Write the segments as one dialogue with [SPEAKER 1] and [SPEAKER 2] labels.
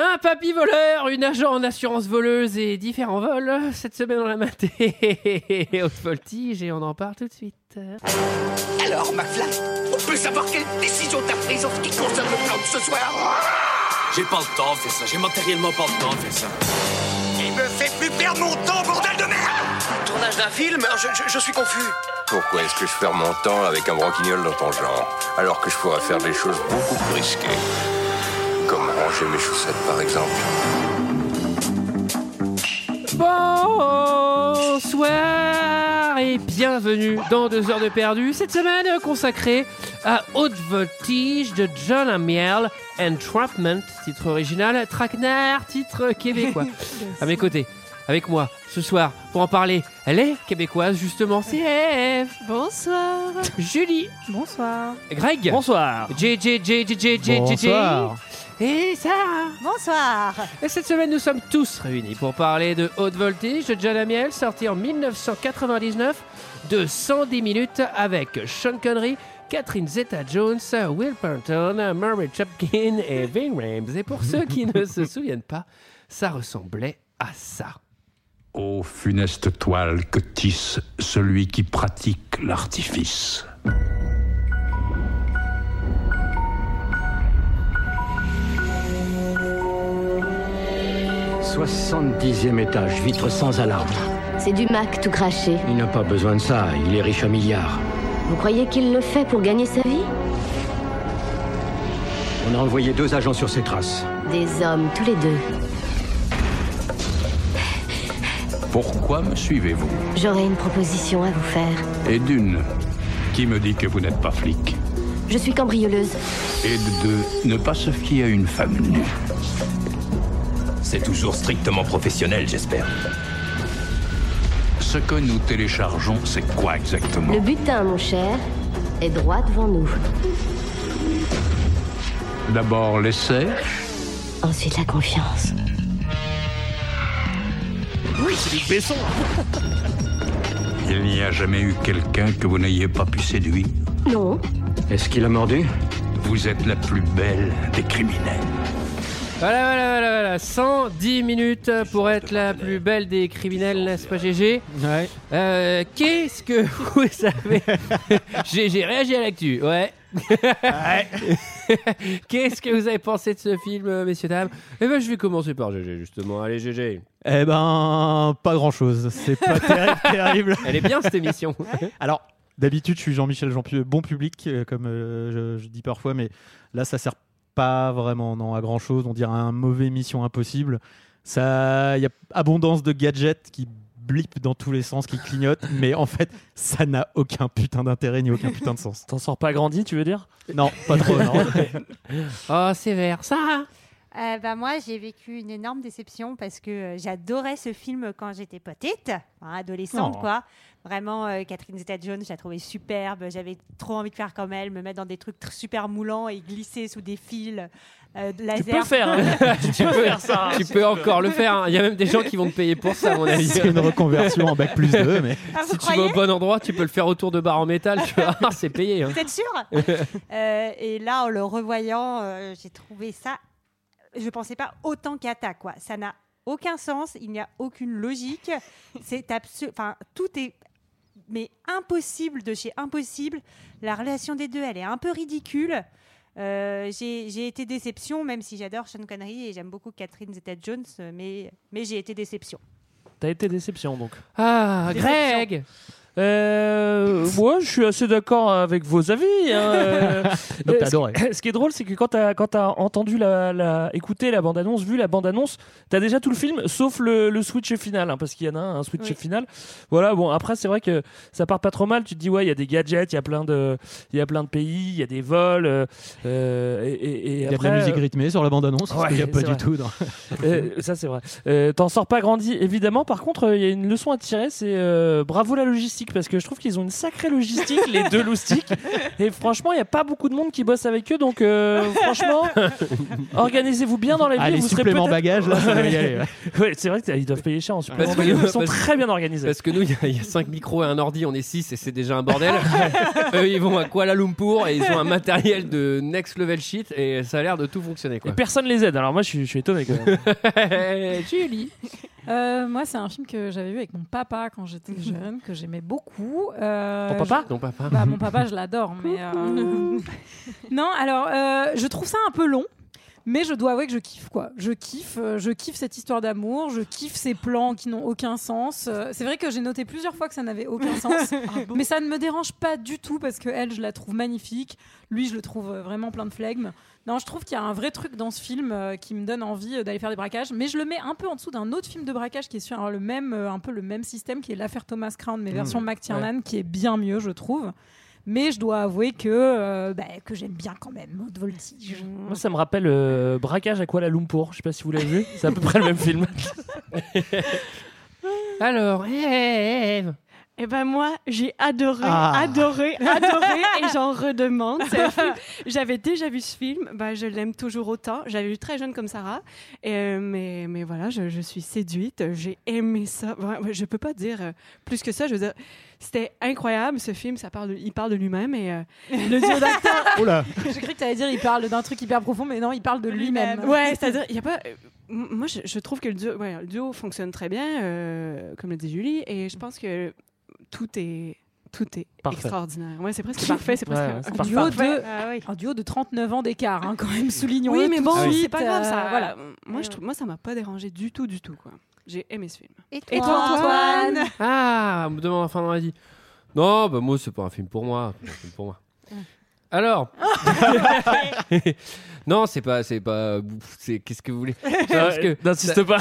[SPEAKER 1] Un papy voleur, une agent en assurance voleuse et différents vols. Cette semaine, on l'a maté. Haute voltige et on en parle tout de suite.
[SPEAKER 2] Alors, McFly, on peut savoir quelle décision t'as prise en ce qui concerne le plan de ce soir
[SPEAKER 3] J'ai pas le temps de faire ça, j'ai matériellement pas le temps de faire ça.
[SPEAKER 2] Il me fait plus perdre mon temps, bordel de merde
[SPEAKER 4] Tournage d'un film Ah, je, je- je suis confus.
[SPEAKER 5] Pourquoi est-ce que je perds mon temps avec un branquignol dans ton genre Alors que je pourrais faire des choses beaucoup plus risquées. Comme ranger mes chaussettes par exemple.
[SPEAKER 1] Bonsoir et bienvenue dans 2 heures de perdu. Cette semaine consacrée à Haute Voltige de John Amiel, Entrapment, titre original, Traquenard, titre québécois. à mes côtés, avec moi, ce soir, pour en parler, elle est québécoise justement, c'est Ève,
[SPEAKER 6] Bonsoir.
[SPEAKER 1] Julie,
[SPEAKER 6] Bonsoir.
[SPEAKER 1] Greg,
[SPEAKER 7] Bonsoir.
[SPEAKER 1] JJJJJJJ et Sarah.
[SPEAKER 6] Bonsoir.
[SPEAKER 1] Et cette semaine, nous sommes tous réunis pour parler de Haute Voltige de John Amiel, sorti en 1999 de 110 minutes avec Sean Connery, Catherine Zeta-Jones, Will Parton, Murray Chapkin et Ving Rhames. Et pour ceux qui ne se souviennent pas, ça ressemblait à ça.
[SPEAKER 8] Ô funeste toile que tisse celui qui pratique l'artifice.
[SPEAKER 9] Soixante-dixième étage, vitre sans alarme.
[SPEAKER 10] C'est du Mac tout craché.
[SPEAKER 9] Il n'a pas besoin de ça, il est riche à milliards.
[SPEAKER 10] Vous croyez qu'il le fait pour gagner sa vie
[SPEAKER 9] On a envoyé deux agents sur ses traces.
[SPEAKER 10] Des hommes, tous les deux.
[SPEAKER 8] Pourquoi me suivez-vous
[SPEAKER 10] J'aurais une proposition à vous faire.
[SPEAKER 8] Et d'une, qui me dit que vous n'êtes pas flic
[SPEAKER 10] Je suis cambrioleuse.
[SPEAKER 8] Et de deux, ne pas se fier à une femme nue.
[SPEAKER 3] C'est toujours strictement professionnel, j'espère.
[SPEAKER 8] Ce que nous téléchargeons, c'est quoi exactement
[SPEAKER 10] Le butin, mon cher, est droit devant nous.
[SPEAKER 8] D'abord l'essai,
[SPEAKER 10] Ensuite, la confiance.
[SPEAKER 8] il n'y a jamais eu quelqu'un que vous n'ayez pas pu séduire.
[SPEAKER 10] Non,
[SPEAKER 9] Est-ce qu'il a mordu
[SPEAKER 8] Vous êtes la plus belle des criminels.
[SPEAKER 1] Voilà, voilà, voilà, voilà. 110 minutes pour être la plus belle des criminels, n'est-ce pas, GG
[SPEAKER 7] Ouais.
[SPEAKER 1] Euh, Qu'est-ce que vous savez J'ai j'ai réagi à l'actu, ouais. Qu'est-ce que vous avez pensé de ce film, euh, messieurs, dames Eh ben, je vais commencer par GG, justement. Allez, GG.
[SPEAKER 7] Eh ben, pas grand chose. C'est pas terrible, terrible.
[SPEAKER 1] Elle est bien, cette émission.
[SPEAKER 7] Oh, Alors, d'habitude, je suis Jean-Michel Jean bon public, euh, comme euh, je, je dis parfois, mais là, ça sert pas vraiment non, à grand chose. On dirait un mauvais Mission Impossible. Ça, il y a abondance de gadgets qui blipent dans tous les sens, qui clignotent, mais en fait, ça n'a aucun putain d'intérêt ni aucun putain de sens.
[SPEAKER 11] T'en sors pas grandi, tu veux dire Ah,
[SPEAKER 7] Non, pas trop. Non.
[SPEAKER 1] Oh, sévère. Sarah
[SPEAKER 6] Euh, bah, moi, j'ai vécu une énorme déception parce que euh, j'adorais ce film quand j'étais petite, enfin, adolescente,
[SPEAKER 7] Oh.
[SPEAKER 6] quoi. Vraiment, euh, Catherine Zeta-Jones, je la trouvais superbe. J'avais trop envie de faire comme elle, me mettre dans des trucs tr- super moulants et glisser sous des fils euh, de
[SPEAKER 11] Tu
[SPEAKER 6] laser.
[SPEAKER 11] peux le faire, hein.
[SPEAKER 1] Tu peux,
[SPEAKER 11] faire ça.
[SPEAKER 1] tu peux encore le faire. hein. Il y a même des gens qui vont te payer pour ça, à mon avis.
[SPEAKER 7] C'est une reconversion en bac plus 2, mais
[SPEAKER 6] Ah, vous
[SPEAKER 1] Si tu vas
[SPEAKER 6] croyez
[SPEAKER 1] au bon endroit, tu peux le faire autour de barres en métal. Tu vois, c'est payé. hein.
[SPEAKER 6] Vous êtes sûr Euh, Et là, en le revoyant, euh, j'ai trouvé ça. Je pensais pas autant cata, quoi. Ça n'a aucun sens, il n'y a aucune logique. C'est absurde. Enfin, tout est. Mais impossible de chez impossible. La relation des deux, elle est un peu ridicule. Euh, j'ai j'ai été déception, même si j'adore Sean Connery et j'aime beaucoup Catherine Zeta-Jones, mais, mais j'ai été déception.
[SPEAKER 11] T'as été déception donc.
[SPEAKER 1] Ah,
[SPEAKER 11] Déception.
[SPEAKER 1] Greg
[SPEAKER 11] Euh, moi, je suis assez d'accord avec vos avis. hein. Euh,
[SPEAKER 7] donc t'as
[SPEAKER 11] ce-
[SPEAKER 7] adoré.
[SPEAKER 11] ce qui est drôle, c'est que quand t'as quand t'as entendu la, la écouté la bande annonce, vu la bande annonce, t'as déjà tout le film, sauf le, le switch final, hein, parce qu'il y en a un, un switch
[SPEAKER 6] Oui.
[SPEAKER 11] final. Voilà. Bon, après, c'est vrai que ça part pas trop mal. Tu te dis ouais, il y a des gadgets, il y a plein de il y a plein de pays, il y a des vols. euh, euh, et, et- et
[SPEAKER 7] il y a de
[SPEAKER 11] après,
[SPEAKER 7] la musique rythmée sur la bande-annonce, parce
[SPEAKER 11] ouais,
[SPEAKER 7] qu'il n'y a pas
[SPEAKER 11] c'est
[SPEAKER 7] du
[SPEAKER 11] vrai.
[SPEAKER 7] tout. dans-
[SPEAKER 11] Euh, ça c'est vrai. Euh, T'en sors pas grandi, évidemment. Par contre, il y a une leçon à tirer, c'est euh, bravo la logistique logistique parce que je trouve qu'ils ont une sacrée logistique, les deux loustiques. Et franchement, il n'y a pas beaucoup de monde qui bosse avec eux. Donc, euh, franchement, organisez-vous bien dans la vie.
[SPEAKER 7] Ah, les
[SPEAKER 11] vous serez
[SPEAKER 7] suppléments
[SPEAKER 11] peut-être-
[SPEAKER 7] bagages, là, ça doit y aller,
[SPEAKER 11] Ouais, c'est vrai qu'ils doivent payer cher en suppléments
[SPEAKER 1] Parce que
[SPEAKER 11] bagages.
[SPEAKER 1] nous-
[SPEAKER 11] Ils sont
[SPEAKER 1] parce-
[SPEAKER 11] très bien organisés.
[SPEAKER 1] Parce que nous, il y a- il y, a 5 micros et un ordi, on est 6 et c'est déjà un bordel. Eux, ils vont à Kuala Lumpur et ils ont un matériel de next level shit et ça a l'air de tout fonctionner.
[SPEAKER 11] Et
[SPEAKER 1] Quoi.
[SPEAKER 11] personne les aide. Alors, moi, je suis, je suis étonné quand même.
[SPEAKER 1] Julie
[SPEAKER 12] Euh, moi, c'est un film que j'avais vu avec mon papa quand j'étais jeune, que j'aimais beaucoup. Euh,
[SPEAKER 1] Ton papa
[SPEAKER 12] je-
[SPEAKER 1] Ton papa.
[SPEAKER 12] Bah, Mon papa, je l'adore. mais euh, Non, alors, euh, je trouve ça un peu long. Mais je dois avouer que je kiffe quoi. Je kiffe, euh, je kiffe cette histoire d'amour, je kiffe ces plans qui n'ont aucun sens. Euh, C'est vrai que j'ai noté plusieurs fois que ça n'avait aucun sens, mais ça ne me dérange pas du tout parce que elle, je la trouve magnifique. Lui, je le trouve euh, vraiment plein de flegme. Non, je trouve qu'il y a un vrai truc dans ce film euh, qui me donne envie euh, d'aller faire des braquages, mais je le mets un peu en dessous d'un autre film de braquage qui est sur le même, euh, un peu le même système, qui est l'affaire Thomas Crown, mais
[SPEAKER 13] Mmh,
[SPEAKER 12] version McTiernan,
[SPEAKER 13] ouais.
[SPEAKER 12] qui est bien mieux, je trouve. Mais je dois avouer que, euh, bah, que j'aime bien quand même Haute Voltige.
[SPEAKER 13] Mmh.
[SPEAKER 11] Moi, ça me rappelle euh, Braquage à Kuala Lumpur. Je sais pas si vous l'avez vu. C'est à peu près le même film.
[SPEAKER 1] Alors, Eve
[SPEAKER 13] Eh ben moi, j'ai adoré,
[SPEAKER 11] Ah.
[SPEAKER 13] adoré, adoré et j'en redemande. C'est un film- J'avais déjà vu ce film, bah, je l'aime toujours autant. J'avais vu très jeune comme Sarah, et, euh, mais, mais voilà, je, je suis séduite, j'ai aimé ça. Je je peux pas dire euh, plus que ça, je veux dire, c'était incroyable ce film, ça parle, de- il parle de lui-même et euh, le duo d'acteurs...
[SPEAKER 7] Oula.
[SPEAKER 12] J'ai cru que tu allais dire il parle d'un truc hyper profond, mais non, il parle de lui-même.
[SPEAKER 13] Ouais, c'est-à-dire, il y a pas. euh, m- Moi, je, je trouve que le duo, ouais, le duo fonctionne très bien, euh, comme le dit Julie, et je pense que tout est. Tout est
[SPEAKER 11] Parfait.
[SPEAKER 13] extraordinaire. Ouais, c'est presque parfait. C'est presque
[SPEAKER 11] Ouais, ouais, c'est
[SPEAKER 13] un
[SPEAKER 12] Un
[SPEAKER 11] parfait.
[SPEAKER 12] duo,
[SPEAKER 13] Parfait.
[SPEAKER 12] de, un duo de 39 ans d'écart, hein, quand même, soulignons
[SPEAKER 13] Oui, mais bon, c'est pas grave. Ça, voilà. euh, Moi, je trouve, moi, ça m'a pas dérangé du tout, du tout. quoi. J'ai aimé ce film. Et
[SPEAKER 1] Ah, on me demande enfin dans la vie. Non, bah moi, c'est pas un film pour moi. c'est pas un film pour moi. Alors, non, c'est pas, c'est pas, c'est qu'est-ce que vous voulez Parce que
[SPEAKER 11] N'insiste
[SPEAKER 1] ça-
[SPEAKER 11] pas.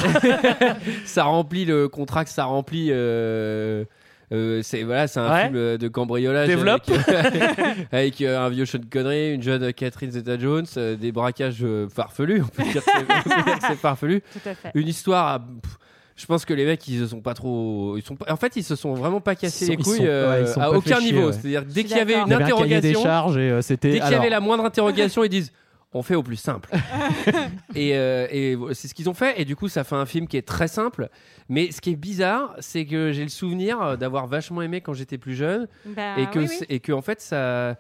[SPEAKER 1] ça remplit le contrat, que ça remplit. euh, euh, c'est voilà, c'est un
[SPEAKER 11] Ouais.
[SPEAKER 1] film euh, de cambriolage.
[SPEAKER 11] Développe.
[SPEAKER 1] avec, avec, euh, un vieux Sean Connery, une jeune Catherine Zeta-Jones, euh, des braquages euh, farfelus. On peut dire que c'est- on peut dire que c'est farfelu.
[SPEAKER 12] Tout à fait.
[SPEAKER 1] Une histoire. à- pff, je pense que les mecs, ils se sont pas trop. Ils sont pas- En fait, ils se sont vraiment pas cassés
[SPEAKER 7] Ils sont-
[SPEAKER 1] les
[SPEAKER 7] ils
[SPEAKER 1] couilles
[SPEAKER 7] sont-
[SPEAKER 1] euh,
[SPEAKER 7] ouais, ils sont
[SPEAKER 1] à
[SPEAKER 7] pas fait
[SPEAKER 1] aucun
[SPEAKER 7] chier,
[SPEAKER 1] niveau.
[SPEAKER 7] ouais.
[SPEAKER 1] C'est-à-dire
[SPEAKER 7] Je
[SPEAKER 1] dès
[SPEAKER 7] suis
[SPEAKER 1] qu'il y avait
[SPEAKER 7] d'accord.
[SPEAKER 1] une
[SPEAKER 7] Il y avait un cahier des
[SPEAKER 1] interrogation,
[SPEAKER 7] charges et, euh, c'était-
[SPEAKER 1] dès qu'il y avait
[SPEAKER 7] alors-
[SPEAKER 1] la moindre interrogation, ils disent on fait au plus simple. et euh, et vo- c'est ce qu'ils ont fait. Et du coup, ça fait un film qui est très simple. Mais ce qui est bizarre, c'est que j'ai le souvenir euh, d'avoir vachement aimé quand j'étais plus jeune.
[SPEAKER 12] Bah,
[SPEAKER 1] et, que
[SPEAKER 12] oui,
[SPEAKER 1] c'est-
[SPEAKER 12] oui.
[SPEAKER 1] et que, en fait, ça.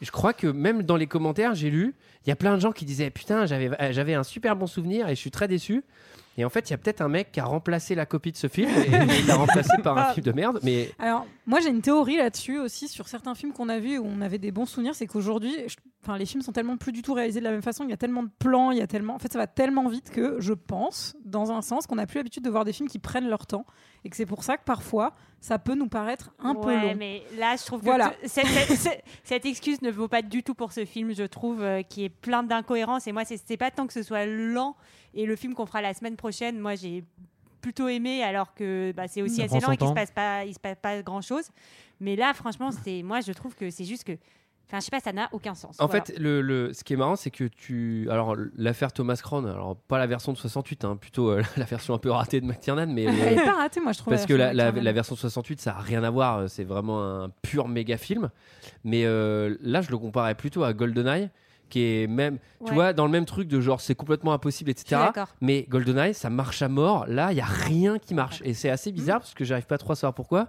[SPEAKER 1] Je crois que même dans les commentaires, j'ai lu, il y a plein de gens qui disaient Putain, j'avais euh, j'avais un super bon souvenir et je suis très déçu. Et en fait, il y a peut-être un mec qui a remplacé la copie de ce film et il l'a remplacé par un film de merde. Mais
[SPEAKER 12] Alors, moi, j'ai une théorie là-dessus aussi sur certains films qu'on a vus où on avait des bons souvenirs. C'est qu'aujourd'hui, je- enfin, les films sont tellement plus du tout réalisés de la même façon. Il y a tellement de plans, il y a tellement. En fait, ça va tellement vite que je pense, dans un sens, qu'on n'a plus l'habitude de voir des films qui prennent leur temps. Et que c'est pour ça que parfois, ça peut nous paraître un peu
[SPEAKER 6] Ouais,
[SPEAKER 12] long.
[SPEAKER 6] mais là, je trouve que
[SPEAKER 12] Voilà.
[SPEAKER 6] t- cette, cette- cette- cette excuse ne vaut pas du tout pour ce film, je trouve, euh, qui est plein d'incohérences. Et moi, c'est c'est pas tant que ce soit lent. Et le film qu'on fera la semaine prochaine, moi, j'ai plutôt aimé, alors que bah, c'est aussi
[SPEAKER 13] Ça
[SPEAKER 6] assez
[SPEAKER 13] prend
[SPEAKER 6] lent
[SPEAKER 13] son
[SPEAKER 6] et qu'il se
[SPEAKER 13] temps.
[SPEAKER 6] passe pas, il se passe pas grand chose. Mais là, franchement, c'est moi, je trouve que c'est juste que, enfin, je sais pas, ça n'a aucun sens.
[SPEAKER 1] En
[SPEAKER 6] Voilà.
[SPEAKER 1] fait, le, le- ce qui est marrant, c'est que tu. Alors, l'affaire Thomas Crown, alors pas la version de 68, hein, plutôt euh, la version un peu ratée de McTiernan, mais. euh,
[SPEAKER 12] Elle est pas ratée, moi, je trouve,
[SPEAKER 1] Parce
[SPEAKER 12] la
[SPEAKER 1] que la,
[SPEAKER 12] version
[SPEAKER 1] la,
[SPEAKER 12] McTiernan.
[SPEAKER 1] la version de 68, ça a rien à voir, euh, c'est vraiment un pur méga film. Mais euh, là, je le comparais plutôt à GoldenEye, qui est même. Tu
[SPEAKER 6] Ouais.
[SPEAKER 1] vois, dans le même truc de genre, c'est complètement impossible, etc.
[SPEAKER 6] d'accord.
[SPEAKER 1] Mais GoldenEye, ça marche à mort. Là, il y a rien qui marche. Et c'est assez
[SPEAKER 12] Mm.
[SPEAKER 1] bizarre, parce que j'arrive pas trop à savoir pourquoi.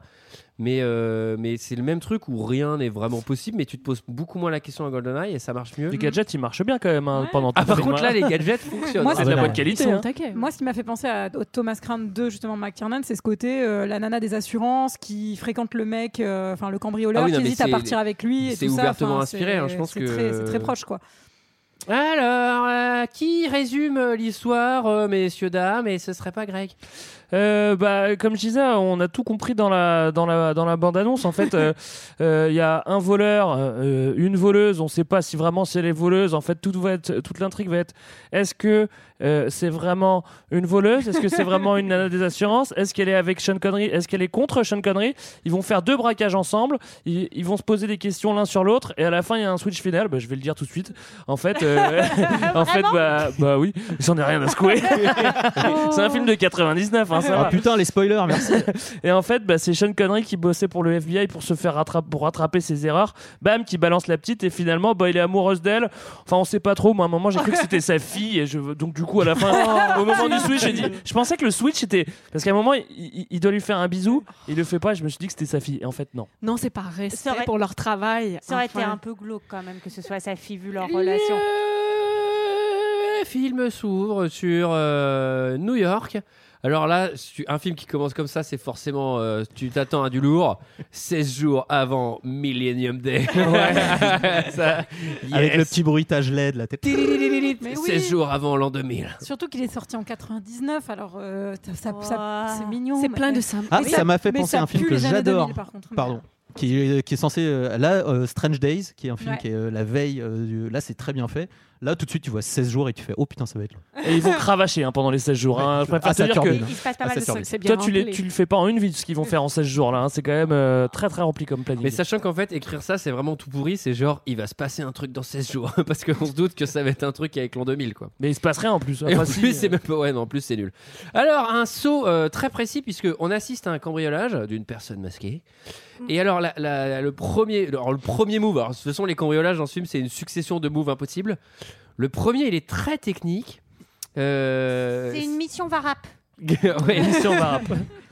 [SPEAKER 1] Mais, euh, mais c'est le même truc où rien n'est vraiment possible, mais tu te poses beaucoup moins la question à GoldenEye et ça marche mieux.
[SPEAKER 11] Les gadgets, ils marchent bien quand même hein, pendant tout
[SPEAKER 1] Ah, par
[SPEAKER 11] le film,
[SPEAKER 1] contre,
[SPEAKER 11] hein.
[SPEAKER 1] là, les gadgets fonctionnent.
[SPEAKER 11] C'est de la bonne qualité. hein.
[SPEAKER 12] Moi, ce qui m'a fait penser à au Thomas Crown 2, justement, McTiernan, c'est ce côté euh, la nana des assurances qui fréquente le mec, euh, enfin le cambrioleur,
[SPEAKER 1] Ah oui, non,
[SPEAKER 12] qui
[SPEAKER 1] mais
[SPEAKER 12] hésite à
[SPEAKER 1] c'est-
[SPEAKER 12] partir avec lui. et
[SPEAKER 1] c'est
[SPEAKER 12] tout ça.
[SPEAKER 1] ouvertement
[SPEAKER 12] Enfin,
[SPEAKER 1] inspiré,
[SPEAKER 12] c'est-
[SPEAKER 1] hein, je pense
[SPEAKER 12] c'est
[SPEAKER 1] que-
[SPEAKER 12] très- C'est très proche, quoi.
[SPEAKER 1] Alors, euh, qui résume euh, l'histoire, euh, messieurs, dames Et ce serait pas Greg
[SPEAKER 11] Euh, bah, comme je disais, on a tout compris dans la, dans la, dans la bande-annonce. En fait, euh, euh, il y a un voleur, euh, une voleuse. On ne sait pas si vraiment c'est les voleuses. En fait, tout va être, toute l'intrigue va être est-ce que euh, c'est vraiment une voleuse Est-ce que c'est vraiment une nana des assurances Est-ce qu'elle est avec Sean Connery Est-ce qu'elle est contre Sean Connery Ils vont faire deux braquages ensemble. Ils, ils vont se poser des questions l'un sur l'autre. Et à la fin, il y a un switch final. Bah, je vais le dire tout de suite. En fait, euh, euh, en fait,
[SPEAKER 6] Vraiment
[SPEAKER 11] bah, bah oui, j'en ai rien à secouer. c'est un film de 99, hein, ça
[SPEAKER 7] Ah
[SPEAKER 11] va.
[SPEAKER 7] putain, les spoilers, merci.
[SPEAKER 11] Et en fait, bah, c'est Sean Connery qui bossait pour le FBI pour se faire rattraper, pour rattraper ses erreurs. Bam, qui balance la petite et finalement, bah, il est amoureuse d'elle. Enfin, on sait pas trop. Moi, à un moment, j'ai cru que c'était sa fille. Et je... Donc, du coup, à la
[SPEAKER 7] Oh,
[SPEAKER 11] fin, au moment du switch, j'ai dit, je pensais que le switch était parce qu'à un moment, il, il- il doit lui faire un bisou. Il le fait pas. Je me suis dit que c'était sa fille. Et en fait, non.
[SPEAKER 14] Non, c'est par respect
[SPEAKER 15] Ça aurait-
[SPEAKER 14] pour leur travail.
[SPEAKER 15] Ça aurait été
[SPEAKER 14] enfin.
[SPEAKER 15] un peu glauque quand même que ce soit sa fille vu leur relation.
[SPEAKER 1] Le film s'ouvre sur euh, New York. Alors là, si tu- un film qui commence comme ça, c'est forcément. euh, tu t'attends à du lourd. 16 jours avant Millennium Day. Ça,
[SPEAKER 7] Avec
[SPEAKER 1] yes.
[SPEAKER 7] le petit bruitage E LED, la tête.
[SPEAKER 12] Mais
[SPEAKER 1] 16 jours avant l'an 2000.
[SPEAKER 12] Surtout qu'il est sorti en 99, alors euh, ça- ça- ça- c'est mignon.
[SPEAKER 14] C'est
[SPEAKER 12] mais-
[SPEAKER 14] plein de sympa.
[SPEAKER 7] Ah,
[SPEAKER 12] Mais
[SPEAKER 7] ça m'a fait
[SPEAKER 12] mais
[SPEAKER 7] penser
[SPEAKER 12] ça
[SPEAKER 7] à un film
[SPEAKER 12] pue
[SPEAKER 7] que
[SPEAKER 12] les années
[SPEAKER 7] j'adore.
[SPEAKER 12] 2000, par contre.
[SPEAKER 7] Pardon. Qui est, qui est censé. euh, là, euh, Strange Days, qui est un film
[SPEAKER 12] Ouais.
[SPEAKER 7] qui est euh, la veille. euh, du- là, c'est très bien fait. Là, tout de suite, tu vois 16 jours et tu fais Oh putain, ça va être long.
[SPEAKER 11] Et ils vont cravacher hein, pendant les 16 jours. hein. Je préfère
[SPEAKER 7] Ah,
[SPEAKER 11] te
[SPEAKER 7] ça
[SPEAKER 11] dire que
[SPEAKER 7] turbine. Il se passe pas Ah, mal ça de turbine. trucs, c'est bien
[SPEAKER 11] Toi, tu, les-
[SPEAKER 1] rempli.
[SPEAKER 11] tu le fais pas en une vie ce qu'ils vont faire en 16 jours là. hein. C'est quand même euh, très très rempli comme planning.
[SPEAKER 1] Mais sachant qu'en fait, écrire ça, c'est vraiment tout pourri. C'est genre, il va se passer un truc dans 16 jours. Parce qu'on se doute que ça va être un truc avec l'an 2000, quoi.
[SPEAKER 11] Mais il se passe rien en plus.
[SPEAKER 1] Et en
[SPEAKER 11] Enfin, si,
[SPEAKER 1] plus,
[SPEAKER 11] euh,
[SPEAKER 1] c'est même pas- ouais, non, en plus, c'est nul. Alors, un saut euh, très précis, puisqu'on assiste à un cambriolage d'une personne masquée. Et alors, la- la- le, premier, alors, le premier move, alors, de toute façon, les cambriolages dans ce film, c'est une succession de moves impossibles. Le premier, il est très technique. Euh,
[SPEAKER 6] C'est une mission Varap.
[SPEAKER 1] Ouais, mission Varap.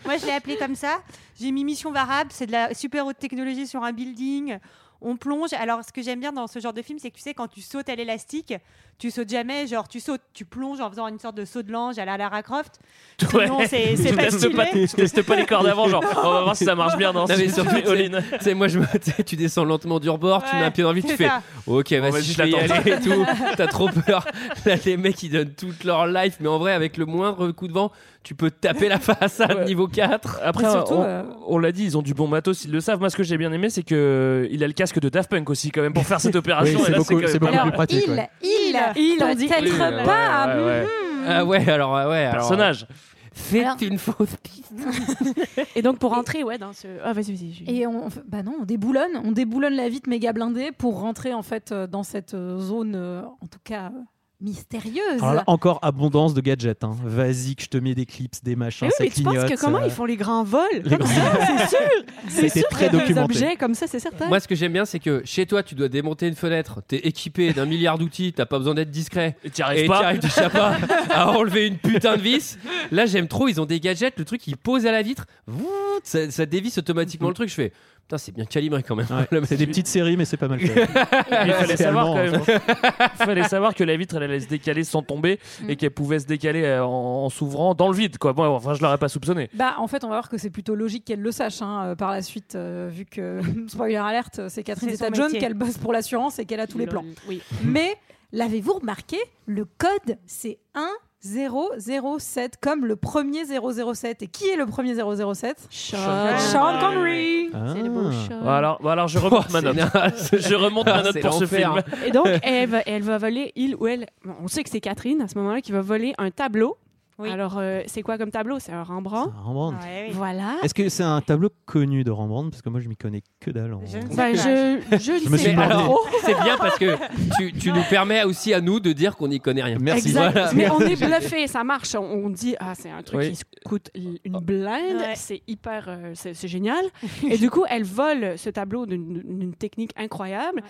[SPEAKER 6] Moi, je l'ai appelé comme ça. J'ai mis mission Varap. C'est de la super haute technologie sur un building. On plonge. Alors, ce que j'aime bien dans ce genre de film, c'est que tu sais, quand tu sautes à l'élastique, tu sautes jamais. Genre, tu sautes, tu plonges en faisant une sorte de saut de l'ange à la Lara Croft.
[SPEAKER 11] Ouais.
[SPEAKER 6] Sinon, c'est
[SPEAKER 11] Tu
[SPEAKER 6] c'est pas
[SPEAKER 11] testes pas,
[SPEAKER 6] stylé.
[SPEAKER 11] tu testes pas les cordes avant, genre on va voir si ça marche bien. Non,
[SPEAKER 1] Non,
[SPEAKER 11] si
[SPEAKER 1] mais
[SPEAKER 11] tu
[SPEAKER 1] surtout,
[SPEAKER 11] fais
[SPEAKER 1] tu sais-
[SPEAKER 11] all-in.
[SPEAKER 1] tu sais, moi, je me, tu sais, tu descends lentement du rebord, tu
[SPEAKER 11] Ouais,
[SPEAKER 1] mets un pied dans le vide, tu
[SPEAKER 11] c'est
[SPEAKER 1] fais
[SPEAKER 11] ça.
[SPEAKER 1] Ok,
[SPEAKER 11] Bon,
[SPEAKER 1] vas-y,
[SPEAKER 11] vas-y,
[SPEAKER 1] je vais y
[SPEAKER 11] je l'attends.
[SPEAKER 1] aller et tout. T'as trop peur. Là, les mecs, ils donnent toute leur life, mais en vrai, avec le moindre coup de vent, tu peux te taper la face à niveau 4.
[SPEAKER 11] Après, euh, on,
[SPEAKER 1] euh,
[SPEAKER 11] on l'a dit, ils ont du bon matos, ils le savent. Moi, ce que j'ai bien aimé, c'est que il a le casque de Daft Punk aussi, quand même, pour faire cette opération.
[SPEAKER 7] Oui, c'est
[SPEAKER 11] Et là,
[SPEAKER 7] beaucoup-
[SPEAKER 11] quand même
[SPEAKER 7] c'est
[SPEAKER 11] pas
[SPEAKER 7] beaucoup
[SPEAKER 11] mal.
[SPEAKER 7] plus pratique, ouais.
[SPEAKER 12] Il,
[SPEAKER 14] il
[SPEAKER 12] en
[SPEAKER 14] en dit
[SPEAKER 12] dit
[SPEAKER 14] Oui,
[SPEAKER 12] être
[SPEAKER 7] euh,
[SPEAKER 11] ouais,
[SPEAKER 12] pas.
[SPEAKER 11] ouais, ouais.
[SPEAKER 1] Ah ouais, alors, ouais, alors.
[SPEAKER 11] Personnage.
[SPEAKER 1] Faites une fausse piste.
[SPEAKER 14] Et donc pour rentrer, ouais, dans ce. Ah vas-y, vas-y. Julie.
[SPEAKER 12] Et on, bah non, on déboulonne, on déboulonne la vite méga blindée pour rentrer en fait euh, dans cette euh, zone, euh, en tout cas euh, mystérieuse.
[SPEAKER 7] Alors là, encore abondance de gadgets. hein. Vas-y, que je te mets des clips, des machins,
[SPEAKER 14] Mais oui,
[SPEAKER 7] ça
[SPEAKER 14] mais tu penses
[SPEAKER 7] clignote.
[SPEAKER 14] que comment
[SPEAKER 7] ça-
[SPEAKER 14] ils font les grands vols
[SPEAKER 7] Les
[SPEAKER 14] Comme
[SPEAKER 7] grands-
[SPEAKER 14] ça, c'est sûr. C'est
[SPEAKER 7] C'était
[SPEAKER 14] sûr
[SPEAKER 7] très
[SPEAKER 14] qu'il y a des
[SPEAKER 7] documenté.
[SPEAKER 14] objets comme ça, c'est certain.
[SPEAKER 1] Moi, ce que j'aime bien, c'est que chez toi, tu dois démonter une fenêtre. T'es équipé d'un milliard d'outils, t'as pas besoin d'être discret.
[SPEAKER 11] Et t'y arrives
[SPEAKER 1] Et
[SPEAKER 11] pas.
[SPEAKER 1] t'y arrives déjà pas à enlever une putain de vis. Là, j'aime trop, ils ont des gadgets, le truc, ils posent à la vitre, Vouh, ça, ça dévisse automatiquement le truc. Je fais, putain, c'est bien calibré quand même. Le mec,
[SPEAKER 7] C'est des
[SPEAKER 1] il-
[SPEAKER 7] petites séries, mais c'est pas mal fait.
[SPEAKER 11] Il
[SPEAKER 1] euh,
[SPEAKER 11] fallait
[SPEAKER 7] C'est
[SPEAKER 11] savoir,
[SPEAKER 7] allemand,
[SPEAKER 11] quand même.
[SPEAKER 7] ça.
[SPEAKER 11] Il fallait savoir que la vitre elle allait se décaler sans tomber et qu'elle pouvait se décaler euh, en, en s'ouvrant dans le vide quoi. Bon, enfin je l'aurais pas soupçonné.
[SPEAKER 12] Bah, en fait, on va voir que c'est plutôt logique qu'elle le sache hein, euh, par la suite, euh, vu que, spoiler alerte, euh, c'est Catherine
[SPEAKER 14] C'est son
[SPEAKER 12] Zeta-Jones
[SPEAKER 14] métier.
[SPEAKER 12] qu'elle bosse pour l'assurance et qu'elle a tous les plans.
[SPEAKER 14] Oui.
[SPEAKER 12] Mais l'avez-vous remarqué Le code, c'est 1007, comme le premier 007. Et qui est le premier 007 Sean, Sean Connery
[SPEAKER 14] C'est les
[SPEAKER 7] Ah.
[SPEAKER 14] beaux chats.
[SPEAKER 11] Bon, alors, bon, alors je remonte ma note. je remonte ma note
[SPEAKER 1] c'est
[SPEAKER 11] pour ce film.
[SPEAKER 1] l'enfer.
[SPEAKER 14] Et donc, elle va, elle va voler, il ou elle, bon, on sait que c'est Catherine à ce moment-là qui va voler un tableau. Alors, euh, c'est quoi comme tableau C'est un Rembrandt.
[SPEAKER 7] Ah, Rembrandt.
[SPEAKER 14] Voilà.
[SPEAKER 7] Est-ce que c'est un tableau connu de Rembrandt Parce que moi, je m'y connais que dalle. en-
[SPEAKER 14] Ben, je, je,
[SPEAKER 7] Je me
[SPEAKER 14] sais
[SPEAKER 7] suis
[SPEAKER 14] pas
[SPEAKER 7] demandé.
[SPEAKER 14] trop.
[SPEAKER 1] C'est bien parce que
[SPEAKER 11] hein.
[SPEAKER 1] tu, tu nous permets aussi à nous de dire qu'on n'y connaît rien.
[SPEAKER 7] Merci.
[SPEAKER 14] Exact.
[SPEAKER 1] Voilà.
[SPEAKER 14] Mais on est bluffé, ça marche. On, on dit ah c'est un truc
[SPEAKER 1] Oui.
[SPEAKER 14] qui se coûte l- une
[SPEAKER 7] Oh.
[SPEAKER 14] blinde, c'est hyper, euh, c'est c'est génial. et du coup, elle vole ce tableau d'une d'une technique incroyable.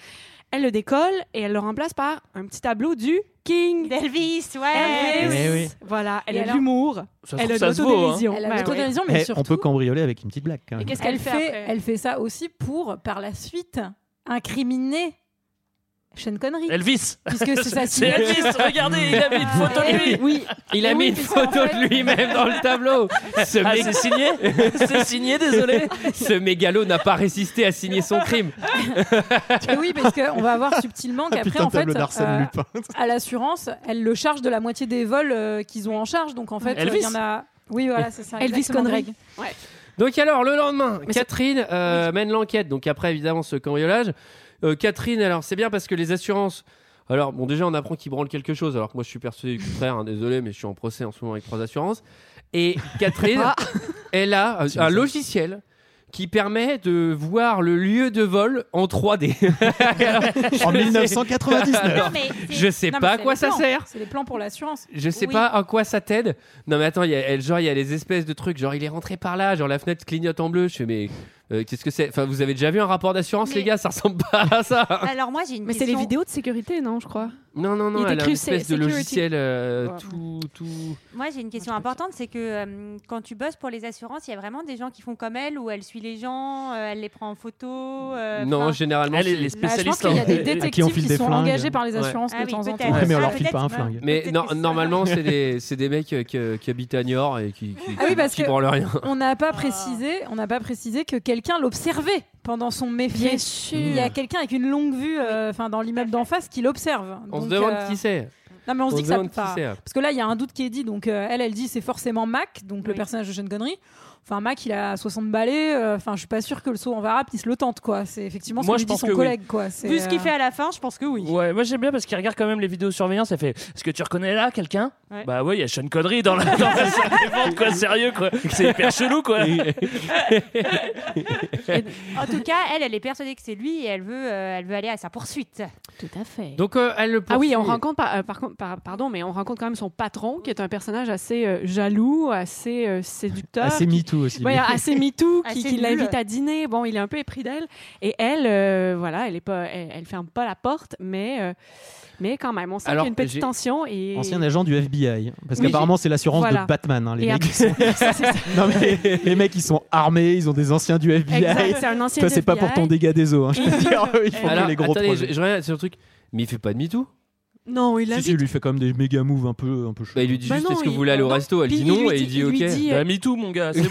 [SPEAKER 14] Elle le décolle et elle le remplace par un petit tableau du King
[SPEAKER 6] Elvis,
[SPEAKER 14] ouais.
[SPEAKER 7] Eh oui.
[SPEAKER 14] Voilà, elle
[SPEAKER 12] Et
[SPEAKER 14] a
[SPEAKER 12] alors-
[SPEAKER 14] l'humour,
[SPEAKER 7] Ça se
[SPEAKER 14] elle a
[SPEAKER 7] trouve, ça se vaut, hein.
[SPEAKER 14] l'autodérision.
[SPEAKER 12] Elle a
[SPEAKER 14] Ben
[SPEAKER 12] l'autodérision,
[SPEAKER 14] oui.
[SPEAKER 12] mais
[SPEAKER 7] Eh,
[SPEAKER 12] surtout-
[SPEAKER 7] on peut cambrioler avec une petite blague. Quand même.
[SPEAKER 14] qu'est-ce qu'elle
[SPEAKER 12] Elle
[SPEAKER 14] fait après
[SPEAKER 12] Elle fait ça aussi pour, par la suite, incriminer Sean Connery.
[SPEAKER 11] Elvis.
[SPEAKER 12] Puisque c'est sa
[SPEAKER 11] C'est Elvis.
[SPEAKER 12] signature.
[SPEAKER 11] Regardez, il a mis une photo de lui.
[SPEAKER 12] Oui.
[SPEAKER 1] Il a
[SPEAKER 12] Oui,
[SPEAKER 1] mis une
[SPEAKER 12] puisqu'en
[SPEAKER 1] photo de
[SPEAKER 12] fait-
[SPEAKER 1] lui-même dans le tableau. Ce
[SPEAKER 11] Ah,
[SPEAKER 1] mec-
[SPEAKER 11] c'est signé C'est signé, désolé.
[SPEAKER 1] Ce mégalo n'a pas résisté à signer son crime.
[SPEAKER 12] Et oui, parce qu'on va voir subtilement qu'après,
[SPEAKER 1] Ah, putain,
[SPEAKER 12] en fait,
[SPEAKER 1] tableau d'Arsène
[SPEAKER 12] euh,
[SPEAKER 1] Lupin.
[SPEAKER 12] à l'assurance, elle le charge de la moitié des vols euh, qu'ils ont en charge. Donc en fait, euh, il
[SPEAKER 1] Elvis.
[SPEAKER 12] y en a. Oui, voilà, c'est ça.
[SPEAKER 14] Elvis
[SPEAKER 12] exactement,
[SPEAKER 14] Connery.
[SPEAKER 12] Greg.
[SPEAKER 1] Donc alors, le lendemain, Catherine euh, mène l'enquête. Donc après, évidemment, ce cambriolage. Euh, Catherine, alors c'est bien parce que les assurances... Alors, bon, déjà, on apprend qu'il branle quelque chose, alors que moi, je suis persuadé du contraire. hein, désolé, mais je suis en procès en ce moment avec trois assurances. Et Catherine, elle a euh, un logiciel qui permet de voir le lieu de vol en 3D.
[SPEAKER 7] En 1999.
[SPEAKER 1] Alors, je sais pas à quoi ça sert.
[SPEAKER 12] C'est les plans pour l'assurance.
[SPEAKER 1] Je sais
[SPEAKER 12] Oui.
[SPEAKER 1] pas à quoi ça t'aide. Non mais attends, il y a, genre il y a les espèces de trucs, genre il est rentré par là, genre la fenêtre clignote en bleu. Je fais mais euh, qu'est-ce que c'est Enfin vous avez déjà vu un rapport d'assurance les gars, ça ressemble pas à ça.
[SPEAKER 11] Ah,
[SPEAKER 6] Alors moi j'ai une
[SPEAKER 14] Mais c'est les
[SPEAKER 6] question.
[SPEAKER 14] vidéos de sécurité, non, je crois.
[SPEAKER 1] Non non non,
[SPEAKER 14] Il
[SPEAKER 1] elle a une
[SPEAKER 14] t'écrit sé-
[SPEAKER 1] espèce de
[SPEAKER 14] security.
[SPEAKER 1] logiciel euh,
[SPEAKER 14] Ouais.
[SPEAKER 1] tout tout.
[SPEAKER 6] Moi, j'ai une question importante, c'est que euh, quand tu bosses pour les assurances, il y a vraiment des gens qui font comme elle, où elle suit les gens, euh, elle les prend en photo. euh,
[SPEAKER 1] Non
[SPEAKER 6] enfin-
[SPEAKER 1] généralement
[SPEAKER 11] Elle est
[SPEAKER 1] c'est- hein.
[SPEAKER 11] les
[SPEAKER 12] Je pense qu'il y a des détectives qui, sont engagés par les
[SPEAKER 1] Ouais.
[SPEAKER 12] assurances
[SPEAKER 6] Ah
[SPEAKER 12] de
[SPEAKER 6] oui,
[SPEAKER 12] temps en temps.
[SPEAKER 6] peut-être. Ouais, mais on
[SPEAKER 12] Ah,
[SPEAKER 6] leur
[SPEAKER 7] file
[SPEAKER 12] peut-être.
[SPEAKER 7] pas un flingue.
[SPEAKER 1] Mais non, normalement, c'est des, c'est des mecs euh, qui, euh, qui habitent à Niort et qui, qui,
[SPEAKER 12] Ah oui, parce
[SPEAKER 1] qui
[SPEAKER 12] que
[SPEAKER 1] branlent rien.
[SPEAKER 12] on n'a pas précisé, on n'a pas précisé que quelqu'un l'observait pendant son méfait.
[SPEAKER 14] Bien sûr.
[SPEAKER 12] Il y a quelqu'un avec une longue vue, euh, enfin dans l'immeuble d'en face, qui l'observe.
[SPEAKER 1] On se
[SPEAKER 12] Donc,
[SPEAKER 1] demande
[SPEAKER 12] euh,
[SPEAKER 1] qui c'est.
[SPEAKER 12] Non mais on, se
[SPEAKER 1] On
[SPEAKER 12] dit que
[SPEAKER 1] se
[SPEAKER 12] ça
[SPEAKER 1] demande
[SPEAKER 12] peut
[SPEAKER 1] qui
[SPEAKER 12] pas.
[SPEAKER 1] c'est.
[SPEAKER 12] Parce que là il y a un doute qui est dit. Donc euh, elle elle dit c'est forcément Mac, donc le personnage de Sean Connery. Enfin Mac il a 60 balais. euh, Enfin je suis pas sûr que le saut en varap il se le tente quoi. C'est effectivement ce
[SPEAKER 11] Moi,
[SPEAKER 12] que
[SPEAKER 11] je
[SPEAKER 12] lui dit
[SPEAKER 11] pense
[SPEAKER 12] son
[SPEAKER 11] que oui.
[SPEAKER 12] collègue quoi. C'est,
[SPEAKER 6] Vu ce qu'il
[SPEAKER 12] euh,
[SPEAKER 6] fait à la fin, je pense que oui.
[SPEAKER 11] Ouais, moi j'aime bien parce qu'il regarde quand même les vidéos surveillance. Elle fait Est-ce que tu reconnais là quelqu'un
[SPEAKER 6] Ouais.
[SPEAKER 11] Bah ouais, il y a Sean Connery dans la, dans la salle des ventes, quoi, sérieux quoi. C'est hyper chelou quoi.
[SPEAKER 6] En tout cas, elle, elle est persuadée que c'est lui et elle veut, euh, elle veut aller à sa poursuite.
[SPEAKER 14] Tout à fait.
[SPEAKER 1] Donc euh, elle le
[SPEAKER 14] Ah oui,
[SPEAKER 1] poursuit.
[SPEAKER 14] on rencontre par, euh, par contre- par- pardon, mais on rencontre quand même son patron, qui est un personnage assez euh, jaloux, assez euh, séducteur,
[SPEAKER 7] Assez
[SPEAKER 14] qui-
[SPEAKER 7] MeToo aussi.
[SPEAKER 14] Ouais, assez MeToo,
[SPEAKER 6] Assez
[SPEAKER 14] qui, qui
[SPEAKER 6] nul.
[SPEAKER 14] l'invite à dîner. Bon, il est un peu épris d'elle, et elle, euh, voilà, elle est pas, elle, elle ferme pas la porte, mais euh, mais quand même, on sent qu'il y
[SPEAKER 7] Alors,
[SPEAKER 14] a une petite
[SPEAKER 7] j'ai-
[SPEAKER 14] tension et
[SPEAKER 7] Ancien agent du FBI. Parce
[SPEAKER 14] Oui,
[SPEAKER 7] qu'apparemment,
[SPEAKER 14] j'ai-
[SPEAKER 7] c'est l'assurance
[SPEAKER 14] voilà.
[SPEAKER 7] de Batman. hein, les,
[SPEAKER 14] Et
[SPEAKER 7] mecs,
[SPEAKER 14] après-
[SPEAKER 7] ils sont... Non, mais les- les mecs, ils sont armés, ils ont des anciens du FBI.
[SPEAKER 14] Exact, c'est un ancien
[SPEAKER 7] Toi, c'est pas
[SPEAKER 14] FBI.
[SPEAKER 7] pour ton dégât des eaux. hein, je peux te dire, eux, ils font que
[SPEAKER 1] Alors,
[SPEAKER 7] les gros
[SPEAKER 1] attendez,
[SPEAKER 7] projets.
[SPEAKER 1] je, je reviens sur le truc. Mais il fait pas de MeToo.
[SPEAKER 14] Non, il
[SPEAKER 7] Si, si, il lui fait quand même des méga moves un peu, un peu chauds.
[SPEAKER 1] Bah, il lui dit
[SPEAKER 14] Bah
[SPEAKER 1] juste
[SPEAKER 14] non,
[SPEAKER 1] est-ce que vous
[SPEAKER 14] il-
[SPEAKER 1] voulez aller au
[SPEAKER 14] non.
[SPEAKER 1] resto Elle
[SPEAKER 14] Puis
[SPEAKER 1] dit
[SPEAKER 14] il
[SPEAKER 1] non
[SPEAKER 14] lui
[SPEAKER 1] et il
[SPEAKER 14] dit-
[SPEAKER 1] dit
[SPEAKER 14] il
[SPEAKER 1] ok.
[SPEAKER 14] lui dit, euh, Bah,
[SPEAKER 11] me too, mon gars, c'est bon.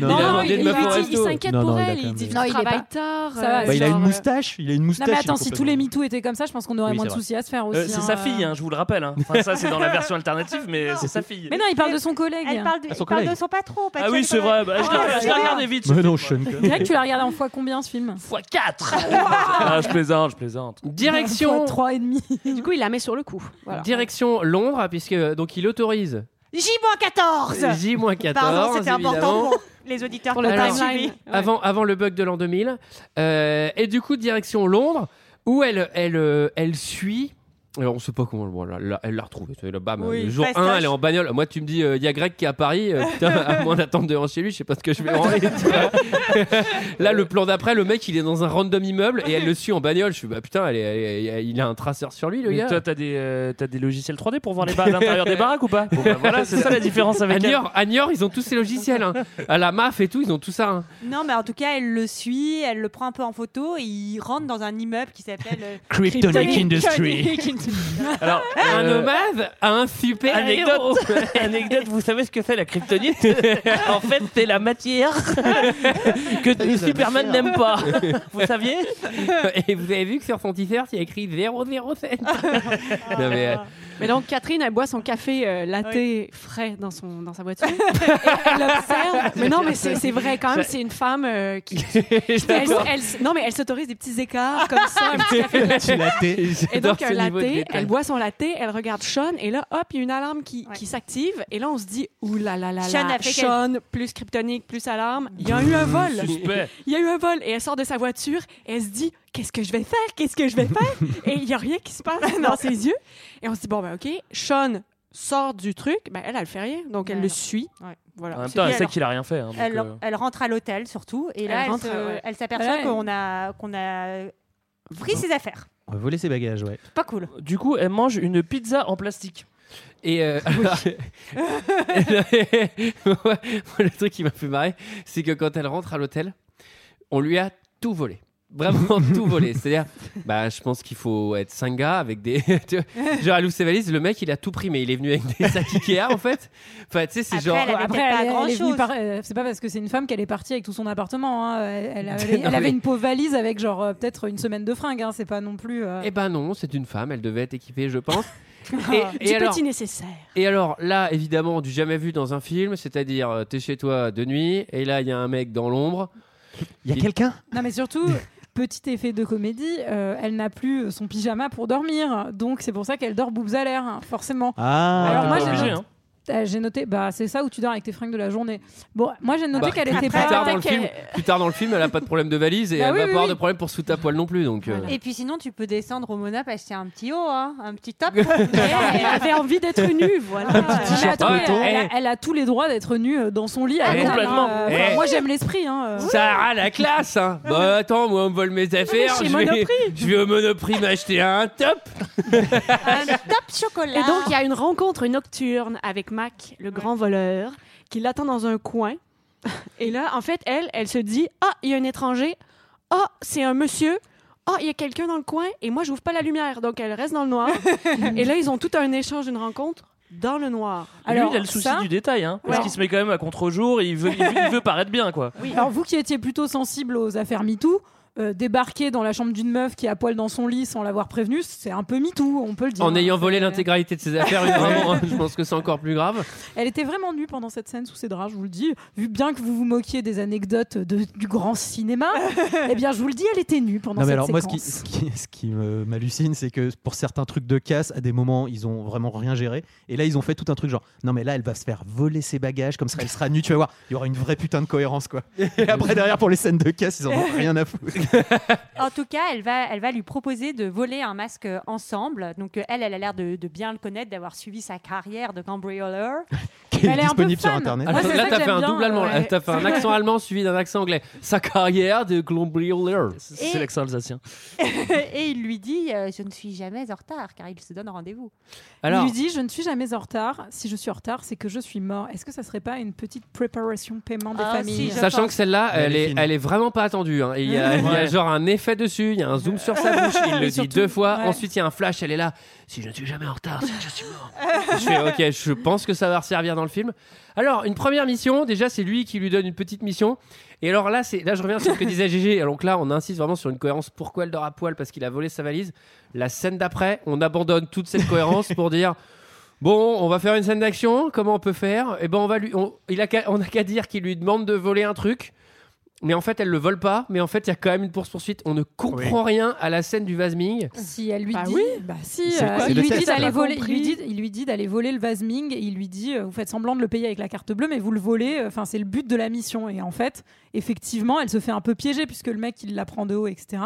[SPEAKER 1] Non, il a demandé de me faire au
[SPEAKER 14] il
[SPEAKER 1] resto.
[SPEAKER 14] s'inquiète
[SPEAKER 7] Non,
[SPEAKER 14] pour
[SPEAKER 7] non, il a
[SPEAKER 14] elle,
[SPEAKER 7] quand
[SPEAKER 14] il
[SPEAKER 7] même-
[SPEAKER 14] dit tu
[SPEAKER 12] Non, il est
[SPEAKER 14] travailles
[SPEAKER 12] pas-
[SPEAKER 14] tard.
[SPEAKER 12] Ça va,
[SPEAKER 14] euh,
[SPEAKER 7] Bah, il a
[SPEAKER 14] genre,
[SPEAKER 7] une
[SPEAKER 14] euh,
[SPEAKER 7] moustache. Il a une
[SPEAKER 12] Non
[SPEAKER 7] moustache.
[SPEAKER 12] mais
[SPEAKER 7] il est
[SPEAKER 12] attends, si tous
[SPEAKER 7] complètement-
[SPEAKER 12] les MeToo étaient comme ça, je pense qu'on aurait
[SPEAKER 7] Oui,
[SPEAKER 12] moins
[SPEAKER 7] c'est
[SPEAKER 12] de
[SPEAKER 7] vrai.
[SPEAKER 12] soucis à se faire aussi.
[SPEAKER 11] Euh, c'est
[SPEAKER 12] hein.
[SPEAKER 11] sa fille, hein, je vous le rappelle. hein. Enfin, ça, c'est dans la version alternative, mais c'est sa fille.
[SPEAKER 12] Mais non, il parle de son collègue.
[SPEAKER 6] Elle parle de,
[SPEAKER 11] Ah, son
[SPEAKER 6] il parle
[SPEAKER 11] collègue.
[SPEAKER 6] de son patron. pas de
[SPEAKER 11] Ah oui,
[SPEAKER 6] son
[SPEAKER 11] c'est vrai.
[SPEAKER 6] collègue.
[SPEAKER 11] bah, je
[SPEAKER 6] Ah,
[SPEAKER 11] la-
[SPEAKER 6] ouais,
[SPEAKER 11] je
[SPEAKER 6] c'est
[SPEAKER 11] la
[SPEAKER 6] vrai.
[SPEAKER 11] regardais vite.
[SPEAKER 7] Mais non, Sean
[SPEAKER 12] C'est vrai que tu l'as regardé en fois combien ce film
[SPEAKER 11] Fois 4 Ah, je plaisante, je plaisante.
[SPEAKER 1] Direction.
[SPEAKER 12] Trois et demi.
[SPEAKER 14] Du coup, il la met sur le coup. Voilà.
[SPEAKER 1] Direction
[SPEAKER 14] hein,
[SPEAKER 1] Londres, puisque donc il autorise
[SPEAKER 6] J-14
[SPEAKER 1] J-14.
[SPEAKER 6] Pardon, c'était important
[SPEAKER 1] évidemment.
[SPEAKER 6] pour les auditeurs
[SPEAKER 14] Pour
[SPEAKER 6] qui
[SPEAKER 14] le
[SPEAKER 6] l'ont pas
[SPEAKER 14] timeline.
[SPEAKER 6] suivi.
[SPEAKER 14] Ouais.
[SPEAKER 1] avant, avant le bug de l'an 2000. Euh, et du coup, direction Londres, où elle, elle, euh, elle suit. Alors, on sait pas comment bon, là, là, elle l'a retrouvée. tu sais, là, bam,
[SPEAKER 6] Oui,
[SPEAKER 1] le jour
[SPEAKER 6] fastoche.
[SPEAKER 1] 1, elle est en bagnole. Moi, tu me dis, il y a Greg qui est à Paris. euh, putain, à moins d'attendre devant chez lui, je sais pas ce que je vais manger. tu vois. là, le plan d'après, le mec, il est dans un random immeuble et elle le suit en bagnole. Je suis, bah putain, elle est- elle est- il a un traceur sur lui, le
[SPEAKER 11] Mais
[SPEAKER 1] gars.
[SPEAKER 11] toi, t'as des, euh, t'as des logiciels 3D pour voir les barres à l'intérieur des baraques ou pas Bon, bah, Voilà, c'est ça la différence
[SPEAKER 1] à
[SPEAKER 11] avec elle.
[SPEAKER 1] Niort, à Niort, ils ont tous ces logiciels. hein. À la MAF et tout, ils ont tout ça. hein.
[SPEAKER 6] Non, mais en tout cas, elle le suit, elle le prend un peu en photo et il rentre dans un immeuble qui s'appelle. euh,
[SPEAKER 7] Kryptonic Industry.
[SPEAKER 11] Alors,
[SPEAKER 1] Un
[SPEAKER 11] euh,
[SPEAKER 1] nomade a un super héros.
[SPEAKER 11] Anecdote, anecdote, vous savez ce que c'est la kryptonite En fait, c'est la matière que Superman n'aime pas. Vous saviez
[SPEAKER 1] Et vous avez vu que sur son t-shirt, il y a écrit 007. non, mais, euh,
[SPEAKER 14] Mais donc, Catherine, elle boit son café euh, latte frais dans, son, dans sa voiture. Et elle observe. Mais non, mais c'est c'est vrai, quand même, c'est une femme euh, qui. elle-
[SPEAKER 1] j'adore-
[SPEAKER 14] elle- non, mais elle s'autorise des petits écarts comme ça, un petit café latte.
[SPEAKER 7] Tu l'as été.
[SPEAKER 14] Et
[SPEAKER 1] j'adore
[SPEAKER 14] donc,
[SPEAKER 1] ce
[SPEAKER 14] un
[SPEAKER 1] niveau de
[SPEAKER 14] latte,
[SPEAKER 1] détail.
[SPEAKER 14] elle boit son latte, elle regarde Sean, et là, hop, il y a une alarme qui, qui s'active, et là, on se dit, ouh là là là là,
[SPEAKER 6] Sean a fait quel-
[SPEAKER 14] Sean, plus kryptonique, plus alarme, il y a eu un vol.
[SPEAKER 11] Suspect.
[SPEAKER 14] Il y a eu un vol, et elle sort de sa voiture, et elle se dit, qu'est-ce que je vais faire, qu'est-ce que je vais faire? Et il y a rien qui se passe dans ses yeux. Et on se dit, bon, ben, OK, Sean sort du truc, ben, elle, elle fait rien, donc elle
[SPEAKER 6] Ouais,
[SPEAKER 14] le
[SPEAKER 6] non.
[SPEAKER 14] suit.
[SPEAKER 6] Ouais.
[SPEAKER 14] Voilà.
[SPEAKER 11] En même
[SPEAKER 14] C'est-
[SPEAKER 11] temps, elle
[SPEAKER 6] bien,
[SPEAKER 11] sait
[SPEAKER 6] alors.
[SPEAKER 11] qu'il a rien fait. hein, donc,
[SPEAKER 6] Elle,
[SPEAKER 11] euh,
[SPEAKER 6] elle rentre à l'hôtel surtout et
[SPEAKER 14] Elle
[SPEAKER 6] là, elle,
[SPEAKER 14] rentre,
[SPEAKER 6] se-
[SPEAKER 16] euh,
[SPEAKER 14] ouais.
[SPEAKER 6] elle s'aperçoit
[SPEAKER 12] Ouais.
[SPEAKER 6] qu'on a, qu'on a pris ses affaires.
[SPEAKER 7] On va voler ses bagages, ouais.
[SPEAKER 6] Pas cool.
[SPEAKER 11] Du coup, elle mange une pizza en plastique.
[SPEAKER 1] Et euh, alors- Moi, le truc qui m'a fait marrer, c'est que quand elle rentre à l'hôtel, on lui a tout volé. Vraiment tout volé. C'est-à-dire, bah, je pense qu'il faut être cinq gars avec des. tu vois, genre, à loue ses valises, le mec, il a tout pris, mais il est venu avec des sacs Ikea, en fait. Enfin, tu sais, c'est
[SPEAKER 6] Après,
[SPEAKER 1] genre.
[SPEAKER 6] elle avait
[SPEAKER 12] Après,
[SPEAKER 6] peut-être pas
[SPEAKER 12] elle, elle est
[SPEAKER 6] grand-chose.
[SPEAKER 12] venue par- euh, C'est pas parce que c'est une femme qu'elle est partie avec tout son appartement. hein. Elle, elle avait, elle
[SPEAKER 1] Non, mais-
[SPEAKER 12] avait une pauvre valise avec genre euh, peut-être une semaine de fringues. hein. C'est pas non plus. euh,
[SPEAKER 1] Eh ben non, c'est une femme, elle devait être équipée, je pense.
[SPEAKER 14] du
[SPEAKER 1] alors,
[SPEAKER 14] petit nécessaire.
[SPEAKER 1] Et alors là, évidemment, du jamais vu dans un film, c'est-à-dire euh, t'es chez toi de nuit et là il y a un mec dans l'ombre.
[SPEAKER 7] Il y a quelqu'un
[SPEAKER 12] Non, mais surtout. Petit effet de comédie, euh, elle n'a plus son pyjama pour dormir, donc c'est pour ça qu'elle dort boobs à l'air, hein, forcément.
[SPEAKER 7] Ah,
[SPEAKER 12] Alors,
[SPEAKER 11] T'es
[SPEAKER 12] moi,
[SPEAKER 11] pas
[SPEAKER 12] j'ai-
[SPEAKER 11] obligé, hein.
[SPEAKER 12] Euh, j'ai noté, bah, c'est ça où tu dors avec tes fringues de la journée. Bon, moi j'ai noté
[SPEAKER 1] Bah,
[SPEAKER 12] qu'elle
[SPEAKER 1] plus-
[SPEAKER 12] était
[SPEAKER 1] plus
[SPEAKER 12] pas.
[SPEAKER 1] tard dans le film, Plus tard dans le film, elle a pas de problème de valise et
[SPEAKER 12] Bah
[SPEAKER 1] elle
[SPEAKER 12] oui,
[SPEAKER 1] va
[SPEAKER 12] oui,
[SPEAKER 1] pas avoir
[SPEAKER 12] oui.
[SPEAKER 1] de problème pour sous ta poêle non plus. Donc, euh.
[SPEAKER 16] Et puis sinon, tu peux descendre au Monop acheter un petit haut, hein, un petit top.
[SPEAKER 12] Elle avait envie d'être nue, voilà. Mais attendez,
[SPEAKER 1] Ah, attends.
[SPEAKER 12] elle, elle a,
[SPEAKER 1] Eh.
[SPEAKER 12] elle a tous les droits d'être nue euh, dans son lit.
[SPEAKER 1] Ah,
[SPEAKER 12] à Cannes,
[SPEAKER 1] complètement.
[SPEAKER 12] hein. Enfin,
[SPEAKER 1] Eh.
[SPEAKER 12] Moi j'aime l'esprit. Hein. euh.
[SPEAKER 1] Ça a la classe, hein! Bah attends, moi on me vole mes affaires,
[SPEAKER 12] chez
[SPEAKER 1] je, vais,
[SPEAKER 12] Monoprix.
[SPEAKER 1] je vais au Monoprix m'acheter un top!
[SPEAKER 16] Top chocolat.
[SPEAKER 14] Et donc, il y a une rencontre nocturne avec Mac, le grand voleur, qui l'attend dans un coin. Et là, en fait, elle, elle se dit Ah, il y a un étranger. Ah, c'est un monsieur. Ah, il y a quelqu'un dans le coin. Et moi, j'ouvre pas la lumière. Donc, elle reste dans le noir. et là, ils ont tout un échange, une rencontre dans le noir.
[SPEAKER 11] Lui, il a le souci du détail, hein, parce
[SPEAKER 12] Ouais.
[SPEAKER 11] qu'il se met quand même à contre-jour, et il veut, il, veut, il veut paraître bien, quoi.
[SPEAKER 12] Alors vous qui étiez plutôt sensible aux affaires MeToo, euh, débarquer dans la chambre d'une meuf qui est à poil dans son lit sans l'avoir prévenue, c'est un peu MeToo, on peut le dire. hein.
[SPEAKER 1] En ayant volé l'intégralité de ses affaires, vraiment, hein, je pense que c'est encore plus grave.
[SPEAKER 12] Elle était vraiment nue pendant cette scène sous ses draps, je vous le dis. Vu bien que vous vous moquiez des anecdotes de- du grand cinéma, eh bien je vous le dis, elle était nue pendant
[SPEAKER 7] Non, mais
[SPEAKER 12] cette
[SPEAKER 7] alors, moi,
[SPEAKER 12] séquence.
[SPEAKER 7] ce qui, ce qui, ce qui me- m'hallucine, c'est que pour certains trucs de casse, à des moments, ils ont vraiment rien géré. Et là, ils ont fait tout un truc genre, non, mais là, elle va se faire voler ses bagages, comme ça, elle sera nue, tu vas voir. Il y aura une vraie putain de cohérence, quoi. Et après, derrière, pour les scènes de casse, ils en ont rien à foutre.
[SPEAKER 16] En tout cas, elle va, elle va lui proposer de voler un masque euh, ensemble. Donc, euh, elle, elle a l'air de, de bien le connaître, d'avoir suivi sa carrière de cambrioleur.
[SPEAKER 7] Qui est Elle est un peu disponible sur fan. Internet.
[SPEAKER 16] Ah,
[SPEAKER 1] Alors,
[SPEAKER 7] Moi, c'est
[SPEAKER 1] là,
[SPEAKER 7] ça
[SPEAKER 1] t'as
[SPEAKER 7] que
[SPEAKER 1] fait un
[SPEAKER 7] j'aime
[SPEAKER 1] double
[SPEAKER 7] bien,
[SPEAKER 1] allemand, là.
[SPEAKER 7] ouais.
[SPEAKER 1] t'as fait un accent allemand suivi d'un accent anglais. Sa carrière de cambrioleur.
[SPEAKER 16] C'est Et- l'accent
[SPEAKER 1] alsacien.
[SPEAKER 16] Et il lui dit euh, Je ne suis jamais en retard, car il se donne rendez-vous.
[SPEAKER 1] Alors-
[SPEAKER 12] Il lui dit Je ne suis jamais en retard. Si je suis en retard, c'est que je suis mort. Est-ce que ça serait pas une petite préparation paiement des
[SPEAKER 16] Ah,
[SPEAKER 12] familles
[SPEAKER 1] Sachant que celle-là,
[SPEAKER 7] Mais
[SPEAKER 1] elle,
[SPEAKER 7] elle est
[SPEAKER 1] est,
[SPEAKER 7] fine.
[SPEAKER 1] elle est vraiment pas attendue. hein. Et Il y, a- il y a
[SPEAKER 7] Ouais.
[SPEAKER 1] genre un effet dessus, il y a un zoom sur sa bouche, il le
[SPEAKER 7] Et
[SPEAKER 1] dit
[SPEAKER 7] surtout,
[SPEAKER 1] deux fois.
[SPEAKER 7] ouais.
[SPEAKER 1] Ensuite, il y a un flash, elle est là. Si je ne suis jamais en retard, c'est que je suis mort. je fais, ok, je pense que ça va servir dans le film. Alors, une première mission, déjà, c'est lui qui lui donne une petite mission. Et alors là, c'est là je reviens sur ce que disait Gégé. Alors que là, on insiste vraiment sur une cohérence. Pourquoi elle dort à poil Parce qu'il a volé sa valise. La scène d'après, on abandonne toute cette cohérence pour dire. Bon, on va faire une scène d'action. Comment on peut faire Eh ben, on va lui, on, il a qu'à- on a qu'à dire qu'il lui demande de voler un truc. Mais en fait, elle le vole pas. Mais en fait, il y a quand même une poursuite. On ne comprend rien à la scène du Vasming.
[SPEAKER 12] Si elle lui
[SPEAKER 14] Ah
[SPEAKER 1] Bah
[SPEAKER 12] dit,
[SPEAKER 1] oui.
[SPEAKER 12] bah si,
[SPEAKER 1] C'est
[SPEAKER 12] euh,
[SPEAKER 1] quoi, c'est
[SPEAKER 12] il,
[SPEAKER 1] le
[SPEAKER 12] lui dit
[SPEAKER 1] sexe,
[SPEAKER 12] d'aller
[SPEAKER 1] elle a
[SPEAKER 12] voler, il
[SPEAKER 1] compris.
[SPEAKER 12] lui dit, il lui dit d'aller voler le Vasming. et Il lui dit, euh, vous faites semblant de le payer avec la carte bleue, mais vous le volez. Enfin, c'est le but de la mission. Et en fait, effectivement, elle se fait un peu piéger puisque le mec il la prend de haut, etc.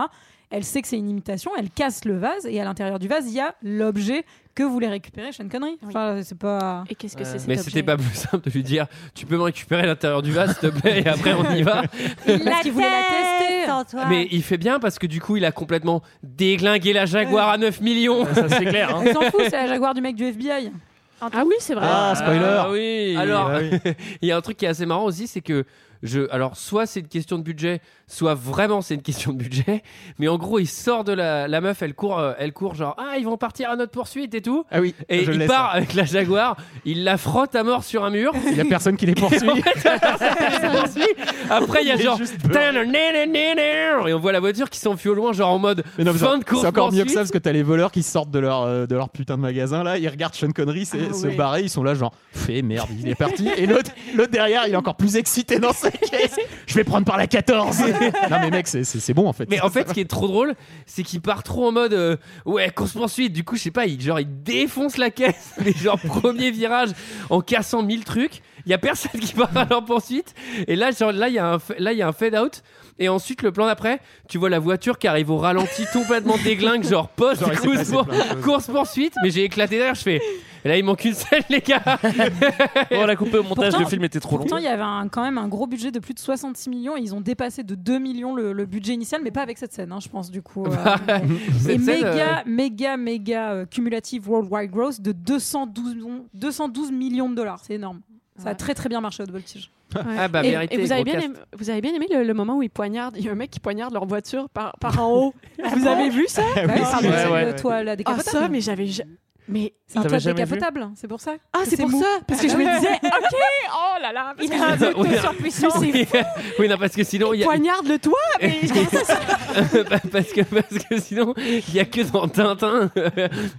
[SPEAKER 12] Elle sait que c'est une imitation. Elle casse le vase et à l'intérieur du vase, il y a l'objet que voulait récupérer Sean Connery. Enfin, c'est pas.
[SPEAKER 14] Et qu'est-ce que c'est
[SPEAKER 1] Euh, Mais c'était pas plus simple de lui dire Tu peux me récupérer l'intérieur du vase, s'il te plaît, et après on y va.
[SPEAKER 12] Parce qu'il voulait la tester.
[SPEAKER 1] Mais il fait bien parce que du coup, il a complètement déglingué la Jaguar à 9 millions. Ça, c'est clair. hein.
[SPEAKER 12] Elle s'en fout, c'est la Jaguar du mec du FBI.
[SPEAKER 14] Ah oui, c'est vrai.
[SPEAKER 1] Ah,
[SPEAKER 7] spoiler.
[SPEAKER 1] oui. Alors, il y a un truc qui est assez marrant aussi, c'est que je, alors soit c'est une question de budget, soit vraiment c'est une question de budget. Mais en gros, il sort de la, la meuf, elle court, euh, elle court genre ah ils vont partir à notre poursuite et tout.
[SPEAKER 7] Ah oui.
[SPEAKER 1] Et
[SPEAKER 7] je le
[SPEAKER 1] il
[SPEAKER 7] laisse,
[SPEAKER 1] part avec la Jaguar, il la frotte à mort sur un mur.
[SPEAKER 7] Il y a personne qui les poursuit.
[SPEAKER 1] Après, il y a
[SPEAKER 7] Il est
[SPEAKER 1] genre.
[SPEAKER 7] juste
[SPEAKER 1] Et on voit la voiture qui s'enfuit au loin, genre en mode
[SPEAKER 7] Mais non, mais
[SPEAKER 1] fin
[SPEAKER 7] genre,
[SPEAKER 1] de course.
[SPEAKER 7] c'est encore mieux que ça parce
[SPEAKER 1] poursuite.
[SPEAKER 7] que t'as les voleurs qui sortent de leur, euh, de leur putain de magasin là, ils regardent Sean Connery c'est-
[SPEAKER 1] Ah
[SPEAKER 7] se
[SPEAKER 1] ouais.
[SPEAKER 7] barrer, ils sont là genre fait merde, il est parti et l'autre l'autre derrière il est encore plus excité dans sa caisse. Je vais prendre par la 14. non mais mec c'est- c'est c'est bon en fait.
[SPEAKER 1] Mais en fait, ce qui est trop drôle, c'est qu'il part trop en mode euh, ouais course poursuite. Du coup, je sais pas, il, genre il défonce la caisse, mais genre premier virage en cassant mille trucs. Il y a personne qui part à leur poursuite. Et là, genre là, il y a un fa- là il y a un fade out. Et ensuite, le plan d'après, tu vois la voiture qui arrive au ralenti complètement déglingue, genre post
[SPEAKER 7] Genre, il s'est passé plein de choses.
[SPEAKER 1] course poursuite. Mais j'ai éclaté derrière, je fais. Et là, il manque une scène, les gars.
[SPEAKER 11] On l'a coupé au montage,
[SPEAKER 12] Pourtant-
[SPEAKER 11] le film était trop long.
[SPEAKER 12] Pourtant, il y avait un- quand même un gros budget de plus de 66 millions et ils ont dépassé de 2 millions le, le budget initial, mais pas avec cette scène, hein, je pense, du coup. euh. et
[SPEAKER 1] Cette scène, euh,
[SPEAKER 12] méga, méga, méga euh, cumulative worldwide growth de 212, millions- 212 millions de dollars. C'est énorme. Ça a très très bien marché au voltage.
[SPEAKER 1] Ah bah,
[SPEAKER 14] et,
[SPEAKER 1] vérité,
[SPEAKER 14] et vous, avez
[SPEAKER 1] gros
[SPEAKER 14] bien aimé,
[SPEAKER 1] cast.
[SPEAKER 14] vous avez bien aimé le, le moment où ils poignardent. Il y a un mec qui poignarde leur voiture par, par en haut. vous
[SPEAKER 12] bon
[SPEAKER 14] avez vu ça
[SPEAKER 12] Ah oui, Ah, si, mais ouais, c'est ouais. le toit, là,
[SPEAKER 14] la Ah,
[SPEAKER 12] décapotable.
[SPEAKER 14] ça, mais j'avais. ja- Mais
[SPEAKER 12] C'est un toit décapotable, c'est pour ça.
[SPEAKER 14] Ah,
[SPEAKER 12] que
[SPEAKER 14] c'est pour
[SPEAKER 12] mou.
[SPEAKER 14] ça Parce que je me disais, ok, oh là
[SPEAKER 1] Ah,
[SPEAKER 14] là,
[SPEAKER 12] Il
[SPEAKER 14] parce que
[SPEAKER 12] a
[SPEAKER 14] je me
[SPEAKER 12] un
[SPEAKER 14] disais,
[SPEAKER 12] auto
[SPEAKER 14] ok,
[SPEAKER 12] surpuissant.
[SPEAKER 14] mais
[SPEAKER 1] oui, oui, non, parce que sinon, il y
[SPEAKER 14] c'est-
[SPEAKER 1] a,
[SPEAKER 14] Poignarde le toit, mais
[SPEAKER 1] parce que parce que sinon il y a que dans Tintin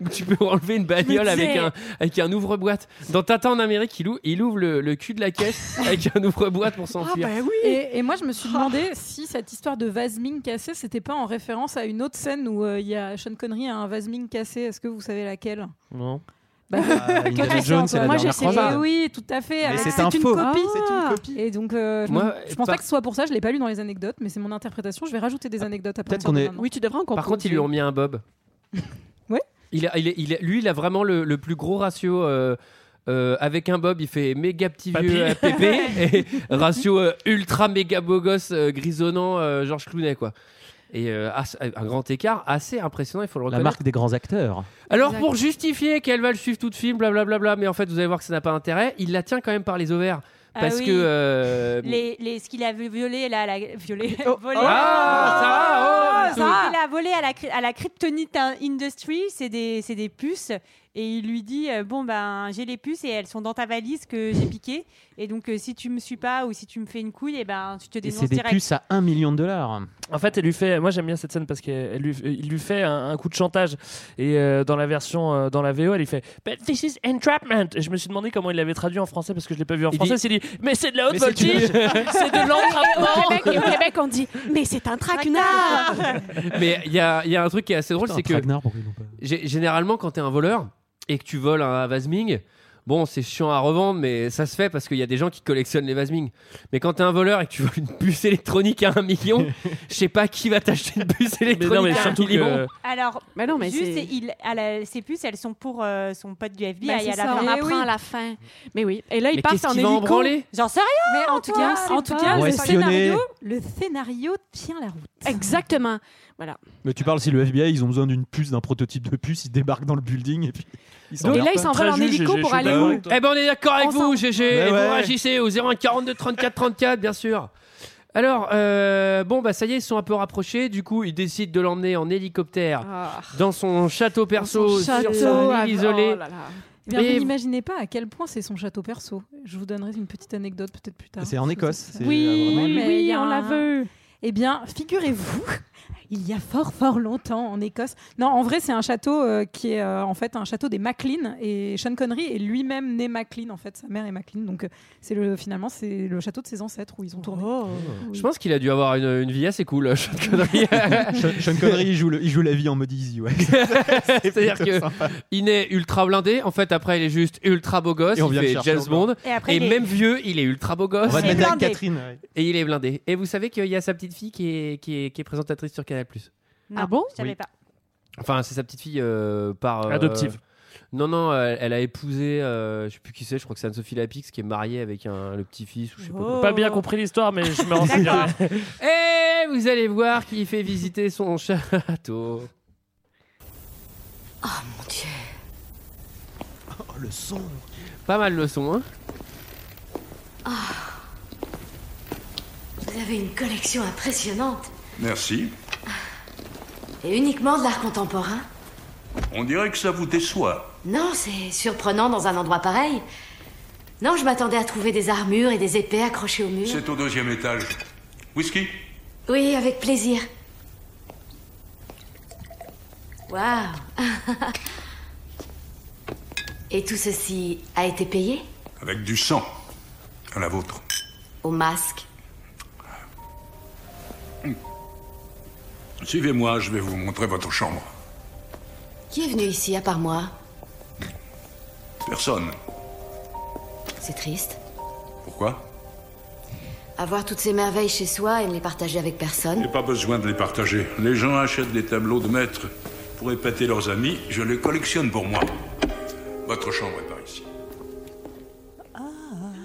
[SPEAKER 1] où tu peux enlever une bagnole
[SPEAKER 14] Je me disais-
[SPEAKER 1] avec un avec un ouvre-boîte. Dans Tintin en Amérique, il, ou- il ouvre le, le cul de la caisse avec un ouvre-boîte pour
[SPEAKER 7] Ah
[SPEAKER 1] s'enfuir.
[SPEAKER 7] bah
[SPEAKER 12] Ah, bah Et, et moi, je me suis demandé si cette histoire de Vasming cassé, c'était pas en référence à une autre scène où euh, il y a Sean Connery a un Vasming cassé. Est-ce que vous savez laquelle
[SPEAKER 11] Non.
[SPEAKER 12] Bah,
[SPEAKER 7] Ah,
[SPEAKER 12] quand
[SPEAKER 7] Indiana
[SPEAKER 12] il
[SPEAKER 7] Jones,
[SPEAKER 12] sort,
[SPEAKER 7] c'est la
[SPEAKER 12] moi,
[SPEAKER 7] dernière
[SPEAKER 12] j'essaie-
[SPEAKER 7] croisade.
[SPEAKER 12] Oui, tout à fait.
[SPEAKER 7] Mais
[SPEAKER 12] avec-
[SPEAKER 7] c'est
[SPEAKER 12] C'est
[SPEAKER 7] un
[SPEAKER 12] une
[SPEAKER 7] faux.
[SPEAKER 12] copie.
[SPEAKER 7] Ah. C'est une copie.
[SPEAKER 12] Et donc, euh, je,
[SPEAKER 1] Moi,
[SPEAKER 12] me- je pense
[SPEAKER 1] par-
[SPEAKER 12] pas que ce soit pour ça. Je l'ai pas lu dans les anecdotes, mais c'est mon interprétation. Je vais rajouter des anecdotes à
[SPEAKER 1] Ah, Peut-être
[SPEAKER 12] partir
[SPEAKER 1] qu'on
[SPEAKER 12] de
[SPEAKER 1] est-
[SPEAKER 12] maintenant. Oui, tu devrais en
[SPEAKER 1] Par contre, ils lui ont mis un bob.
[SPEAKER 12] Ouais.
[SPEAKER 1] Il a- il est- il est- lui, il a vraiment le, le plus gros ratio. euh, euh, avec un bob, il fait méga petit vieux à pépé et ratio euh, ultra méga beau gosse euh, grisonnant euh, Georges Clooney quoi. Et euh, as- un grand écart assez impressionnant, il faut le
[SPEAKER 7] La
[SPEAKER 1] reconnaître.
[SPEAKER 7] marque des grands acteurs.
[SPEAKER 1] Alors pour justifier qu'elle va le suivre tout de film, blablabla, mais en fait vous allez voir que ça n'a pas intérêt, il la tient quand même par les ovaires
[SPEAKER 6] Ah
[SPEAKER 1] parce
[SPEAKER 6] oui.
[SPEAKER 1] que euh, Oh.
[SPEAKER 6] Les, les, ce qu'il a violé, là, à la, violé, volé.
[SPEAKER 1] Ah,
[SPEAKER 6] Ce
[SPEAKER 1] ça va, oh,
[SPEAKER 6] qu'il a volé à la, cry- à la Kryptonite In- Industry, c'est des, c'est des puces. Et il lui dit euh, Bon, ben, j'ai les puces et elles sont dans ta valise que j'ai piquées. Et donc, euh, si tu me suis pas ou si tu me fais une couille, et ben, tu te
[SPEAKER 7] Et
[SPEAKER 6] dénonces
[SPEAKER 7] c'est des
[SPEAKER 6] direct.
[SPEAKER 7] puces à 1 million de dollars.
[SPEAKER 11] En fait, elle lui fait. Moi, j'aime bien cette scène parce qu'il lui, il lui fait un, un coup de chantage. Et euh, dans la version, euh, dans la VO, elle lui fait But this is entrapment. Et je me suis demandé comment il l'avait traduit en français parce que je l'ai pas vu en
[SPEAKER 1] Il
[SPEAKER 11] français.
[SPEAKER 1] dit-
[SPEAKER 11] Il dit Mais c'est de la haute
[SPEAKER 1] Mais c'est du-
[SPEAKER 11] voltige, c'est de
[SPEAKER 14] Au
[SPEAKER 11] l'entrappement.
[SPEAKER 14] Québec, et au Québec, on dit Mais c'est un traquenard
[SPEAKER 1] Mais il y a, il y a un truc qui est assez drôle,
[SPEAKER 7] Putain,
[SPEAKER 1] c'est
[SPEAKER 7] un
[SPEAKER 1] que
[SPEAKER 7] traquenard, pourquoi ils l'ont
[SPEAKER 1] gé- généralement quand t'es un voleur et que tu voles un vasming, bon c'est chiant à revendre, mais ça se fait parce qu'il y a des gens qui collectionnent les vasming. Mais quand t'es un voleur et que tu voles une puce électronique à un million, je sais pas qui va t'acheter une puce électronique
[SPEAKER 11] non, mais
[SPEAKER 7] hein.
[SPEAKER 1] à un
[SPEAKER 11] surtout que-
[SPEAKER 1] million.
[SPEAKER 6] Alors,
[SPEAKER 14] Mais non, mais
[SPEAKER 6] juste,
[SPEAKER 14] c'est-
[SPEAKER 6] il, à la- ces puces, elles sont pour euh, son pote du FBI.
[SPEAKER 14] Bah,
[SPEAKER 6] à
[SPEAKER 14] c'est
[SPEAKER 6] la
[SPEAKER 14] ça,
[SPEAKER 6] fin.
[SPEAKER 14] on apprend à la fin. Mais oui. Et là, ils
[SPEAKER 1] Mais
[SPEAKER 14] partent
[SPEAKER 1] qu'est-ce
[SPEAKER 14] en
[SPEAKER 1] qu'il va en
[SPEAKER 14] hélico.
[SPEAKER 1] branler
[SPEAKER 6] J'en sais rien.
[SPEAKER 12] Mais en tout cas,
[SPEAKER 14] Antoine,
[SPEAKER 12] en tout
[SPEAKER 14] c'est
[SPEAKER 12] cas,
[SPEAKER 7] pas-
[SPEAKER 12] le
[SPEAKER 7] Questionner.
[SPEAKER 12] scénario, le scénario tient la route.
[SPEAKER 14] Exactement. Voilà.
[SPEAKER 7] Mais tu parles si le FBI, ils ont besoin d'une puce, d'un prototype de puce, ils débarquent dans le building et puis.
[SPEAKER 14] Donc, et là, ils s'envolent en hélico pour aller où
[SPEAKER 1] Eh ben on est d'accord avec vous, GG.
[SPEAKER 7] Mais
[SPEAKER 1] Et Vous
[SPEAKER 7] ouais.
[SPEAKER 1] réagissez au 01 42 34 34, bien sûr. Alors, euh, bon, bah ça y est, ils sont un peu rapprochés. Du coup, ils décident de l'emmener en hélicoptère dans son château perso, sur son île isolée.
[SPEAKER 12] Eh bien,
[SPEAKER 1] Et-
[SPEAKER 12] vous n'imaginez pas à quel point c'est son château perso. Je vous donnerai une petite anecdote peut-être plus tard.
[SPEAKER 7] C'est en Écosse, c'est euh,
[SPEAKER 12] Oui,
[SPEAKER 7] vraiment-
[SPEAKER 12] mais
[SPEAKER 14] Oui,
[SPEAKER 12] il y a
[SPEAKER 14] on
[SPEAKER 12] un-
[SPEAKER 14] la veut.
[SPEAKER 12] Eh bien, figurez-vous, il y a fort fort longtemps en Écosse. Non, en vrai, c'est un château euh, qui est euh, en fait un château des Maclean et Sean Connery est lui-même né Maclean en fait, sa mère est Maclean. Donc euh, c'est le finalement c'est le château de ses ancêtres où ils ont tourné.
[SPEAKER 1] Je pense qu'il a dû avoir une, une vie assez cool, euh, Sean
[SPEAKER 7] Eh
[SPEAKER 1] Connery.
[SPEAKER 7] Sean, Sean Connery, il joue, le- il joue la vie en mode easy, ouais.
[SPEAKER 1] C'est-à-dire
[SPEAKER 7] plutôt
[SPEAKER 1] que
[SPEAKER 7] sympa.
[SPEAKER 1] il est ultra blindé. En fait, après, il est juste ultra beau gosse.
[SPEAKER 7] Et on
[SPEAKER 1] il
[SPEAKER 7] vient le
[SPEAKER 1] fait
[SPEAKER 7] chercher
[SPEAKER 1] James
[SPEAKER 7] au blanc.
[SPEAKER 1] Bond.
[SPEAKER 6] Et
[SPEAKER 1] Et,
[SPEAKER 6] après, il est-
[SPEAKER 1] même vieux, il est ultra beau gosse.
[SPEAKER 7] On va te
[SPEAKER 1] Et-
[SPEAKER 7] mettre avec
[SPEAKER 6] blindé.
[SPEAKER 7] Catherine. ouais.
[SPEAKER 1] Et il est blindé. Et vous savez qu'il y a sa petite fille qui est, qui est, qui est présentatrice sur Canal+.
[SPEAKER 6] Non,
[SPEAKER 14] Ah bon
[SPEAKER 6] Je savais
[SPEAKER 1] Oui.
[SPEAKER 6] pas.
[SPEAKER 1] Enfin, c'est sa petite fille euh, par. euh,
[SPEAKER 11] Adoptive.
[SPEAKER 1] Non, non, elle, elle a épousé, euh, je sais plus qui c'est, je crois que c'est Anne-Sophie Lapix qui est mariée avec un, le petit-fils ou je sais pas quoi.
[SPEAKER 11] Pas bien compris l'histoire, mais je me
[SPEAKER 6] D'accord.
[SPEAKER 11] renseigne.
[SPEAKER 1] Et Oh. Eh, vous allez voir qui fait visiter son château.
[SPEAKER 7] Oh, le son
[SPEAKER 1] Pas mal le son, hein
[SPEAKER 10] Ah. Vous avez une collection impressionnante.
[SPEAKER 8] Merci.
[SPEAKER 10] Et uniquement de l'art contemporain.
[SPEAKER 8] On dirait que ça vous déçoit.
[SPEAKER 10] Non, c'est surprenant dans un endroit pareil. Non, je m'attendais à trouver des armures et des épées accrochées au mur.
[SPEAKER 8] C'est au deuxième étage. Whisky
[SPEAKER 10] Oui, avec plaisir. Waouh Et tout ceci a été payé
[SPEAKER 8] Avec du sang. À la vôtre.
[SPEAKER 10] Au masque
[SPEAKER 8] Suivez-moi, je vais vous montrer votre chambre.
[SPEAKER 10] Qui est venu ici à part moi
[SPEAKER 8] Personne.
[SPEAKER 10] C'est triste.
[SPEAKER 8] Pourquoi
[SPEAKER 10] Avoir toutes ces merveilles chez soi et ne les partager avec personne.
[SPEAKER 8] Il n'y a pas besoin de les partager. Les gens achètent des tableaux de maîtres pour épater leurs amis. Je les collectionne pour moi. Votre chambre est par ici.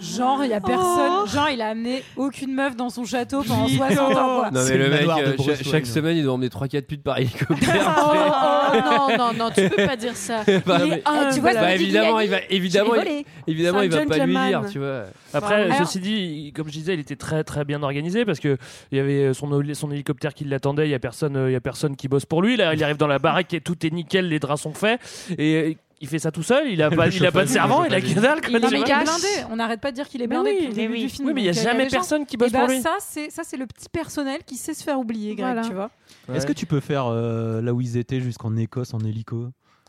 [SPEAKER 12] Genre, il y a personne. Genre, il a amené aucune meuf dans son château pendant 60 ans. quoi.
[SPEAKER 1] Non, mais
[SPEAKER 7] Oh, C'est
[SPEAKER 1] le
[SPEAKER 7] le
[SPEAKER 1] mec,
[SPEAKER 7] manoir de
[SPEAKER 1] euh,
[SPEAKER 7] Bruce
[SPEAKER 1] cha- chaque
[SPEAKER 7] Wayne.
[SPEAKER 1] semaine, il doit emmener 3-4 putes par
[SPEAKER 14] Oh,
[SPEAKER 1] hélicoptère.
[SPEAKER 14] oh, non, non, non, tu peux pas dire ça.
[SPEAKER 1] Bah,
[SPEAKER 14] Il est
[SPEAKER 1] mais-
[SPEAKER 14] humble.
[SPEAKER 12] tu vois,
[SPEAKER 1] Bah, évidemment, il va, évidemment,
[SPEAKER 14] Je l'ai
[SPEAKER 1] il,
[SPEAKER 14] volé.
[SPEAKER 1] évidemment,
[SPEAKER 14] C'est
[SPEAKER 1] il
[SPEAKER 14] un Bah
[SPEAKER 1] va pas lui
[SPEAKER 14] gentleman. Ah,
[SPEAKER 1] dire, tu vois.
[SPEAKER 11] Après,
[SPEAKER 12] Alors-
[SPEAKER 11] ceci dit, il- comme je disais, il était très très bien organisé parce que il y avait son, holi- son hélicoptère qui l'attendait. Il y a personne, euh, il y a personne qui bosse pour lui. Là, il arrive dans la baraque et tout est nickel, les draps sont faits et euh, il fait ça tout seul. Il a
[SPEAKER 7] Le
[SPEAKER 11] pas, il a pas de
[SPEAKER 7] chauffage,
[SPEAKER 11] servant,
[SPEAKER 7] le
[SPEAKER 11] il a
[SPEAKER 7] chauffage.
[SPEAKER 11] que dalle. quoi,
[SPEAKER 12] Il
[SPEAKER 11] tu
[SPEAKER 12] est
[SPEAKER 11] vois.
[SPEAKER 12] méga blindé. On n'arrête pas de dire qu'il est
[SPEAKER 11] Mais
[SPEAKER 12] blindé
[SPEAKER 11] oui,
[SPEAKER 12] depuis le
[SPEAKER 11] mais
[SPEAKER 12] début
[SPEAKER 11] oui.
[SPEAKER 12] du film.
[SPEAKER 11] Oui, mais il y a
[SPEAKER 12] donc,
[SPEAKER 11] jamais
[SPEAKER 12] des gens-
[SPEAKER 11] personne qui bosse
[SPEAKER 12] Eh ben,
[SPEAKER 11] pour lui.
[SPEAKER 12] Ça, c'est ça, c'est le petit personnel qui sait se faire oublier, Greg.
[SPEAKER 14] Voilà.
[SPEAKER 12] Tu vois.
[SPEAKER 7] Est-ce que tu peux faire euh, là où ils étaient jusqu'en Écosse en hélico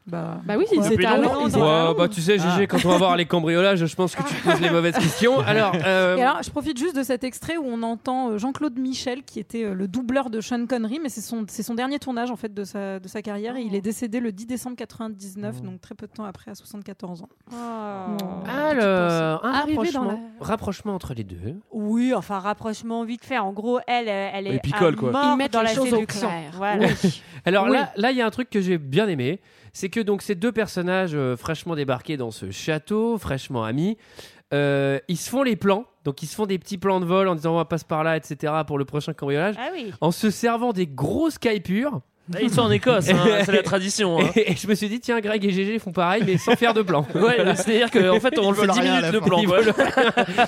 [SPEAKER 12] Bah,
[SPEAKER 14] oui,
[SPEAKER 12] ils
[SPEAKER 14] étaient à Londres.
[SPEAKER 1] Ouais, bah, tu sais, Gégé, quand on va voir les cambriolages, je pense que tu poses les mauvaises questions. Alors, euh,
[SPEAKER 12] Et alors, je profite juste de cet extrait où on entend euh, Jean-Claude Michel, qui était euh, le doubleur de Sean Connery, mais c'est son, c'est son dernier tournage en fait de sa, de sa carrière.
[SPEAKER 11] Oh.
[SPEAKER 12] Et il est décédé le 10 décembre 99, donc très peu de temps après, à 74 ans.
[SPEAKER 11] Oh.
[SPEAKER 12] Ah,
[SPEAKER 1] alors, un
[SPEAKER 12] Arrivé
[SPEAKER 1] rapprochement,
[SPEAKER 12] dans la-
[SPEAKER 1] rapprochement entre les deux.
[SPEAKER 6] Oui, enfin rapprochement vite fait. En gros, elle, euh, elle est
[SPEAKER 1] Elle picole,
[SPEAKER 6] à
[SPEAKER 1] quoi.
[SPEAKER 6] mort
[SPEAKER 14] Ils mettent
[SPEAKER 6] dans
[SPEAKER 14] les
[SPEAKER 6] la
[SPEAKER 14] choses au
[SPEAKER 6] séduction.
[SPEAKER 14] clair.
[SPEAKER 6] Voilà.
[SPEAKER 1] Alors
[SPEAKER 6] Oui.
[SPEAKER 1] là, là, il y a un truc que j'ai bien aimé, c'est que donc ces deux personnages euh, fraîchement débarqués dans ce château, fraîchement amis, euh, ils se font les plans. Donc ils se font des petits plans de vol en disant on va passe par là, etc. pour le prochain cambriolage,
[SPEAKER 6] Ah oui.
[SPEAKER 1] en se servant des grosses cailles pures.
[SPEAKER 11] Bah, ils sont en Écosse, hein, c'est la tradition, hein.
[SPEAKER 1] Et, et je me suis dit tiens, Greg et GG font pareil, mais sans faire de plan.
[SPEAKER 11] Ouais, c'est-à-dire que, en fait, on
[SPEAKER 1] Ils
[SPEAKER 11] le fait
[SPEAKER 1] veulent
[SPEAKER 11] 10
[SPEAKER 1] rien à
[SPEAKER 11] minutes
[SPEAKER 1] la
[SPEAKER 11] de
[SPEAKER 1] fin.
[SPEAKER 11] plan,
[SPEAKER 1] Ils
[SPEAKER 11] quoi.
[SPEAKER 1] veulent-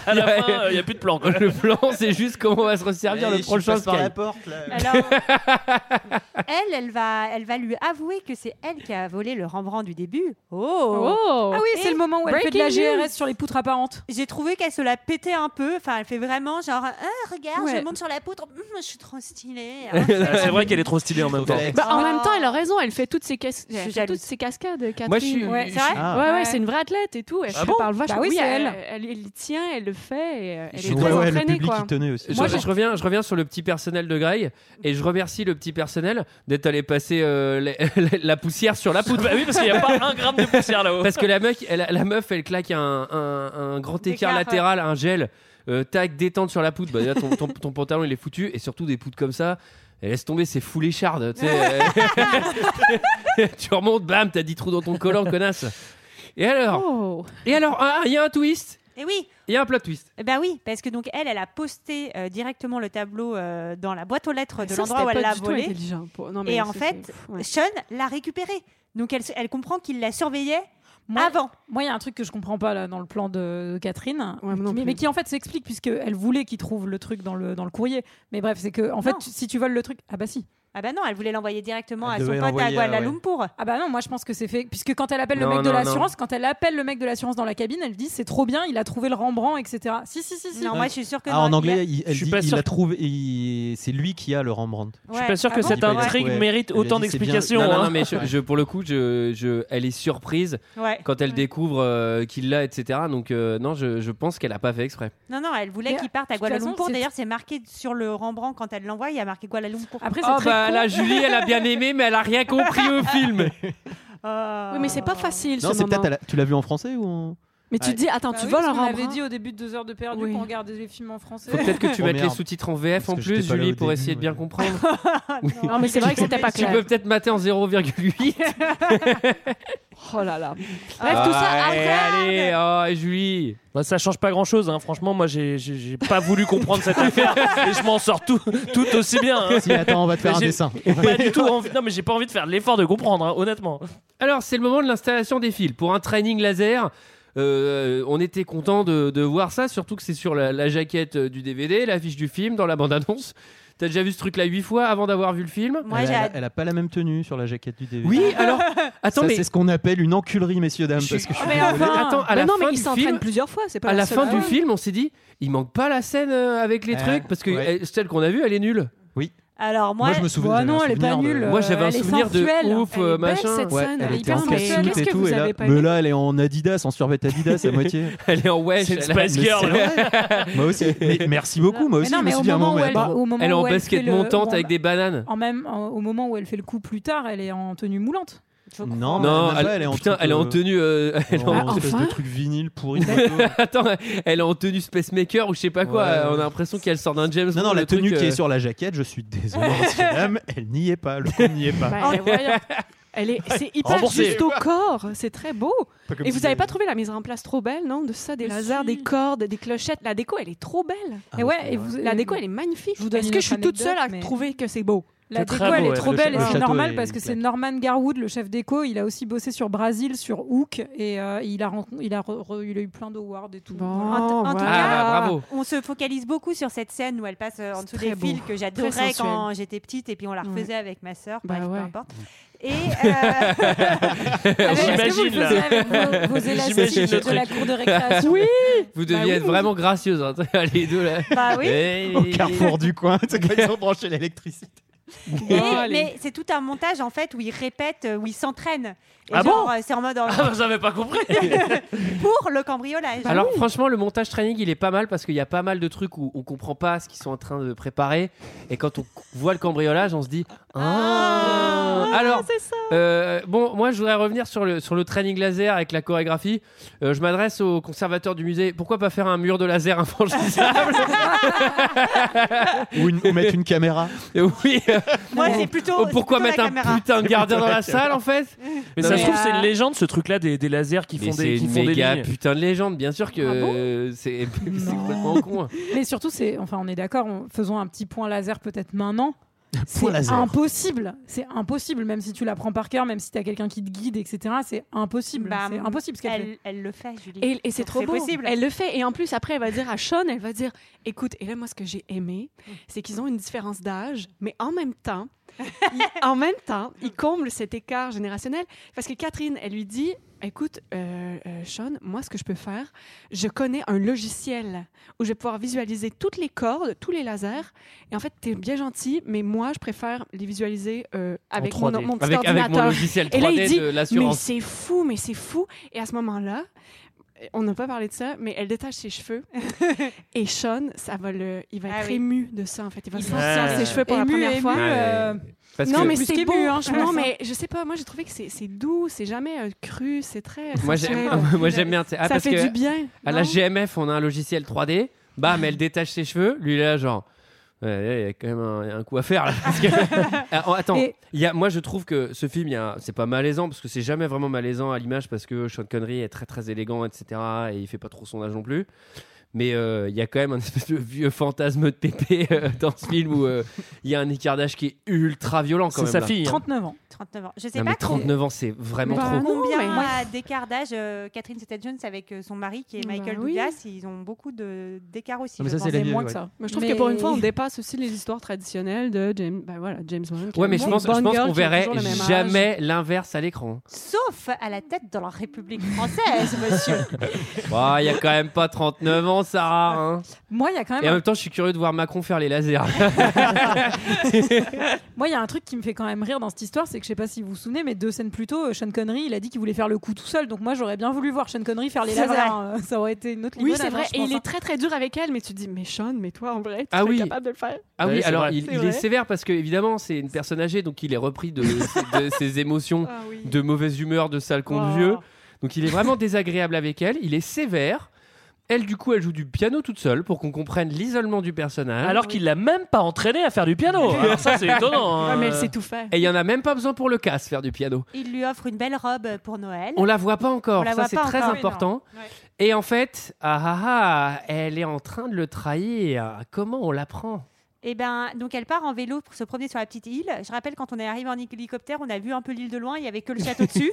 [SPEAKER 11] À la fin, euh, y a plus de plan, quoi.
[SPEAKER 1] Le plan, c'est juste comment on va se
[SPEAKER 7] Ah,
[SPEAKER 1] resservir
[SPEAKER 11] Allez,
[SPEAKER 1] le
[SPEAKER 11] je
[SPEAKER 1] prochain
[SPEAKER 11] passe par
[SPEAKER 1] Skype.
[SPEAKER 11] la porte, là.
[SPEAKER 6] Elle, elle va, elle va lui avouer que c'est elle qui a volé le Rembrandt du début. Oh,
[SPEAKER 12] Ah oui, c'est
[SPEAKER 6] Et
[SPEAKER 12] le moment où elle fait de la
[SPEAKER 6] breaking
[SPEAKER 12] GRS
[SPEAKER 6] news.
[SPEAKER 12] sur les poutres apparentes.
[SPEAKER 6] J'ai trouvé qu'elle se la pétait un peu. Enfin, elle fait vraiment genre, Ah, regarde,
[SPEAKER 14] Ouais.
[SPEAKER 6] je monte sur la poutre, Hum, je suis trop stylée.
[SPEAKER 11] Ah, c'est vrai qu'elle est trop stylée en même temps.
[SPEAKER 14] Bah, en
[SPEAKER 6] Oh.
[SPEAKER 14] même
[SPEAKER 12] Ah.
[SPEAKER 14] temps, elle a raison. Elle fait toutes ces, cas- elle fait
[SPEAKER 6] jalouse.
[SPEAKER 14] toutes ces cascades, Catherine.
[SPEAKER 11] Moi, je suis- Ouais, je
[SPEAKER 14] c'est
[SPEAKER 11] c'est suis-
[SPEAKER 14] vrai.
[SPEAKER 11] vrai Ah.
[SPEAKER 14] Ouais, ouais,
[SPEAKER 11] Ouais.
[SPEAKER 14] c'est une vraie athlète et tout. Elle
[SPEAKER 11] Ah
[SPEAKER 14] se
[SPEAKER 11] bon
[SPEAKER 14] prépare le vachement.
[SPEAKER 11] Bah oui, c'est elle.
[SPEAKER 14] Elle, elle y tient, elle le fait. et, euh, elle est
[SPEAKER 1] Ouais,
[SPEAKER 14] très
[SPEAKER 1] ouais, le
[SPEAKER 14] entraînée,
[SPEAKER 1] public
[SPEAKER 14] quoi.
[SPEAKER 1] y tenait Je, je reviens, je reviens sur le petit personnel de Greg et je remercie le petit personnel d'être allé passer euh, la, la- la poussière sur la poudre.
[SPEAKER 11] Bah oui, parce qu'il y a pas un gramme de poussière là-haut.
[SPEAKER 1] Parce que la meuf, elle, la meuf, elle claque un, un- un grand écart
[SPEAKER 11] Écart,
[SPEAKER 1] latéral, un gel, euh, tac, détente sur la poudre. Bah, déjà, ton, ton- ton pantalon, il est foutu. Et surtout, des poudres comme ça, elle laisse tomber, c'est full écharde. Tu, sais, euh, tu remontes, bam, t'as 10 trous dans ton collant, connasse. Et alors
[SPEAKER 14] Oh.
[SPEAKER 1] Et alors, ah, il y a un twist
[SPEAKER 6] Et Eh oui.
[SPEAKER 1] Il y a un plot twist.
[SPEAKER 6] Eh Ben oui, parce que donc elle, elle a posté euh, directement le tableau euh, dans la boîte aux lettres de
[SPEAKER 14] Ça,
[SPEAKER 6] l'endroit
[SPEAKER 14] c'était
[SPEAKER 6] où elle
[SPEAKER 14] pas
[SPEAKER 6] l'a
[SPEAKER 14] du tout
[SPEAKER 6] volé.
[SPEAKER 14] intelligent, pour- non, mais
[SPEAKER 6] et en
[SPEAKER 14] c'est-
[SPEAKER 6] fait, Sean l'a récupéré. Donc elle, se- elle comprend qu'il la surveillait.
[SPEAKER 12] Avant. Moi, il y a un truc que je comprends pas là dans le plan de, de Catherine,
[SPEAKER 14] non
[SPEAKER 12] mais,
[SPEAKER 14] plus.
[SPEAKER 12] mais qui en fait s'explique puisque elle voulait qu'il trouve le truc dans le dans le courrier. Mais bref, c'est que en fait,
[SPEAKER 6] Non.
[SPEAKER 12] tu- si tu voles le truc, ah bah si.
[SPEAKER 6] Ah bah non, elle voulait l'envoyer directement
[SPEAKER 12] Elle
[SPEAKER 6] à son
[SPEAKER 12] devait
[SPEAKER 6] pote à
[SPEAKER 12] l'envoyer à-
[SPEAKER 6] Kuala
[SPEAKER 12] ouais.
[SPEAKER 6] Lumpur.
[SPEAKER 12] Ah bah non, moi je pense que c'est fait puisque quand elle appelle
[SPEAKER 1] Non,
[SPEAKER 12] le mec de
[SPEAKER 1] non,
[SPEAKER 12] l'assurance,
[SPEAKER 1] non.
[SPEAKER 12] quand elle appelle le mec de l'assurance dans la cabine, elle dit c'est trop bien, il a trouvé le Rembrandt, etc. Si si si si.
[SPEAKER 6] Non, moi, je suis sûre
[SPEAKER 7] Ah, en anglais,
[SPEAKER 12] il
[SPEAKER 7] il, elle
[SPEAKER 11] Je suis
[SPEAKER 7] dit,
[SPEAKER 11] pas
[SPEAKER 7] il
[SPEAKER 11] sûr
[SPEAKER 7] la
[SPEAKER 11] que-
[SPEAKER 7] trouve et il- c'est lui qui a le Rembrandt.
[SPEAKER 11] Je suis pas sûr
[SPEAKER 7] ah
[SPEAKER 11] que cette intrigue mérite autant d'explications.
[SPEAKER 1] Non, non,
[SPEAKER 11] hein.
[SPEAKER 1] non, mais je, je- pour le coup, je, je- elle est surprise
[SPEAKER 6] Ouais.
[SPEAKER 1] quand elle découvre euh, qu'il l'a, etc. Donc, euh, non, je, je pense qu'elle a pas fait exprès.
[SPEAKER 6] Non, non, elle voulait
[SPEAKER 12] Mais,
[SPEAKER 6] qu'il parte à
[SPEAKER 12] de toute
[SPEAKER 6] Kuala
[SPEAKER 12] façon,
[SPEAKER 6] Lumpur.
[SPEAKER 12] c'est-
[SPEAKER 6] D'ailleurs, c'est marqué sur le Rembrandt quand elle l'envoie, il y a marqué Kuala Lumpur.
[SPEAKER 12] Après,
[SPEAKER 1] Oh, bah, la Julie, elle a bien aimé, mais elle a rien compris au film.
[SPEAKER 6] Oh.
[SPEAKER 14] Oui, mais c'est pas facile.
[SPEAKER 7] Non,
[SPEAKER 14] ce
[SPEAKER 7] c'est peut-être.
[SPEAKER 14] moment.
[SPEAKER 7] à la- Tu l'as vu en français ou en...
[SPEAKER 14] Mais tu
[SPEAKER 7] Ouais.
[SPEAKER 14] te dis, attends,
[SPEAKER 12] Bah
[SPEAKER 14] tu
[SPEAKER 12] oui,
[SPEAKER 14] voles
[SPEAKER 12] parce
[SPEAKER 14] un
[SPEAKER 12] qu'on avait
[SPEAKER 14] Rembrandt.
[SPEAKER 12] dit au début de deux heures de perdu
[SPEAKER 14] Oui.
[SPEAKER 12] pour regarder les films en français.
[SPEAKER 1] Faut peut-être que tu
[SPEAKER 7] Oh,
[SPEAKER 1] mettes les
[SPEAKER 7] merde.
[SPEAKER 1] sous-titres en VF en
[SPEAKER 7] Parce que j'étais
[SPEAKER 1] plus,
[SPEAKER 7] pas là
[SPEAKER 1] Julie,
[SPEAKER 7] au
[SPEAKER 1] pour
[SPEAKER 7] début,
[SPEAKER 1] essayer de bien comprendre.
[SPEAKER 14] Non, mais c'est vrai que c'était pas
[SPEAKER 1] Tu
[SPEAKER 14] clair.
[SPEAKER 1] peux peut-être mater en 0,8.
[SPEAKER 14] Oh là là.
[SPEAKER 12] Ah.
[SPEAKER 1] Bref,
[SPEAKER 14] tout ça
[SPEAKER 1] allez, allez, oh, Julie.
[SPEAKER 11] Bah, ça change pas grand chose, franchement. Moi, j'ai- j'ai j'ai pas voulu comprendre cette affaire et je m'en sors tout, tout aussi bien. hein.
[SPEAKER 7] Si, attends, on va te faire
[SPEAKER 11] Mais
[SPEAKER 7] un
[SPEAKER 11] j'ai
[SPEAKER 7] dessin.
[SPEAKER 11] Pas du tout envie- Non, mais j'ai pas envie de faire l'effort de comprendre, hein, honnêtement.
[SPEAKER 1] Alors, c'est le moment de l'installation des fils. Pour un training laser, euh, on était content de, de voir ça, surtout que c'est sur la, la jaquette euh, du DVD, l'affiche du film, dans la bande-annonce. T'as déjà vu ce truc-là huit fois avant d'avoir vu le film
[SPEAKER 7] elle, a- elle a pas la même tenue sur la jaquette du DVD.
[SPEAKER 1] Oui, alors, attends,
[SPEAKER 7] Ça,
[SPEAKER 1] mais-
[SPEAKER 7] c'est ce qu'on appelle une enculerie, messieurs dames,
[SPEAKER 1] Je
[SPEAKER 7] parce
[SPEAKER 1] suis-
[SPEAKER 7] que euh, je
[SPEAKER 1] Ah,
[SPEAKER 7] suis
[SPEAKER 1] mais
[SPEAKER 7] désolé.
[SPEAKER 1] enfin, Attends, à la
[SPEAKER 14] Oh, mais non,
[SPEAKER 1] fin
[SPEAKER 14] mais il
[SPEAKER 1] du
[SPEAKER 14] s'entraîne
[SPEAKER 1] film-
[SPEAKER 14] plusieurs fois. C'est pas
[SPEAKER 1] à la
[SPEAKER 14] seule.
[SPEAKER 1] fin du
[SPEAKER 14] Ouais.
[SPEAKER 1] film, on s'est dit, il manque pas la scène euh, avec les
[SPEAKER 7] Euh,
[SPEAKER 1] trucs, parce que
[SPEAKER 7] ouais.
[SPEAKER 1] euh, celle qu'on a vue, elle est nulle.
[SPEAKER 7] Oui.
[SPEAKER 6] Alors moi,
[SPEAKER 7] Moi, je me souviens- Bah j'avais non, un elle est pas souvenir de- nulle.
[SPEAKER 1] Moi, j'avais
[SPEAKER 7] Euh,
[SPEAKER 1] un
[SPEAKER 7] elle est
[SPEAKER 1] souvenir
[SPEAKER 7] sensuelle.
[SPEAKER 1] de ouf,
[SPEAKER 7] Elle est
[SPEAKER 1] euh,
[SPEAKER 7] belle,
[SPEAKER 1] machin.
[SPEAKER 7] cette Ouais, scène, elle elle est était hyper en sensuelle. catsuit
[SPEAKER 14] Qu'est-ce
[SPEAKER 7] et
[SPEAKER 14] que
[SPEAKER 7] tout,
[SPEAKER 14] vous
[SPEAKER 7] et là-
[SPEAKER 14] avez pas
[SPEAKER 7] mais
[SPEAKER 14] aimé
[SPEAKER 7] là, elle est en Adidas, en survêt Adidas à moitié.
[SPEAKER 1] Elle est en wesh.
[SPEAKER 11] C'est une
[SPEAKER 1] elle a-
[SPEAKER 11] Spice Girl.
[SPEAKER 7] moi aussi. Mais merci beaucoup. Moi
[SPEAKER 12] Mais
[SPEAKER 7] aussi,
[SPEAKER 12] non,
[SPEAKER 7] je me
[SPEAKER 12] mais
[SPEAKER 7] suis
[SPEAKER 12] au
[SPEAKER 7] dit à un
[SPEAKER 12] moment
[SPEAKER 7] moment,
[SPEAKER 12] où
[SPEAKER 7] mais
[SPEAKER 12] elle-
[SPEAKER 7] attends.
[SPEAKER 12] au moment
[SPEAKER 1] Elle est en
[SPEAKER 12] où elle
[SPEAKER 1] basket
[SPEAKER 12] fait le-
[SPEAKER 1] montante
[SPEAKER 12] bon,
[SPEAKER 1] avec
[SPEAKER 12] bah,
[SPEAKER 1] des bananes.
[SPEAKER 12] En même en- au moment où elle fait le coup plus tard, elle est en tenue moulante.
[SPEAKER 7] Non,
[SPEAKER 1] Non,
[SPEAKER 7] même
[SPEAKER 1] elle,
[SPEAKER 7] pas, elle est en
[SPEAKER 1] putain,
[SPEAKER 7] truc,
[SPEAKER 1] elle est en
[SPEAKER 7] euh,
[SPEAKER 1] tenue. euh, elle est en-
[SPEAKER 7] en espèce de truc vinyle pourri.
[SPEAKER 1] Attends, elle est en tenue Space Maker ou je sais pas quoi.
[SPEAKER 7] Ouais.
[SPEAKER 1] euh, On a l'impression qu'elle sort d'un James
[SPEAKER 7] Non, non,
[SPEAKER 1] Bond,
[SPEAKER 7] la
[SPEAKER 1] le truc,
[SPEAKER 7] tenue qui
[SPEAKER 1] euh,
[SPEAKER 7] est sur la jaquette, je suis désolé, messieurs dames, elle n'y est pas. Le coup n'y est
[SPEAKER 14] Bah,
[SPEAKER 7] pas.
[SPEAKER 14] elle, voyons. Elle est, c'est hyper
[SPEAKER 7] Remboursé.
[SPEAKER 14] juste au corps, c'est très beau.
[SPEAKER 7] Pas comme
[SPEAKER 14] Et
[SPEAKER 7] si
[SPEAKER 14] vous n'avez pas trouvé la mise en place trop belle, non De ça, des
[SPEAKER 12] Mais
[SPEAKER 14] lasers,
[SPEAKER 12] Bah si.
[SPEAKER 14] des cordes, des clochettes. La déco, elle est trop belle.
[SPEAKER 12] et ouais, et vous-
[SPEAKER 14] La déco, elle est magnifique.
[SPEAKER 12] Je vous donne
[SPEAKER 14] Est-ce
[SPEAKER 12] une
[SPEAKER 14] que je suis
[SPEAKER 12] autre
[SPEAKER 14] toute seule à
[SPEAKER 12] anecdote, mais-
[SPEAKER 14] trouver que c'est beau
[SPEAKER 12] La
[SPEAKER 14] C'est
[SPEAKER 12] déco,
[SPEAKER 14] très
[SPEAKER 12] elle
[SPEAKER 14] beau,
[SPEAKER 12] est
[SPEAKER 14] ouais,
[SPEAKER 12] trop
[SPEAKER 14] le
[SPEAKER 12] belle et
[SPEAKER 14] château
[SPEAKER 12] c'est
[SPEAKER 14] est-
[SPEAKER 12] normal
[SPEAKER 14] il
[SPEAKER 12] parce que
[SPEAKER 14] claque.
[SPEAKER 12] c'est Norman Garwood, le chef déco. Il a aussi bossé sur Brasil, sur Hook et euh, il, a, rencontré- il, a re- re- il a eu plein d'awards et tout.
[SPEAKER 6] En, en tout
[SPEAKER 1] voilà.
[SPEAKER 6] cas,
[SPEAKER 1] Ah, bah, bravo.
[SPEAKER 6] on se focalise beaucoup sur cette scène où elle passe euh, en dessous
[SPEAKER 14] très
[SPEAKER 6] des fils
[SPEAKER 14] beau.
[SPEAKER 6] que
[SPEAKER 14] Très
[SPEAKER 6] j'adorais
[SPEAKER 14] sensuel.
[SPEAKER 6] quand j'étais petite et puis on la refaisait avec ma sœur,
[SPEAKER 14] Bah
[SPEAKER 6] bref,
[SPEAKER 14] ouais.
[SPEAKER 6] peu importe. Et euh,
[SPEAKER 12] Est-ce que vous le
[SPEAKER 11] J'imagine,
[SPEAKER 12] faisiez
[SPEAKER 11] là.
[SPEAKER 12] avec vos, vos
[SPEAKER 11] J'imagine
[SPEAKER 12] élastiques
[SPEAKER 11] le
[SPEAKER 12] de la
[SPEAKER 11] truc.
[SPEAKER 12] cour de récréation Oui
[SPEAKER 1] Vous deviez être vraiment gracieuse, hein, les deux là.
[SPEAKER 6] Bah oui.
[SPEAKER 1] Hey.
[SPEAKER 7] Au carrefour du coin, c'est quand ils ont branché l'électricité.
[SPEAKER 16] Mais,
[SPEAKER 11] Oh, allez.
[SPEAKER 16] mais c'est tout un montage en fait où ils répètent, euh, où ils s'entraînent. Et
[SPEAKER 1] Ah
[SPEAKER 16] genre,
[SPEAKER 1] bon
[SPEAKER 16] euh, C'est en mode euh,
[SPEAKER 1] Ah, bah, j'avais pas compris
[SPEAKER 16] pour le cambriolage.
[SPEAKER 1] Alors franchement, le montage training, il est pas mal parce qu'il y a pas mal de trucs où on comprend pas ce qu'ils sont en train de préparer. Et quand on voit le cambriolage, on se dit Ah, Alors, euh, bon, moi je voudrais revenir sur le, sur le training laser avec la chorégraphie. Euh, je m'adresse au conservateur du musée. Pourquoi pas faire un mur de laser infranchissable
[SPEAKER 7] ou, une- ou mettre une caméra.
[SPEAKER 1] Oui.
[SPEAKER 16] Moi, c'est plutôt.
[SPEAKER 1] Oh, Pourquoi
[SPEAKER 16] c'est plutôt
[SPEAKER 1] mettre
[SPEAKER 16] la
[SPEAKER 1] un
[SPEAKER 16] caméra.
[SPEAKER 1] putain de gardien dans la
[SPEAKER 11] C'est plutôt la
[SPEAKER 1] salle en fait
[SPEAKER 11] Mais
[SPEAKER 1] Non,
[SPEAKER 11] ça
[SPEAKER 1] mais-
[SPEAKER 11] se trouve, c'est une légende ce truc-là des, des lasers qui
[SPEAKER 1] Mais
[SPEAKER 11] font
[SPEAKER 1] c'est
[SPEAKER 11] des, qui
[SPEAKER 1] une
[SPEAKER 11] font des
[SPEAKER 1] méga
[SPEAKER 11] lignes.
[SPEAKER 1] putain de légende, bien sûr que
[SPEAKER 16] Ah
[SPEAKER 1] euh, c'est c'est complètement con.
[SPEAKER 12] Mais surtout, c'est, enfin, on est d'accord, on- faisons un petit point laser peut-être maintenant.
[SPEAKER 7] Point
[SPEAKER 12] C'est
[SPEAKER 7] laser.
[SPEAKER 12] impossible, c'est impossible, même si tu l'apprends par cœur, même si t'as quelqu'un qui te guide, etc. C'est impossible,
[SPEAKER 16] Bah,
[SPEAKER 12] c'est impossible ce qu'elle
[SPEAKER 16] elle-
[SPEAKER 12] fait.
[SPEAKER 16] elle le fait, Julie.
[SPEAKER 14] Et, et c'est trop beau.
[SPEAKER 16] possible.
[SPEAKER 14] Elle le fait. Et en plus, après, elle va dire à Sean, elle va dire, écoute, et là, moi, ce que j'ai aimé, c'est qu'ils ont une différence d'âge, mais en même temps, ils- en même temps, ils comblent cet écart générationnel. Parce que Catherine, elle lui dit, écoute, euh, euh, Sean, moi, ce que je peux faire, je connais un logiciel où je vais pouvoir visualiser toutes les cordes, tous les lasers. Et en fait, t'es bien gentil, mais moi, je préfère les visualiser euh, avec, mon,
[SPEAKER 1] 3D.
[SPEAKER 14] mon petit
[SPEAKER 1] Avec- avec mon
[SPEAKER 14] ordinateur.
[SPEAKER 1] logiciel
[SPEAKER 14] et là,
[SPEAKER 1] 3D
[SPEAKER 14] il dit,
[SPEAKER 1] de
[SPEAKER 14] mais
[SPEAKER 1] l'assurance.
[SPEAKER 14] c'est fou, mais c'est fou. Et à ce moment-là, euh, on n'a pas parlé de ça, mais elle détache ses cheveux. et Sean, ça va le, il va
[SPEAKER 12] Ah
[SPEAKER 14] être
[SPEAKER 12] oui.
[SPEAKER 14] ému de ça, en fait. Il va
[SPEAKER 12] Il
[SPEAKER 14] se
[SPEAKER 12] va
[SPEAKER 14] sentir
[SPEAKER 12] se-
[SPEAKER 14] ses cheveux pour
[SPEAKER 12] ému,
[SPEAKER 14] la première
[SPEAKER 12] ému,
[SPEAKER 14] fois.
[SPEAKER 12] euh, Parce
[SPEAKER 14] non,
[SPEAKER 12] que-
[SPEAKER 14] mais
[SPEAKER 12] Plus
[SPEAKER 14] c'est
[SPEAKER 12] qu'ému,
[SPEAKER 14] beau.
[SPEAKER 12] hein, je
[SPEAKER 14] non,
[SPEAKER 12] pense, hein.
[SPEAKER 14] mais je sais pas, moi, j'ai trouvé que c'est c'est doux, c'est jamais euh, cru, c'est très.
[SPEAKER 1] Moi
[SPEAKER 14] sensuel.
[SPEAKER 1] j'aime, moi j'aime bien. tu sais. Ah,
[SPEAKER 14] ça
[SPEAKER 1] parce
[SPEAKER 14] fait
[SPEAKER 1] que
[SPEAKER 14] du bien.
[SPEAKER 1] À la GMF, on a un logiciel 3D. Bam, elle détache ses cheveux. Lui il est là, genre. Ouais, Il y a quand même un, un coup à faire là. Parce que- Ah, oh, attends,
[SPEAKER 12] Et-
[SPEAKER 1] il y a, moi je trouve que ce film, il y a- c'est pas malaisant parce que c'est jamais vraiment malaisant à l'image parce que Sean Connery est très très élégant, etc. Et il fait pas trop son âge non plus. Mais euh, il y a quand même un espèce de vieux fantasme de pépé euh, dans ce film où euh, il y a un écart d'âge qui est ultra violent quand
[SPEAKER 11] C'est
[SPEAKER 1] même.
[SPEAKER 11] sa
[SPEAKER 1] là.
[SPEAKER 11] fille, hein.
[SPEAKER 12] 39 ans.
[SPEAKER 16] 39 ans. Je sais
[SPEAKER 1] Non,
[SPEAKER 16] pas
[SPEAKER 1] mais 39 ans, c'est vraiment
[SPEAKER 16] Bah,
[SPEAKER 1] trop.
[SPEAKER 16] Combien
[SPEAKER 14] mais-
[SPEAKER 16] moi, d'écart d'âge euh, Catherine Zeta-Jones avec euh, son mari qui est
[SPEAKER 14] Bah
[SPEAKER 16] Michael
[SPEAKER 14] oui.
[SPEAKER 16] Douglas Ils ont beaucoup de- d'écart aussi.
[SPEAKER 14] Non,
[SPEAKER 16] je pense.
[SPEAKER 14] C'est moins que ça. Mais je trouve que pour une fois, on
[SPEAKER 16] Mais-
[SPEAKER 14] dépasse aussi les histoires traditionnelles de James, ben voilà, James Bond.
[SPEAKER 1] Ouais, mais je pense, je pense qu'on verrait
[SPEAKER 14] jamais
[SPEAKER 1] jamais l'inverse à l'écran.
[SPEAKER 16] Sauf à la tête de la République française, monsieur.
[SPEAKER 1] Bah, il y a quand même pas 39 ans, Sarah. hein.
[SPEAKER 12] Moi, il y a quand même.
[SPEAKER 1] Et en même temps, je suis curieux de voir Macron faire les
[SPEAKER 11] Ah
[SPEAKER 1] lasers.
[SPEAKER 12] Moi, il y a un truc qui me fait quand même rire dans cette histoire, c'est que je sais pas si vous vous souvenez, mais deux scènes plus tôt, euh, Sean Connery, il a dit qu'il voulait faire le coup tout seul. Donc moi, j'aurais bien voulu voir Sean Connery faire les
[SPEAKER 14] C'est
[SPEAKER 12] lasers.
[SPEAKER 14] vrai.
[SPEAKER 12] hein. Ça aurait été une autre
[SPEAKER 14] Oui,
[SPEAKER 12] limonade,
[SPEAKER 14] c'est vrai.
[SPEAKER 12] hein, je
[SPEAKER 14] Et
[SPEAKER 12] pense,
[SPEAKER 14] il
[SPEAKER 12] hein.
[SPEAKER 14] est très très dur avec elle, mais tu te dis, mais Sean, mais toi en vrai, tu
[SPEAKER 1] Ah
[SPEAKER 14] es
[SPEAKER 1] oui.
[SPEAKER 14] capable de le faire.
[SPEAKER 1] Ah oui,
[SPEAKER 11] Ouais, c'est
[SPEAKER 1] alors
[SPEAKER 11] vrai.
[SPEAKER 1] il,
[SPEAKER 14] C'est
[SPEAKER 1] il
[SPEAKER 14] vrai.
[SPEAKER 1] est sévère parce que évidemment c'est une personne âgée, donc il est repris de, de ses émotions,
[SPEAKER 14] Ah oui.
[SPEAKER 1] de mauvaise humeur, de sale con de
[SPEAKER 14] Oh.
[SPEAKER 1] vieux. Donc il est vraiment désagréable avec elle. Il est sévère. Elle du coup, elle joue du piano toute seule pour qu'on comprenne l'isolement du personnage.
[SPEAKER 11] Alors qu'il l'a même pas entraîné à faire du piano. Alors ça, c'est étonnant. hein.
[SPEAKER 14] mais elle sait tout faire.
[SPEAKER 1] Et il y en a même pas besoin pour le casse faire du piano.
[SPEAKER 16] Il lui offre une belle robe pour Noël.
[SPEAKER 1] On la voit pas
[SPEAKER 16] On
[SPEAKER 1] encore,
[SPEAKER 16] la
[SPEAKER 1] ça
[SPEAKER 16] voit
[SPEAKER 1] c'est
[SPEAKER 16] pas
[SPEAKER 1] très
[SPEAKER 16] encore.
[SPEAKER 1] important. Et en fait, ah ah ah, elle est en train de le trahir. Comment on l'apprend
[SPEAKER 16] Et ben, donc elle part en vélo pour se promener sur la petite île. Je rappelle quand on est arrivé en hélicoptère, on a vu un peu l'île de loin. Il y avait que le château dessus.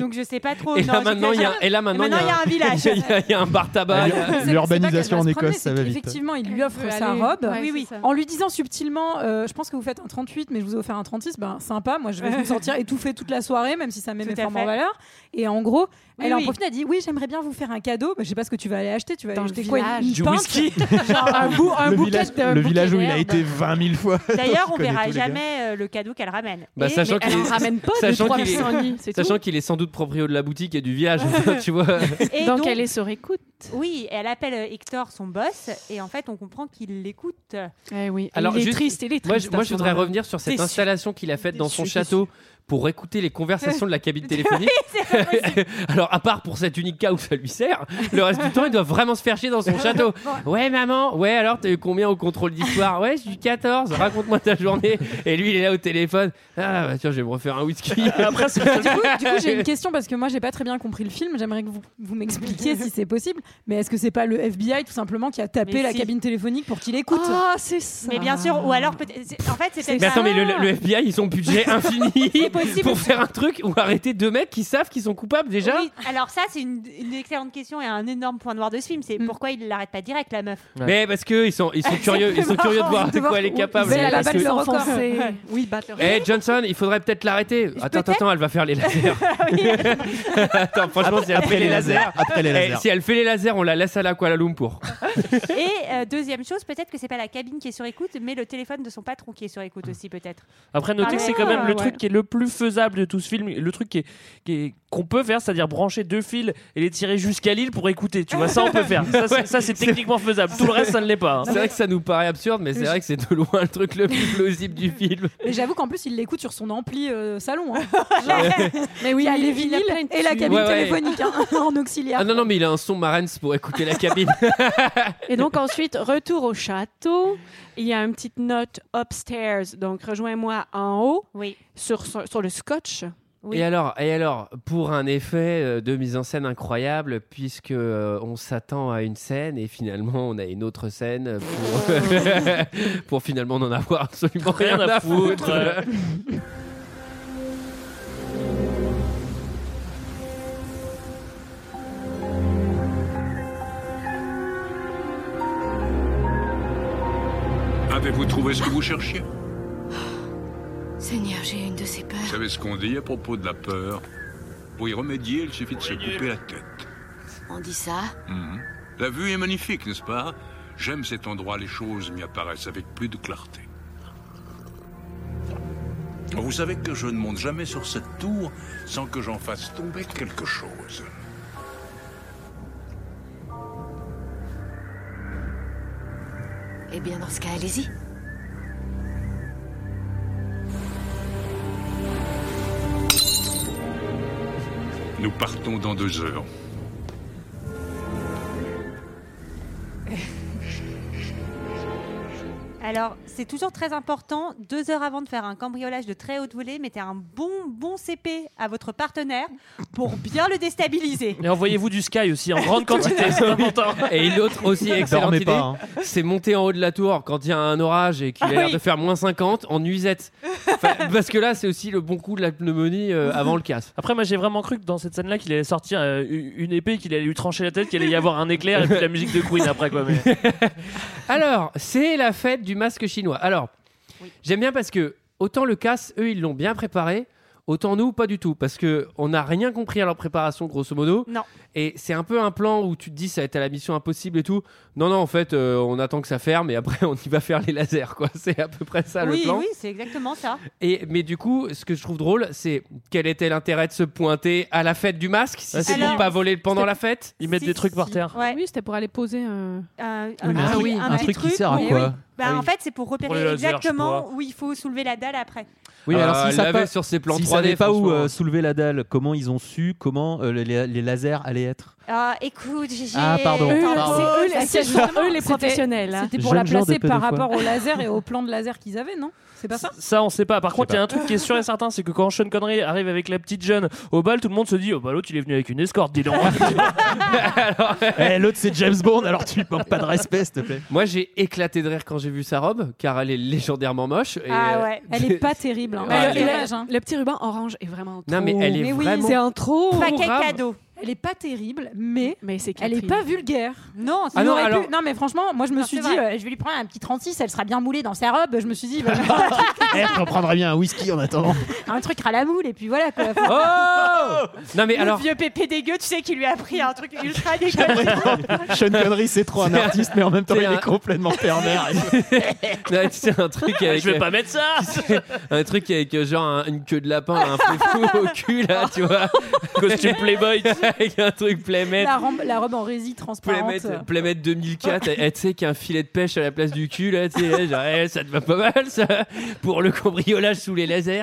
[SPEAKER 16] Donc je sais pas trop.
[SPEAKER 1] et,
[SPEAKER 16] non,
[SPEAKER 1] là,
[SPEAKER 16] je
[SPEAKER 1] maintenant, il y a,
[SPEAKER 16] exagère.
[SPEAKER 1] et là maintenant,
[SPEAKER 16] maintenant, il y a un village.
[SPEAKER 1] Il y a- il y a un bar tabac. il y a-
[SPEAKER 7] L'urbanisation en Écosse, ça va vite.
[SPEAKER 12] Effectivement, il lui
[SPEAKER 14] Elle
[SPEAKER 12] offre
[SPEAKER 14] veut
[SPEAKER 12] sa
[SPEAKER 14] aller-
[SPEAKER 12] robe.
[SPEAKER 14] Ouais, Oui, c'est oui. ça.
[SPEAKER 12] En lui disant subtilement, euh, je pense que vous faites un 38, mais je vous ai offert un 36. Ben sympa, moi je vais vous sortir étouffé toute la soirée, même si ça met
[SPEAKER 16] Tout
[SPEAKER 12] mes
[SPEAKER 16] à
[SPEAKER 12] formes
[SPEAKER 16] fait.
[SPEAKER 12] en valeur. Et en gros,
[SPEAKER 16] Oui,
[SPEAKER 12] elle en
[SPEAKER 16] oui.
[SPEAKER 12] profite, elle dit oui, j'aimerais bien vous faire un cadeau. Ben, je sais pas ce que tu vas aller acheter. Tu vas
[SPEAKER 14] Dans
[SPEAKER 12] aller
[SPEAKER 14] le
[SPEAKER 12] acheter quoi une-
[SPEAKER 14] village.
[SPEAKER 12] une
[SPEAKER 14] Du
[SPEAKER 12] pinte
[SPEAKER 14] whisky.
[SPEAKER 12] Genre un bou- un
[SPEAKER 7] le
[SPEAKER 12] bouquet
[SPEAKER 7] village,
[SPEAKER 12] de-
[SPEAKER 7] le
[SPEAKER 12] bouquet
[SPEAKER 7] village où il a
[SPEAKER 12] d'herbes.
[SPEAKER 7] été 20 000 fois.
[SPEAKER 16] D'ailleurs,
[SPEAKER 7] Je
[SPEAKER 16] on
[SPEAKER 7] connais
[SPEAKER 16] verra
[SPEAKER 7] tous les gars.
[SPEAKER 16] jamais euh, le cadeau qu'elle ramène.
[SPEAKER 1] Bah,
[SPEAKER 16] Et-
[SPEAKER 1] sachant
[SPEAKER 16] mais
[SPEAKER 1] qu'il
[SPEAKER 16] elle en
[SPEAKER 1] est-
[SPEAKER 16] ramène pas de
[SPEAKER 1] sachant
[SPEAKER 16] trois
[SPEAKER 1] qu'il est-
[SPEAKER 16] personnes.
[SPEAKER 1] Sachant qu'il est sans doute proprio de la boutique et du village, tu vois.
[SPEAKER 16] Et
[SPEAKER 14] Donc, elle est sur écoute.
[SPEAKER 16] Oui, et elle appelle euh, Hector son boss, et en fait, on comprend qu'il l'écoute.
[SPEAKER 14] Eh oui.
[SPEAKER 1] Alors,
[SPEAKER 14] il est
[SPEAKER 1] juste-
[SPEAKER 14] triste, il est
[SPEAKER 1] Moi,
[SPEAKER 14] triste.
[SPEAKER 1] je, moi,
[SPEAKER 14] à
[SPEAKER 1] je
[SPEAKER 14] ce
[SPEAKER 1] voudrais
[SPEAKER 14] moment-là.
[SPEAKER 1] revenir sur cette
[SPEAKER 14] Déçu.
[SPEAKER 1] installation qu'il a faite dans son
[SPEAKER 14] Déçu,
[SPEAKER 1] château pour écouter les conversations de la cabine téléphonique. Alors, à part pour cet unique cas où ça lui sert, le reste du temps, il doit vraiment se faire chier dans son château. Ouais, maman, ouais, alors t'as eu combien au contrôle d'histoire Ouais, j'ai eu 14, raconte-moi ta journée. Et lui, il est là au téléphone. Ah, bah tiens, je vais me refaire un whisky.
[SPEAKER 11] Après, c'est
[SPEAKER 12] Du coup, du coup, j'ai une question parce que moi, j'ai pas très bien compris le film. J'aimerais que vous, vous m'expliquiez si c'est possible. Mais est-ce que c'est pas le FBI tout simplement qui a tapé
[SPEAKER 16] Mais
[SPEAKER 12] la
[SPEAKER 16] si.
[SPEAKER 12] cabine téléphonique pour qu'il écoute
[SPEAKER 14] Ah, c'est ça.
[SPEAKER 16] Mais bien sûr, ou alors peut-être. c'est- En fait, c'est
[SPEAKER 1] Mais attends, mais le, le- le
[SPEAKER 6] Ah.
[SPEAKER 1] FBI, ils ont budget infini
[SPEAKER 16] possible.
[SPEAKER 1] pour faire un truc ou arrêter deux mecs qui savent qu'ils sont coupables déjà.
[SPEAKER 16] Oui, alors ça, c'est une, une excellente question et un énorme point noir de ce film. C'est
[SPEAKER 14] Mm.
[SPEAKER 16] pourquoi il l'arrête pas direct, la meuf.
[SPEAKER 1] Mais parce que ils sont, ils sont curieux, ils sont
[SPEAKER 16] marrant
[SPEAKER 1] curieux de voir
[SPEAKER 16] de
[SPEAKER 1] de
[SPEAKER 16] voir
[SPEAKER 1] quoi elle est
[SPEAKER 16] où-
[SPEAKER 1] capable.
[SPEAKER 16] où elle a
[SPEAKER 1] Parce
[SPEAKER 16] battu
[SPEAKER 1] que-
[SPEAKER 16] le record.
[SPEAKER 14] C'est- Oui, battre le
[SPEAKER 1] Eh Johnson, il faudrait peut-être l'arrêter. Attends, attends, attends, elle va faire les lasers. attends, franchement, si elle
[SPEAKER 7] Après
[SPEAKER 1] fait les
[SPEAKER 7] les
[SPEAKER 1] lasers,
[SPEAKER 7] lasers, après les
[SPEAKER 1] Eh,
[SPEAKER 7] lasers.
[SPEAKER 1] si elle fait les laser, on la laisse à la Kuala Lumpur.
[SPEAKER 6] Et euh, deuxième chose, peut-être que c'est pas la cabine qui est sur écoute, mais le téléphone de son patron qui est sur écoute aussi peut-être.
[SPEAKER 11] Après, notez
[SPEAKER 6] Ah,
[SPEAKER 11] que c'est quand même le
[SPEAKER 6] ouais.
[SPEAKER 11] truc qui est le plus faisable de tout ce film, le truc qui est- qui est- qu'on peut faire, c'est-à-dire brancher deux fils et les tirer jusqu'à Lille pour écouter. Tu vois, ça on peut faire. Ça, c'est-
[SPEAKER 1] Ouais.
[SPEAKER 11] ça, c'est techniquement faisable. Tout le reste, ça ne l'est pas. hein.
[SPEAKER 1] C'est vrai que ça nous paraît absurde, mais c'est vrai que c'est de loin le truc le plus plausible du film.
[SPEAKER 12] Mais j'avoue qu'en plus, il l'écoute sur son ampli euh, salon. hein. Genre, mais oui, il
[SPEAKER 14] Il a-
[SPEAKER 12] a les
[SPEAKER 14] il a
[SPEAKER 12] vinyles
[SPEAKER 14] plein de
[SPEAKER 12] et la
[SPEAKER 1] tubes.
[SPEAKER 12] cabine
[SPEAKER 1] Ouais, ouais.
[SPEAKER 12] téléphonique hein, en auxiliaire.
[SPEAKER 1] Ah non, non, mais il a un son Marens pour écouter la cabine.
[SPEAKER 14] Et donc ensuite, retour au château. Il y a une petite note upstairs, donc rejoins-moi en haut sur, sur, sur le scotch.
[SPEAKER 1] Et alors, et alors, pour un effet euh, de mise en scène incroyable, puisque euh, on s'attend à une scène et finalement on a une autre scène euh, pour, pour finalement n'en avoir absolument rien, à, foutre.
[SPEAKER 8] Avez-vous trouvé ce que vous cherchiez
[SPEAKER 10] Seigneur, j'ai une de ces peurs.
[SPEAKER 8] Vous savez ce qu'on dit à propos de la peur Pour y remédier, il suffit de se couper la tête.
[SPEAKER 10] On dit ça
[SPEAKER 8] Mhm. La vue est magnifique, n'est-ce pas J'aime cet endroit, les choses m'y apparaissent avec plus de clarté. Vous savez que je ne monte jamais sur cette tour sans que j'en fasse tomber quelque chose.
[SPEAKER 10] Eh bien, dans ce cas, allez-y.
[SPEAKER 8] Nous partons dans deux heures.
[SPEAKER 6] Alors, c'est toujours très important, deux heures avant de faire un cambriolage de très haute volée, mettez un bon, bon CP à votre partenaire pour bien le déstabiliser.
[SPEAKER 11] Et envoyez-vous du Sky aussi en grande quantité, c'est important.
[SPEAKER 1] Et une autre aussi excellente
[SPEAKER 11] Dormez
[SPEAKER 1] idée,
[SPEAKER 11] pas, hein.
[SPEAKER 1] c'est monter en haut de la tour quand il y a un orage et qu'il a
[SPEAKER 11] Ah
[SPEAKER 1] l'air
[SPEAKER 11] oui.
[SPEAKER 1] de faire moins 50 en nuisette. Enfin, parce que là, c'est aussi le bon coup de la pneumonie euh, avant le casse.
[SPEAKER 11] Après, moi j'ai vraiment cru que dans cette scène-là, qu'il allait sortir euh, une épée, qu'il allait lui trancher la tête, qu'il allait y avoir un éclair et puis la musique de Queen après quoi. mais-
[SPEAKER 1] Alors, c'est la fête du masque chinois. Alors, j'aime bien parce que autant le casse, eux, ils l'ont bien préparé, autant nous, pas du tout. Parce que on n'a rien compris à leur préparation, grosso modo.
[SPEAKER 6] Non.
[SPEAKER 1] Et c'est un peu un plan où tu te dis, ça va être à la mission impossible et tout. Non, non, en fait, euh, on attend que ça ferme et après, on y va faire les lasers, quoi. C'est à peu près ça le
[SPEAKER 6] oui,
[SPEAKER 1] plan.
[SPEAKER 6] oui, c'est exactement ça.
[SPEAKER 1] Et, mais du coup, ce que je trouve drôle, c'est quel était l'intérêt de se pointer à la fête du masque si
[SPEAKER 11] Ah,
[SPEAKER 1] c'est
[SPEAKER 11] si.
[SPEAKER 1] pour pas voler pendant la fête
[SPEAKER 11] Ils mettent des trucs par terre.
[SPEAKER 14] Oui, c'était pour aller poser un,
[SPEAKER 6] un
[SPEAKER 11] Ah
[SPEAKER 6] petit-
[SPEAKER 11] oui,
[SPEAKER 6] un
[SPEAKER 11] un
[SPEAKER 6] petit
[SPEAKER 11] truc qui sert à
[SPEAKER 6] oui,
[SPEAKER 11] quoi
[SPEAKER 6] oui. Bah,
[SPEAKER 11] Ah oui.
[SPEAKER 6] En fait, c'est pour
[SPEAKER 11] Pour les
[SPEAKER 6] repérer
[SPEAKER 11] lasers, je
[SPEAKER 6] exactement
[SPEAKER 11] crois.
[SPEAKER 6] où il faut soulever la dalle après.
[SPEAKER 7] Oui, mais
[SPEAKER 1] Euh,
[SPEAKER 7] alors s'ils savent
[SPEAKER 1] l'avait
[SPEAKER 7] pas,
[SPEAKER 1] sur ses plans
[SPEAKER 7] s'ils
[SPEAKER 1] 3D,
[SPEAKER 7] savaient pas où
[SPEAKER 1] franchement.
[SPEAKER 7] euh, soulever la dalle, comment ils ont su comment euh, les, les- les lasers allaient être
[SPEAKER 6] Ah, écoute, Gigi.
[SPEAKER 7] Ah, pardon,
[SPEAKER 12] Eux,
[SPEAKER 7] pardon.
[SPEAKER 12] c'est eux,
[SPEAKER 14] Ah,
[SPEAKER 12] les-
[SPEAKER 14] c'est
[SPEAKER 12] c'est justement-
[SPEAKER 14] justement eux, les
[SPEAKER 12] c'était-
[SPEAKER 14] professionnels, hein.
[SPEAKER 12] C'était pour la
[SPEAKER 11] Jeune genre de
[SPEAKER 12] placer par
[SPEAKER 11] pédophile.
[SPEAKER 12] rapport au laser et au plan de laser qu'ils avaient, non C'est pas ça
[SPEAKER 11] Ça, on sait pas. Par contre, il y a
[SPEAKER 12] pas.
[SPEAKER 11] un truc qui est sûr et certain, c'est que quand Sean Connery arrive avec la petite jeune au bal, tout le monde se dit Oh bah l'autre il est venu avec une escorte, dis donc.
[SPEAKER 7] Eh, L'autre c'est James Bond, alors tu manques pas de
[SPEAKER 1] Euh,
[SPEAKER 7] respect, s'il te plaît.
[SPEAKER 1] Moi, j'ai éclaté de rire quand j'ai vu sa robe, car elle est légendairement moche. et,
[SPEAKER 14] Ah
[SPEAKER 1] euh,
[SPEAKER 12] Ah Elle est pas terrible. hein.
[SPEAKER 1] Mais
[SPEAKER 12] Elle
[SPEAKER 1] le-
[SPEAKER 12] est
[SPEAKER 1] le-
[SPEAKER 12] dommage, hein.
[SPEAKER 14] Le petit ruban orange est vraiment en trop.
[SPEAKER 1] Non, mais elle est vraiment-
[SPEAKER 14] c'est en trop.
[SPEAKER 12] Paquet Grave.
[SPEAKER 6] cadeau.
[SPEAKER 12] Elle est pas terrible, mais,
[SPEAKER 14] c'est
[SPEAKER 12] elle est
[SPEAKER 14] Catherine.
[SPEAKER 12] pas vulgaire.
[SPEAKER 6] Non,
[SPEAKER 1] Ah non, alors-
[SPEAKER 12] non, mais franchement, moi je me
[SPEAKER 6] Non,
[SPEAKER 12] suis
[SPEAKER 6] c'est
[SPEAKER 12] dit,
[SPEAKER 6] vrai.
[SPEAKER 12] euh, je vais lui prendre un petit 36, elle sera bien moulée dans sa robe. Je me suis dit, bah,
[SPEAKER 7] Eh, on prendra bien un whisky en attendant.
[SPEAKER 12] un truc à la moule, et puis voilà quoi.
[SPEAKER 11] Oh
[SPEAKER 1] Non, mais
[SPEAKER 6] le
[SPEAKER 1] alors.
[SPEAKER 6] vieux pépé dégueu, tu sais, qui lui a pris un truc ultra dégueu.
[SPEAKER 7] Sean Connery, c'est trop un artiste, mais en même temps,
[SPEAKER 1] C'est
[SPEAKER 7] il
[SPEAKER 1] un-
[SPEAKER 7] est complètement pervers.
[SPEAKER 1] Non, c'est un truc avec. euh,
[SPEAKER 11] Je vais pas mettre ça
[SPEAKER 1] Un truc avec euh, genre un- une queue de lapin, un fou au cul là, tu vois.
[SPEAKER 11] Costume Playboy.
[SPEAKER 1] avec un truc playmate.
[SPEAKER 12] La, robe- la robe en résine transparente.
[SPEAKER 1] Playmate, Playmate 2004, elle, elle, tu sais, qu'un filet de pêche à la place du cul, là, tu sais, là, genre, eh, ça te va pas mal, ça, pour le cambriolage sous les lasers.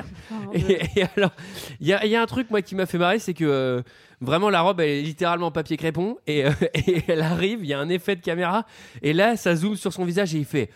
[SPEAKER 1] et, et alors, il y a, il y a un truc, moi, qui m'a fait marrer, c'est que euh, vraiment, la robe, elle est littéralement en papier crépon, et, euh, et elle arrive, il y a un effet de caméra, et là, ça zoome sur son visage, et il fait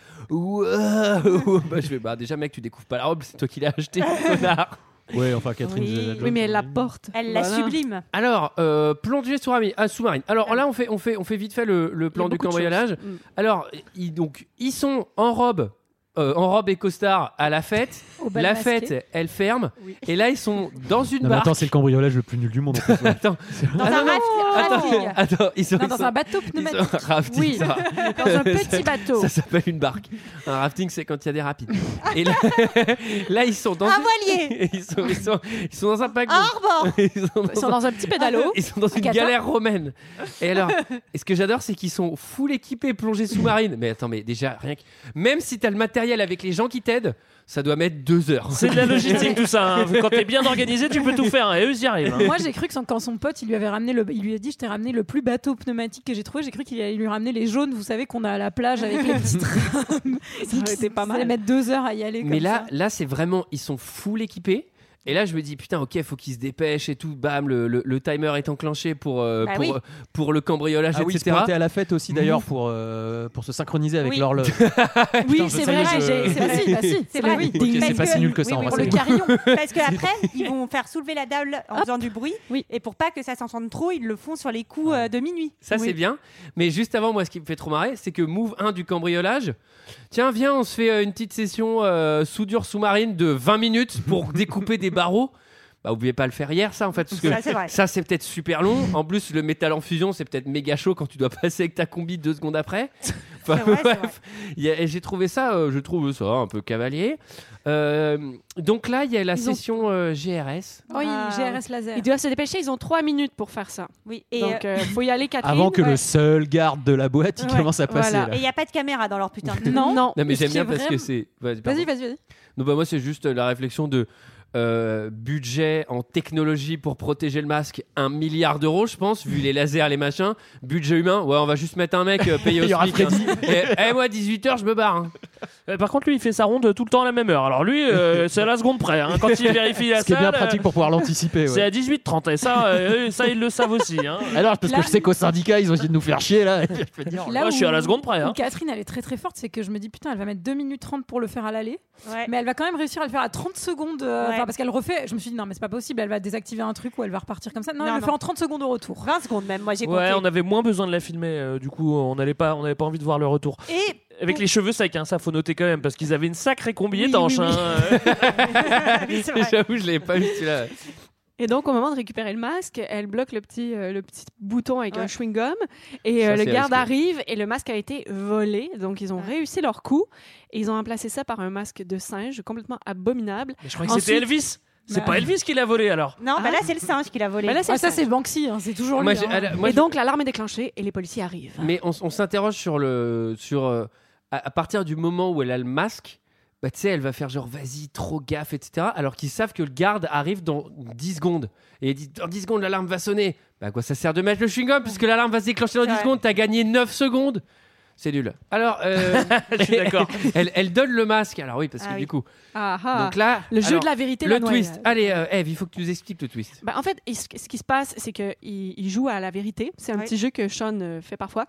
[SPEAKER 1] Waouh Bah, Je vais, bah, déjà, mec, tu découvres pas la robe, c'est toi qui l'as acheté, connard
[SPEAKER 7] Ouais, enfin, Catherine
[SPEAKER 14] Oui, mais elle la porte.
[SPEAKER 6] Elle la sublime.
[SPEAKER 1] alors, euh, plongée sur ami- ah, sous-marine. Alors là, on fait, on, fait, on fait vite fait le, le
[SPEAKER 11] Il
[SPEAKER 1] plan
[SPEAKER 11] y a
[SPEAKER 1] du
[SPEAKER 11] beaucoup de
[SPEAKER 1] cambriolage.
[SPEAKER 11] choses. Mm.
[SPEAKER 1] Alors, ils, donc, ils sont en robe euh, en robe et costard à la fête.
[SPEAKER 12] Au bal
[SPEAKER 1] La
[SPEAKER 12] masqué.
[SPEAKER 1] fête, elle ferme. Et là, ils sont dans une
[SPEAKER 7] Non, mais
[SPEAKER 1] barque.
[SPEAKER 7] attends, c'est le cambriolage le plus nul du monde. en plus.
[SPEAKER 1] Attends.
[SPEAKER 12] Dans
[SPEAKER 1] Ah
[SPEAKER 12] un
[SPEAKER 1] non, non,
[SPEAKER 12] rafting.
[SPEAKER 1] Attends, attends, ils sont,
[SPEAKER 12] Non,
[SPEAKER 1] ils
[SPEAKER 12] dans
[SPEAKER 1] sont-
[SPEAKER 12] un bateau pneumatique.
[SPEAKER 1] ils sont- un rafting,
[SPEAKER 12] Oui.
[SPEAKER 1] ça va.
[SPEAKER 12] Dans un petit
[SPEAKER 1] Ça-
[SPEAKER 12] bateau.
[SPEAKER 1] Ça s'appelle une barque. Un rafting, c'est quand il y a des rapides. Et là, là, ils sont dans
[SPEAKER 16] Un
[SPEAKER 1] une-
[SPEAKER 16] voilier.
[SPEAKER 1] ils, sont, ils, sont, ils sont dans un paquebot.
[SPEAKER 16] Un rebord.
[SPEAKER 1] Ils sont dans, Ah,
[SPEAKER 16] Ils sont dans un petit pédalo.
[SPEAKER 1] Ils sont dans
[SPEAKER 16] Un
[SPEAKER 1] une
[SPEAKER 16] catin.
[SPEAKER 1] galère romaine. Et alors, et ce que j'adore, c'est qu'ils sont full équipés, plongée sous-marine. Mais attends, mais déjà, rien que. Même si t'as le matériel avec les gens qui t'aident, ça doit mettre deux heures.
[SPEAKER 11] C'est de la logistique tout ça. hein. Quand t'es bien organisé, tu peux tout faire. hein. Et eux, ils y arrivent. hein.
[SPEAKER 12] Moi, j'ai cru que son- quand son pote, il lui avait ramené le, il lui a dit, je t'ai ramené le plus bateau pneumatique que j'ai trouvé. J'ai cru qu'il allait lui ramener les jaunes, vous savez qu'on a à la plage avec les petites rames. Ça aurait été pas mal. allait mettre deux heures à y aller.
[SPEAKER 1] Mais là, là, c'est vraiment, ils sont full équipés. Et là, je me dis, putain, ok, faut qu'ils se dépêchent et tout. Bam, le, le- le timer est enclenché pour, euh,
[SPEAKER 7] Bah
[SPEAKER 1] pour,
[SPEAKER 7] oui.
[SPEAKER 1] euh, pour le cambriolage,
[SPEAKER 7] Ah oui, ils se
[SPEAKER 1] etc.
[SPEAKER 7] pointaient à la fête aussi d'ailleurs
[SPEAKER 1] Mmh.
[SPEAKER 7] pour, euh, pour se synchroniser avec
[SPEAKER 1] Oui.
[SPEAKER 7] l'horloge.
[SPEAKER 1] Oui,
[SPEAKER 7] Putain, je-
[SPEAKER 1] c'est
[SPEAKER 7] ça y est,
[SPEAKER 1] vrai,
[SPEAKER 7] je-
[SPEAKER 1] j'ai- c'est vrai,
[SPEAKER 16] si, bah si, c'est vrai.
[SPEAKER 7] Ok,
[SPEAKER 16] Ding.
[SPEAKER 7] c'est pas
[SPEAKER 16] Parce
[SPEAKER 7] si
[SPEAKER 16] que-
[SPEAKER 7] nul que ça
[SPEAKER 16] oui,
[SPEAKER 7] en
[SPEAKER 16] oui,
[SPEAKER 7] vrai.
[SPEAKER 16] pour
[SPEAKER 7] c'est
[SPEAKER 16] le
[SPEAKER 7] bon.
[SPEAKER 16] carillon. Parce que après, ils vont faire soulever la dalle en faisant du bruit. Et pour pas que ça s'entende trop, ils le font sur les coups euh, de minuit.
[SPEAKER 1] Ça, c'est bien. Mais juste avant, moi, ce qui me fait trop marrer, c'est que move 1 du cambriolage. Tiens, viens, on se fait euh, une petite session euh, soudure sous-marine de 20 minutes pour découper des barreaux. Bah, oubliez pas le faire hier, ça, en fait. Parce que
[SPEAKER 16] Ça, c'est vrai.
[SPEAKER 1] ça, c'est peut-être super long. En plus, le métal en fusion, c'est peut-être méga chaud quand tu dois passer avec ta combi deux secondes après. Enfin, bref. Il y a- et J'ai trouvé ça, euh, je trouve ça un peu cavalier. Euh, donc là, il y a la
[SPEAKER 14] Ils ont-
[SPEAKER 1] session euh, GRS.
[SPEAKER 12] Oui, GRS laser.
[SPEAKER 14] Ah. Ils doivent se dépêcher, ils ont trois minutes pour faire ça.
[SPEAKER 16] Oui,
[SPEAKER 14] et donc euh, faut y aller Catherine.
[SPEAKER 7] Avant que le seul garde de la boîte il
[SPEAKER 14] Ouais.
[SPEAKER 7] commence à passer.
[SPEAKER 14] Voilà.
[SPEAKER 7] là.
[SPEAKER 16] Et il n'y a pas de caméra dans leur putain de
[SPEAKER 14] Non. Non.
[SPEAKER 1] Non, mais
[SPEAKER 14] Ce
[SPEAKER 1] j'aime
[SPEAKER 14] qui
[SPEAKER 1] bien
[SPEAKER 14] est
[SPEAKER 1] parce que
[SPEAKER 14] vraiment-
[SPEAKER 1] c'est. Vas-y, pardon.
[SPEAKER 12] Vas-y, vas-y, vas-y.
[SPEAKER 1] Non, bah moi, c'est juste la réflexion de euh, budget en technologie pour protéger le masque, un milliard d'euros, je pense, vu les lasers, les machins. Budget humain, ouais, on va juste mettre un mec euh, payé au
[SPEAKER 11] Il y aura
[SPEAKER 1] SMIC. hein.
[SPEAKER 11] Freddy.
[SPEAKER 1] Et, et moi, 18h, je me barre. hein.
[SPEAKER 11] Euh, par contre, lui, il fait sa ronde tout le temps à la même heure. Alors lui, euh, c'est à la seconde près. hein. Quand il vérifie la
[SPEAKER 7] Ce qui est bien
[SPEAKER 11] salle, euh,
[SPEAKER 7] pratique pour pouvoir l'anticiper. ouais.
[SPEAKER 11] C'est à 18h30 et ça, euh, ça ils le savent aussi. hein.
[SPEAKER 7] Alors, Ah parce
[SPEAKER 12] Là-
[SPEAKER 7] que je sais qu'au syndicat, ils ont essayé de nous faire chier là.
[SPEAKER 12] Là
[SPEAKER 11] Moi, je suis
[SPEAKER 12] où-
[SPEAKER 11] à la seconde près.
[SPEAKER 12] où
[SPEAKER 11] hein.
[SPEAKER 12] Catherine, elle est très très forte, c'est que je me dis putain, elle va mettre 2 minutes 30 pour le faire à l'aller, mais elle va quand même réussir à le faire à 30 secondes. euh,
[SPEAKER 16] Ouais.
[SPEAKER 12] enfin, Parce qu'elle refait, je me suis dit non, mais c'est pas possible, elle va désactiver un truc ou elle va repartir comme ça. Non,
[SPEAKER 16] Non,
[SPEAKER 12] elle le
[SPEAKER 16] non.
[SPEAKER 12] fait en 30 secondes au retour.
[SPEAKER 16] 20 secondes même, moi j'ai
[SPEAKER 11] Ouais,
[SPEAKER 16] compté.
[SPEAKER 11] on avait moins besoin de la filmer. euh, du coup, on n'allait pas, on n'avait pas envie de voir le retour.
[SPEAKER 16] Et
[SPEAKER 11] Avec les cheveux secs, hein, ça faut noter quand même, parce qu'ils avaient une sacrée hein. combi
[SPEAKER 14] Oui,
[SPEAKER 11] étanche.
[SPEAKER 14] oui, oui.
[SPEAKER 11] hein.
[SPEAKER 1] J'avoue, je l'avais pas vu celui-là.
[SPEAKER 14] Et donc, au moment de récupérer le masque, elle bloque le petit, euh, le petit bouton avec un chewing-gum. Et
[SPEAKER 1] Ça,
[SPEAKER 14] euh, le
[SPEAKER 1] c'est
[SPEAKER 14] garde
[SPEAKER 1] risqué.
[SPEAKER 14] arrive et le masque a été volé. Donc, ils ont réussi leur coup. Et ils ont remplacé ça par un masque de singe complètement abominable.
[SPEAKER 11] Mais je crois que c'était
[SPEAKER 14] Ensuite-
[SPEAKER 11] Elvis. C'est
[SPEAKER 14] Bah-
[SPEAKER 11] pas Elvis qui l'a volé alors.
[SPEAKER 16] Non, bah
[SPEAKER 14] Ah.
[SPEAKER 16] là c'est le singe qui l'a volé.
[SPEAKER 14] Bah là,
[SPEAKER 12] Ah, ça,
[SPEAKER 14] le singe.
[SPEAKER 12] c'est Banksy, hein, c'est toujours
[SPEAKER 1] Moi,
[SPEAKER 12] lui.
[SPEAKER 1] j'ai-
[SPEAKER 12] hein.
[SPEAKER 1] alors, moi,
[SPEAKER 14] et
[SPEAKER 1] je-
[SPEAKER 14] donc, l'alarme est déclenchée et les policiers arrivent.
[SPEAKER 1] Mais on, s- on s'interroge sur le sur euh, à, à partir du moment où elle a le masque, bah tu sais, elle va faire genre vas-y, trop gaffe, etc. Alors qu'ils savent que le garde arrive dans 10 secondes et il dit dans 10 secondes l'alarme va sonner. Bah à quoi ça sert de mettre le chewing-gum puisque l'alarme va se déclencher dans 10
[SPEAKER 11] Ouais.
[SPEAKER 1] secondes, t'as gagné 9 secondes. C'est nul. Alors, euh,
[SPEAKER 11] Je suis d'accord.
[SPEAKER 1] elle, elle donne le masque. Alors oui, parce
[SPEAKER 14] Ah
[SPEAKER 1] que
[SPEAKER 14] oui.
[SPEAKER 1] du coup.
[SPEAKER 14] Ah, ah.
[SPEAKER 1] Donc là,
[SPEAKER 14] le jeu
[SPEAKER 1] alors,
[SPEAKER 14] de la vérité.
[SPEAKER 1] Le
[SPEAKER 14] la noyade.
[SPEAKER 1] twist. Allez, euh, Eve, il faut que tu nous expliques le twist.
[SPEAKER 14] Bah, en fait, il- ce ce qui se passe, c'est qu'il il joue à la vérité. C'est un
[SPEAKER 1] Ouais.
[SPEAKER 14] petit jeu que Sean euh, fait parfois.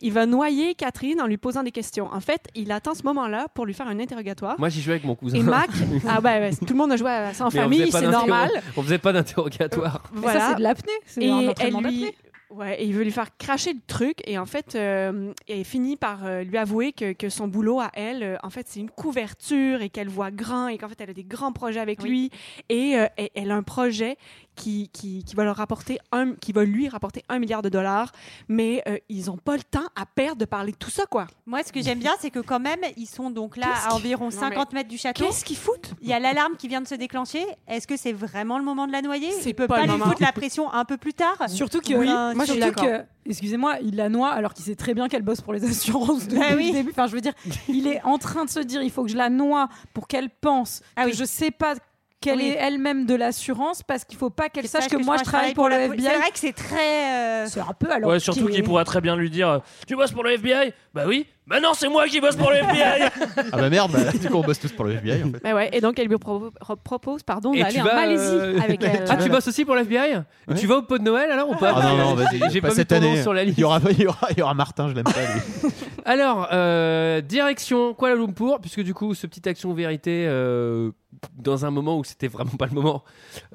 [SPEAKER 14] Il va noyer Catherine en lui posant des questions. En fait, il attend ce moment-là pour lui faire un interrogatoire.
[SPEAKER 1] Moi, j'y jouais avec mon cousin.
[SPEAKER 14] Et Mac, ah bah, ouais, tout le monde a joué à ça en
[SPEAKER 1] Mais on
[SPEAKER 14] famille,
[SPEAKER 1] faisait pas
[SPEAKER 14] c'est
[SPEAKER 1] d'interro-
[SPEAKER 14] normal.
[SPEAKER 1] On faisait pas d'interrogatoire.
[SPEAKER 14] Voilà.
[SPEAKER 12] c'est de l'apnée, c'est
[SPEAKER 14] Et
[SPEAKER 12] un entraînement
[SPEAKER 14] elle lui- Ouais, et il veut lui faire cracher le truc et en fait, euh, elle finit par euh, lui avouer que, que son boulot à elle, euh, en fait, c'est une couverture et qu'elle voit grand et qu'en fait, elle a des grands projets avec lui et euh, elle, elle a un projet qui, qui, qui va leur rapporter un, qui va lui rapporter un milliard de dollars, mais euh, ils ont pas le temps à perdre de parler de tout ça quoi.
[SPEAKER 16] Moi, ce que j'aime bien, c'est que quand même, ils sont donc là
[SPEAKER 14] Qu'est-ce
[SPEAKER 16] à
[SPEAKER 14] qui-
[SPEAKER 16] environ
[SPEAKER 14] Non,
[SPEAKER 16] 50
[SPEAKER 14] mais
[SPEAKER 16] mètres du château.
[SPEAKER 14] qu'est-ce qu'ils foutent
[SPEAKER 16] Il y a l'alarme qui vient de se déclencher. Est-ce que c'est vraiment le moment de la noyer
[SPEAKER 14] C'est
[SPEAKER 16] Il peut
[SPEAKER 14] pas
[SPEAKER 16] pas, lui
[SPEAKER 14] le moment.
[SPEAKER 16] foutre la pression un peu plus tard.
[SPEAKER 12] Surtout que,
[SPEAKER 16] Enfin,
[SPEAKER 12] moi,
[SPEAKER 16] surtout
[SPEAKER 12] surtout que, excusez-moi, il la noie alors qu'il sait très bien qu'elle bosse pour les assurances depuis
[SPEAKER 16] Bah oui.
[SPEAKER 12] le début. Enfin, je veux dire, il est en train de se dire, il faut que je la noie pour qu'elle pense que je sais pas qu'elle
[SPEAKER 16] Ah Oui.
[SPEAKER 12] est elle-même de l'assurance parce qu'il faut pas qu'elle sache que, moi je travaille pour, le
[SPEAKER 16] la poli-
[SPEAKER 12] FBI.
[SPEAKER 16] C'est vrai que c'est très. euh,
[SPEAKER 12] C'est un peu alors.
[SPEAKER 11] ouais, surtout qu'il pourra très bien lui dire euh, Tu bosses pour le FBI Bah oui. Bah non, c'est moi qui bosse pour le FBI
[SPEAKER 7] Ah bah merde, bah, du coup, on bosse tous pour le FBI en fait.
[SPEAKER 14] Mais Bah ouais, et donc elle lui propo- re- propose pardon
[SPEAKER 1] Et
[SPEAKER 14] d'aller
[SPEAKER 1] tu
[SPEAKER 14] en
[SPEAKER 1] vas,
[SPEAKER 14] Malaisie
[SPEAKER 1] euh,
[SPEAKER 14] avec elle.
[SPEAKER 1] Ah, tu bosses aussi pour l'FBI Tu vas au pot de Noël alors ou pas
[SPEAKER 7] Ah non, non, vas-y,
[SPEAKER 1] J'ai pas, mis
[SPEAKER 7] cette
[SPEAKER 1] ton nom
[SPEAKER 7] année.
[SPEAKER 1] sur la liste.
[SPEAKER 7] Il y aura, il y aura, il y aura Martin, je l'aime pas lui.
[SPEAKER 1] Alors, euh, direction Kuala Lumpur, puisque du coup, ce petit action vérité, euh, dans un moment où c'était vraiment pas le moment,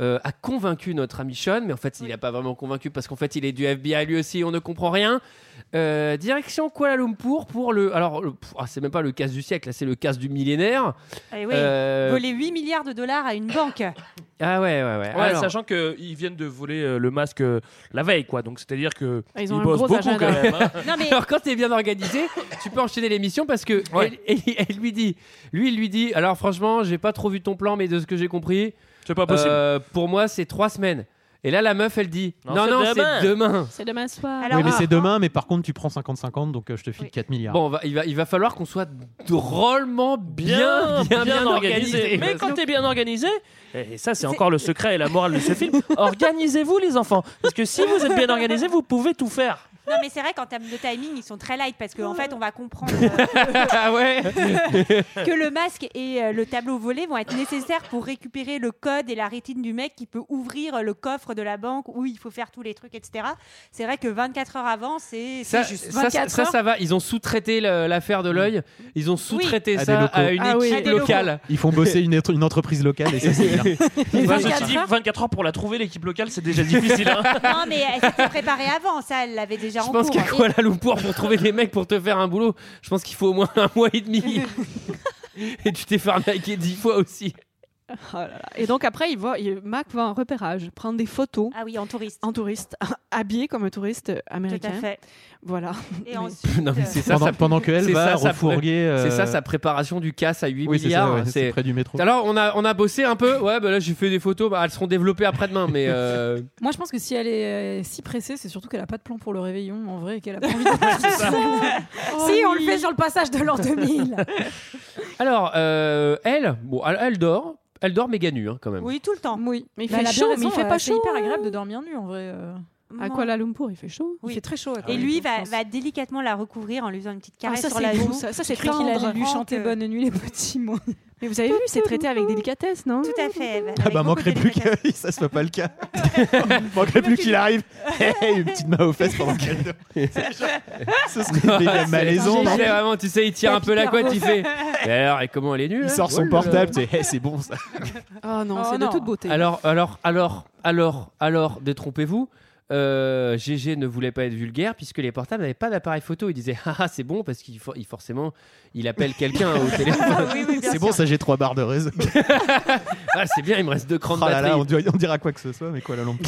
[SPEAKER 1] euh, a convaincu notre ami Sean, mais en fait, il a pas vraiment convaincu parce qu'en fait, il est du FBI lui aussi, on ne comprend rien. Euh, direction Kuala Lumpur pour le. Alors, le- pff, ah, c'est même pas le casse du siècle, là, c'est le casse du millénaire.
[SPEAKER 16] Eh oui,
[SPEAKER 1] Euh,
[SPEAKER 16] voler 8 milliards de dollars à une banque.
[SPEAKER 1] Ah ouais, ouais, ouais.
[SPEAKER 11] Ouais,
[SPEAKER 1] Alors-
[SPEAKER 11] sachant qu'ils viennent de voler euh, le masque euh, la veille, quoi. Donc, c'est-à-dire que
[SPEAKER 1] Ah,
[SPEAKER 11] ils bossent beaucoup quand même. hein.
[SPEAKER 1] Alors quand t'es bien organisé, tu peux enchaîner l'émission parce que elle, elle- elle lui dit, lui il lui dit, alors franchement j'ai pas trop vu ton plan mais de ce que j'ai compris, euh,
[SPEAKER 11] c'est pas possible.
[SPEAKER 1] pour moi c'est trois semaines. Et là la meuf elle dit,
[SPEAKER 11] Non,
[SPEAKER 1] non
[SPEAKER 11] c'est
[SPEAKER 1] non,
[SPEAKER 11] demain.
[SPEAKER 1] c'est demain.
[SPEAKER 14] C'est demain soir.
[SPEAKER 7] oui, mais c'est demain, mais par contre, tu prends 50-50, donc euh, je te file 4 milliards.
[SPEAKER 1] Bon on va- il va il va falloir qu'on soit drôlement bien
[SPEAKER 11] Bien, bien, organisé.
[SPEAKER 1] organisé.
[SPEAKER 11] Mais quand t'es bien organisé, eh, et ça c'est encore le secret et la morale de ce film, organisez-vous les enfants. Parce que si vous êtes bien organisé, vous pouvez tout faire.
[SPEAKER 16] Non, mais c'est vrai qu'en termes de timing, ils sont très light parce qu'en fait, on va comprendre
[SPEAKER 1] ah ouais
[SPEAKER 16] que le masque et euh, le tableau volé vont être nécessaires pour récupérer le code et la rétine du mec qui peut ouvrir le coffre de la banque où il faut faire tous les trucs, etc. C'est vrai que 24 heures avant, c'est
[SPEAKER 1] Ça,
[SPEAKER 16] c'est juste.
[SPEAKER 1] ça, ça, ça, ça va. Ils ont sous-traité le- l'affaire de l'œil. Ils ont sous-traité
[SPEAKER 7] Ah À des
[SPEAKER 1] ça
[SPEAKER 7] locaux.
[SPEAKER 1] à une
[SPEAKER 14] Ah
[SPEAKER 1] équipe locale.
[SPEAKER 7] Ils font bosser une, être- une entreprise locale et ça, c'est bien. Ah
[SPEAKER 11] Moi, je te dis, 24 heures pour la trouver, l'équipe locale, c'est déjà difficile. hein.
[SPEAKER 16] Non, mais elle s'était préparée avant, ça, elle l'avait déjà
[SPEAKER 1] Je
[SPEAKER 16] en
[SPEAKER 1] pense
[SPEAKER 16] cours.
[SPEAKER 1] qu'à Kuala Lumpur, pour trouver des mecs pour te faire un boulot, je pense qu'il faut au moins un mois et demi. et tu t'es fait arnaquer dix fois aussi.
[SPEAKER 14] Oh là là. Et donc après, il va, il- Mac va en repérage, prendre des photos.
[SPEAKER 16] Ah oui, en touriste.
[SPEAKER 14] En touriste, habillé comme un touriste américain.
[SPEAKER 16] fait.
[SPEAKER 14] Voilà.
[SPEAKER 16] Et ensuite,
[SPEAKER 1] Non, mais c'est ça,
[SPEAKER 7] Pendant-
[SPEAKER 1] ça-
[SPEAKER 7] pendant que elle
[SPEAKER 1] c'est
[SPEAKER 7] va
[SPEAKER 1] ça, ça
[SPEAKER 7] refourguer,
[SPEAKER 1] pré-
[SPEAKER 7] euh,
[SPEAKER 1] C'est ça sa préparation du casse à 8
[SPEAKER 7] Oui, c'est ça,
[SPEAKER 1] milliards.
[SPEAKER 7] ouais, c'est près du métro.
[SPEAKER 1] Alors, on a, on a bossé un peu. Ouais, bah là, j'ai fait des photos. Bah, elles seront développées après-demain. Mais euh,
[SPEAKER 12] Moi, je pense que si elle est euh, si pressée, c'est surtout qu'elle a pas de plan pour le réveillon, en vrai, et qu'elle a pas envie de
[SPEAKER 16] Oh
[SPEAKER 12] Si, on le fait sur le passage de l'an 2000.
[SPEAKER 1] Alors, euh, elle, bon, elle, elle dort. Elle dort méga nue, hein, quand même.
[SPEAKER 16] Oui, tout le temps.
[SPEAKER 12] Oui, Bah, mais
[SPEAKER 14] il fait chaud, mais il fait pas
[SPEAKER 12] C'est
[SPEAKER 14] chaud,
[SPEAKER 12] hyper
[SPEAKER 14] hein.
[SPEAKER 12] agréable de dormir nu, en vrai. euh.
[SPEAKER 14] À Kuala Lumpur, il fait chaud.
[SPEAKER 12] Il fait très chaud. hein. à Kuala
[SPEAKER 16] Et lui
[SPEAKER 12] Lumpur, je
[SPEAKER 16] va,
[SPEAKER 12] pense.
[SPEAKER 16] va délicatement la recouvrir en lui faisant une petite caresse
[SPEAKER 14] Ah, ça,
[SPEAKER 16] sur
[SPEAKER 14] c'est
[SPEAKER 16] la joue.
[SPEAKER 14] beau, ça. Ça, c'est
[SPEAKER 16] Je crois
[SPEAKER 12] qu'il a dû
[SPEAKER 16] comprends
[SPEAKER 12] chanter
[SPEAKER 16] que-
[SPEAKER 12] bonne nuit les petits mots.
[SPEAKER 14] Mais vous avez vu, c'est traité avec délicatesse, non
[SPEAKER 16] Tout à fait. avec
[SPEAKER 7] Ah bah
[SPEAKER 16] beaucoup
[SPEAKER 7] manquerait
[SPEAKER 16] de
[SPEAKER 7] plus
[SPEAKER 16] délicatesse.
[SPEAKER 7] que ça soit pas le cas. manquerait plus qu'il arrive. Hey, une petite main aux fesses pendant qu'elle dort. Ce serait méga
[SPEAKER 1] C'est-
[SPEAKER 7] malaisant.
[SPEAKER 1] tu
[SPEAKER 7] non
[SPEAKER 1] sais, vraiment, tu sais, il tire un peu la couette, il fait. Et alors, et comment elle est nue
[SPEAKER 7] Il
[SPEAKER 1] là
[SPEAKER 7] sort
[SPEAKER 1] Oh
[SPEAKER 7] son
[SPEAKER 1] là
[SPEAKER 7] portable,
[SPEAKER 1] là.
[SPEAKER 7] tu sais, Hey, c'est bon ça.
[SPEAKER 14] Oh non,
[SPEAKER 12] Oh
[SPEAKER 14] c'est
[SPEAKER 12] non.
[SPEAKER 14] de toute beauté.
[SPEAKER 1] Alors, alors, alors, alors, alors, détrompez-vous. Euh, GG ne voulait pas être vulgaire puisque les portables n'avaient pas d'appareil photo. Il disait ah ah, c'est bon parce qu'il for- il- forcément il appelle quelqu'un au
[SPEAKER 14] Ah
[SPEAKER 1] téléphone.
[SPEAKER 7] C'est bon, ça j'ai trois barres de réseau.
[SPEAKER 1] Ah, c'est bien, il me reste deux crans
[SPEAKER 7] Oh
[SPEAKER 1] de
[SPEAKER 7] là
[SPEAKER 1] batterie.
[SPEAKER 7] là, on, dirait- on dira quoi que ce soit, mais quoi la lampe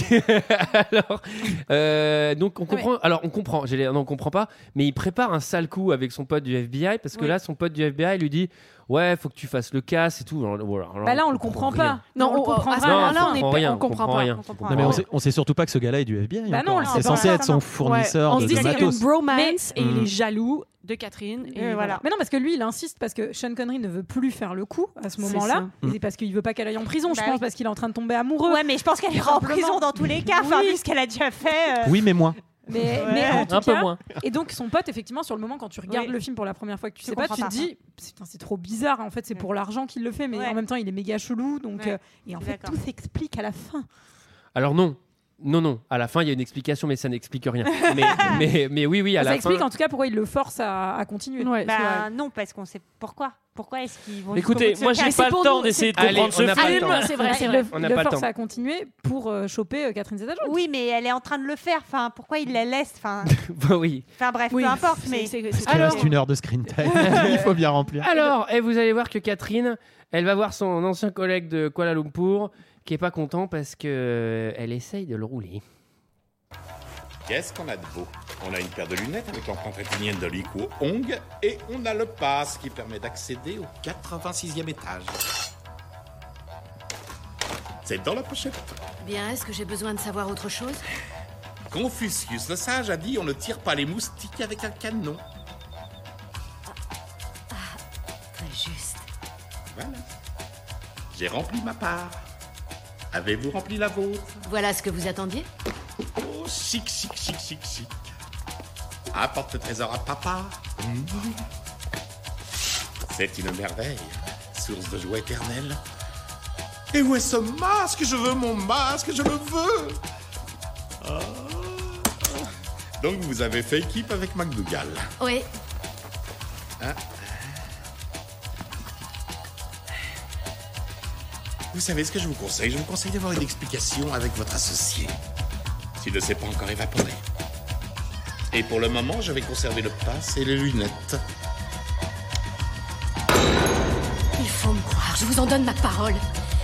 [SPEAKER 1] Euh, donc
[SPEAKER 12] Ah
[SPEAKER 1] on comprend. Alors on comprend. j'allais dire, Non, on comprend pas. Mais il prépare un sale coup avec son pote du FBI parce que là, son pote du FBI lui dit ouais, faut que tu fasses le casse et tout. Alors, alors,
[SPEAKER 12] Bah là, on le comprend
[SPEAKER 1] rien.
[SPEAKER 12] pas.
[SPEAKER 14] Non,
[SPEAKER 12] on le
[SPEAKER 14] on-
[SPEAKER 12] comprend
[SPEAKER 14] à ce
[SPEAKER 12] pas.
[SPEAKER 1] Non,
[SPEAKER 14] moment-là, on est-
[SPEAKER 1] comprend rien,
[SPEAKER 14] on comprend pas,
[SPEAKER 1] rien.
[SPEAKER 14] on comprend
[SPEAKER 7] Non mais on sait, on sait surtout pas que ce gars-là est du FBI.
[SPEAKER 14] Ah Bah
[SPEAKER 7] encore.
[SPEAKER 14] non,
[SPEAKER 7] c'est
[SPEAKER 14] c'est pas
[SPEAKER 7] censé
[SPEAKER 14] ça,
[SPEAKER 7] être son
[SPEAKER 14] non.
[SPEAKER 7] fournisseur
[SPEAKER 14] On se
[SPEAKER 7] de
[SPEAKER 14] dit qu'il y a une
[SPEAKER 7] matos.
[SPEAKER 14] bromance et il
[SPEAKER 7] Mm.
[SPEAKER 14] est jaloux de Catherine. Et voilà.
[SPEAKER 12] Mais non, parce que lui, il insiste parce que Sean Connery ne veut plus faire le coup à ce
[SPEAKER 14] C'est
[SPEAKER 12] moment-là.
[SPEAKER 14] ça.
[SPEAKER 12] Et C'est parce qu'il veut pas qu'elle aille en prison, je
[SPEAKER 16] Bah
[SPEAKER 12] pense,
[SPEAKER 16] oui.
[SPEAKER 12] parce qu'il est en train de tomber amoureux.
[SPEAKER 16] Ouais, mais je pense qu'elle ira en prison dans tous les cas, enfin, vu ce qu'elle a déjà fait. euh.
[SPEAKER 7] Oui, mais moi.
[SPEAKER 12] Mais,
[SPEAKER 16] Ouais.
[SPEAKER 12] mais en tout
[SPEAKER 11] Un peu
[SPEAKER 12] cas-
[SPEAKER 11] moins.
[SPEAKER 12] Et donc, son pote, effectivement, sur le moment, quand tu regardes
[SPEAKER 16] Oui.
[SPEAKER 12] le film pour la première fois que tu
[SPEAKER 16] Je
[SPEAKER 12] sais pas,
[SPEAKER 16] comprends
[SPEAKER 12] tu te
[SPEAKER 16] pas,
[SPEAKER 12] dis Putain, c'est trop bizarre. En fait, c'est pour l'argent qu'il le fait, mais
[SPEAKER 16] Ouais.
[SPEAKER 12] en même temps, il est méga chelou. Donc,
[SPEAKER 16] Ouais.
[SPEAKER 12] euh, et en fait,
[SPEAKER 16] D'accord.
[SPEAKER 12] tout s'explique à la fin.
[SPEAKER 1] Alors non, non, non. À la fin, il y a une explication, mais ça n'explique rien. mais, mais, mais oui, oui, à
[SPEAKER 12] ça
[SPEAKER 1] la fin.
[SPEAKER 12] explique en tout cas pourquoi il le force à, à continuer.
[SPEAKER 16] Bah non, parce qu'on sait pourquoi. Pourquoi est-ce qu'ils vont
[SPEAKER 11] Écoutez, moi,
[SPEAKER 6] Ah,
[SPEAKER 11] j'ai pas le temps d'essayer de comprendre ce film.
[SPEAKER 12] Le,
[SPEAKER 11] Ah, On n'a
[SPEAKER 12] le
[SPEAKER 11] pas le
[SPEAKER 12] force
[SPEAKER 11] temps.
[SPEAKER 12] à continuer pour euh, choper euh, Catherine Zeta-Jones.
[SPEAKER 16] Oui, mais elle est en train de le faire. Enfin, pourquoi il la laisse Enfin,
[SPEAKER 1] Bah oui.
[SPEAKER 16] enfin, bref,
[SPEAKER 14] Oui,
[SPEAKER 16] peu importe.
[SPEAKER 14] c'est-
[SPEAKER 16] Mais
[SPEAKER 14] c'est- c'est-
[SPEAKER 7] Parce qu'il reste une heure de screen time. Il faut bien remplir.
[SPEAKER 1] Alors, et vous allez voir que Catherine, elle va voir son ancien collègue de Kuala Lumpur qui est pas content parce que euh, elle essaye de le rouler.
[SPEAKER 2] Qu'est-ce qu'on a de beau On a une paire de lunettes avec l'empreinte rétinienne de Li Kuo Hong et on a le pass qui permet d'accéder au 86e étage. C'est dans la pochette.
[SPEAKER 10] Bien, est-ce que j'ai besoin de savoir autre chose
[SPEAKER 2] Confucius le sage a dit on ne tire pas les moustiques avec un canon.
[SPEAKER 10] Très juste.
[SPEAKER 2] Voilà. J'ai rempli ma part. Avez-vous rempli la vôtre
[SPEAKER 10] Voilà ce que vous attendiez
[SPEAKER 2] Oh, chic, chic, chic, chic, chic. Apporte le trésor à papa. Mmh. C'est une merveille, source de joie éternelle. Et où est ce masque Je veux mon masque, je le veux Ah. Donc vous avez fait équipe avec McDougall.
[SPEAKER 10] Oui.
[SPEAKER 2] hein Vous savez ce que je vous conseille Je vous conseille d'avoir une explication avec votre associé. S'il ne s'est pas encore évaporé. Et pour le moment, je vais conserver le passe et les lunettes.
[SPEAKER 10] Il faut me croire, je vous en donne ma parole.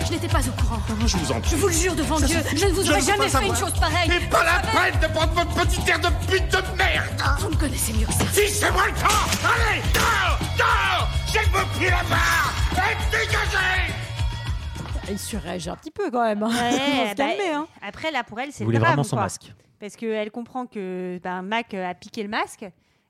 [SPEAKER 10] Je n'étais pas au courant.
[SPEAKER 2] Ah, je vous en prie.
[SPEAKER 10] Je vous le jure devant
[SPEAKER 2] Ça
[SPEAKER 10] Dieu,
[SPEAKER 2] suffit.
[SPEAKER 10] je ne vous
[SPEAKER 2] Je
[SPEAKER 10] aurais
[SPEAKER 2] ne veux
[SPEAKER 10] jamais
[SPEAKER 2] pas
[SPEAKER 10] fait une
[SPEAKER 2] savoir.
[SPEAKER 10] chose pareille.
[SPEAKER 2] Et pas la peine de prendre votre petite air de pute de merde
[SPEAKER 10] Vous me connaissez mieux que ça.
[SPEAKER 2] Si c'est moi le temps Allez, go Go J'ai le mot pris la barre Et dégagez
[SPEAKER 12] Il surréagit un petit peu quand même. hein.
[SPEAKER 6] Ouais,
[SPEAKER 12] Faut se
[SPEAKER 6] bah,
[SPEAKER 12] calmer, hein.
[SPEAKER 6] Après, là, pour elle, c'est
[SPEAKER 7] Vous voulez
[SPEAKER 6] grave,
[SPEAKER 7] vraiment son
[SPEAKER 6] quoi.
[SPEAKER 7] masque.
[SPEAKER 6] Parce qu'elle comprend que ben, Mac euh, a piqué le masque.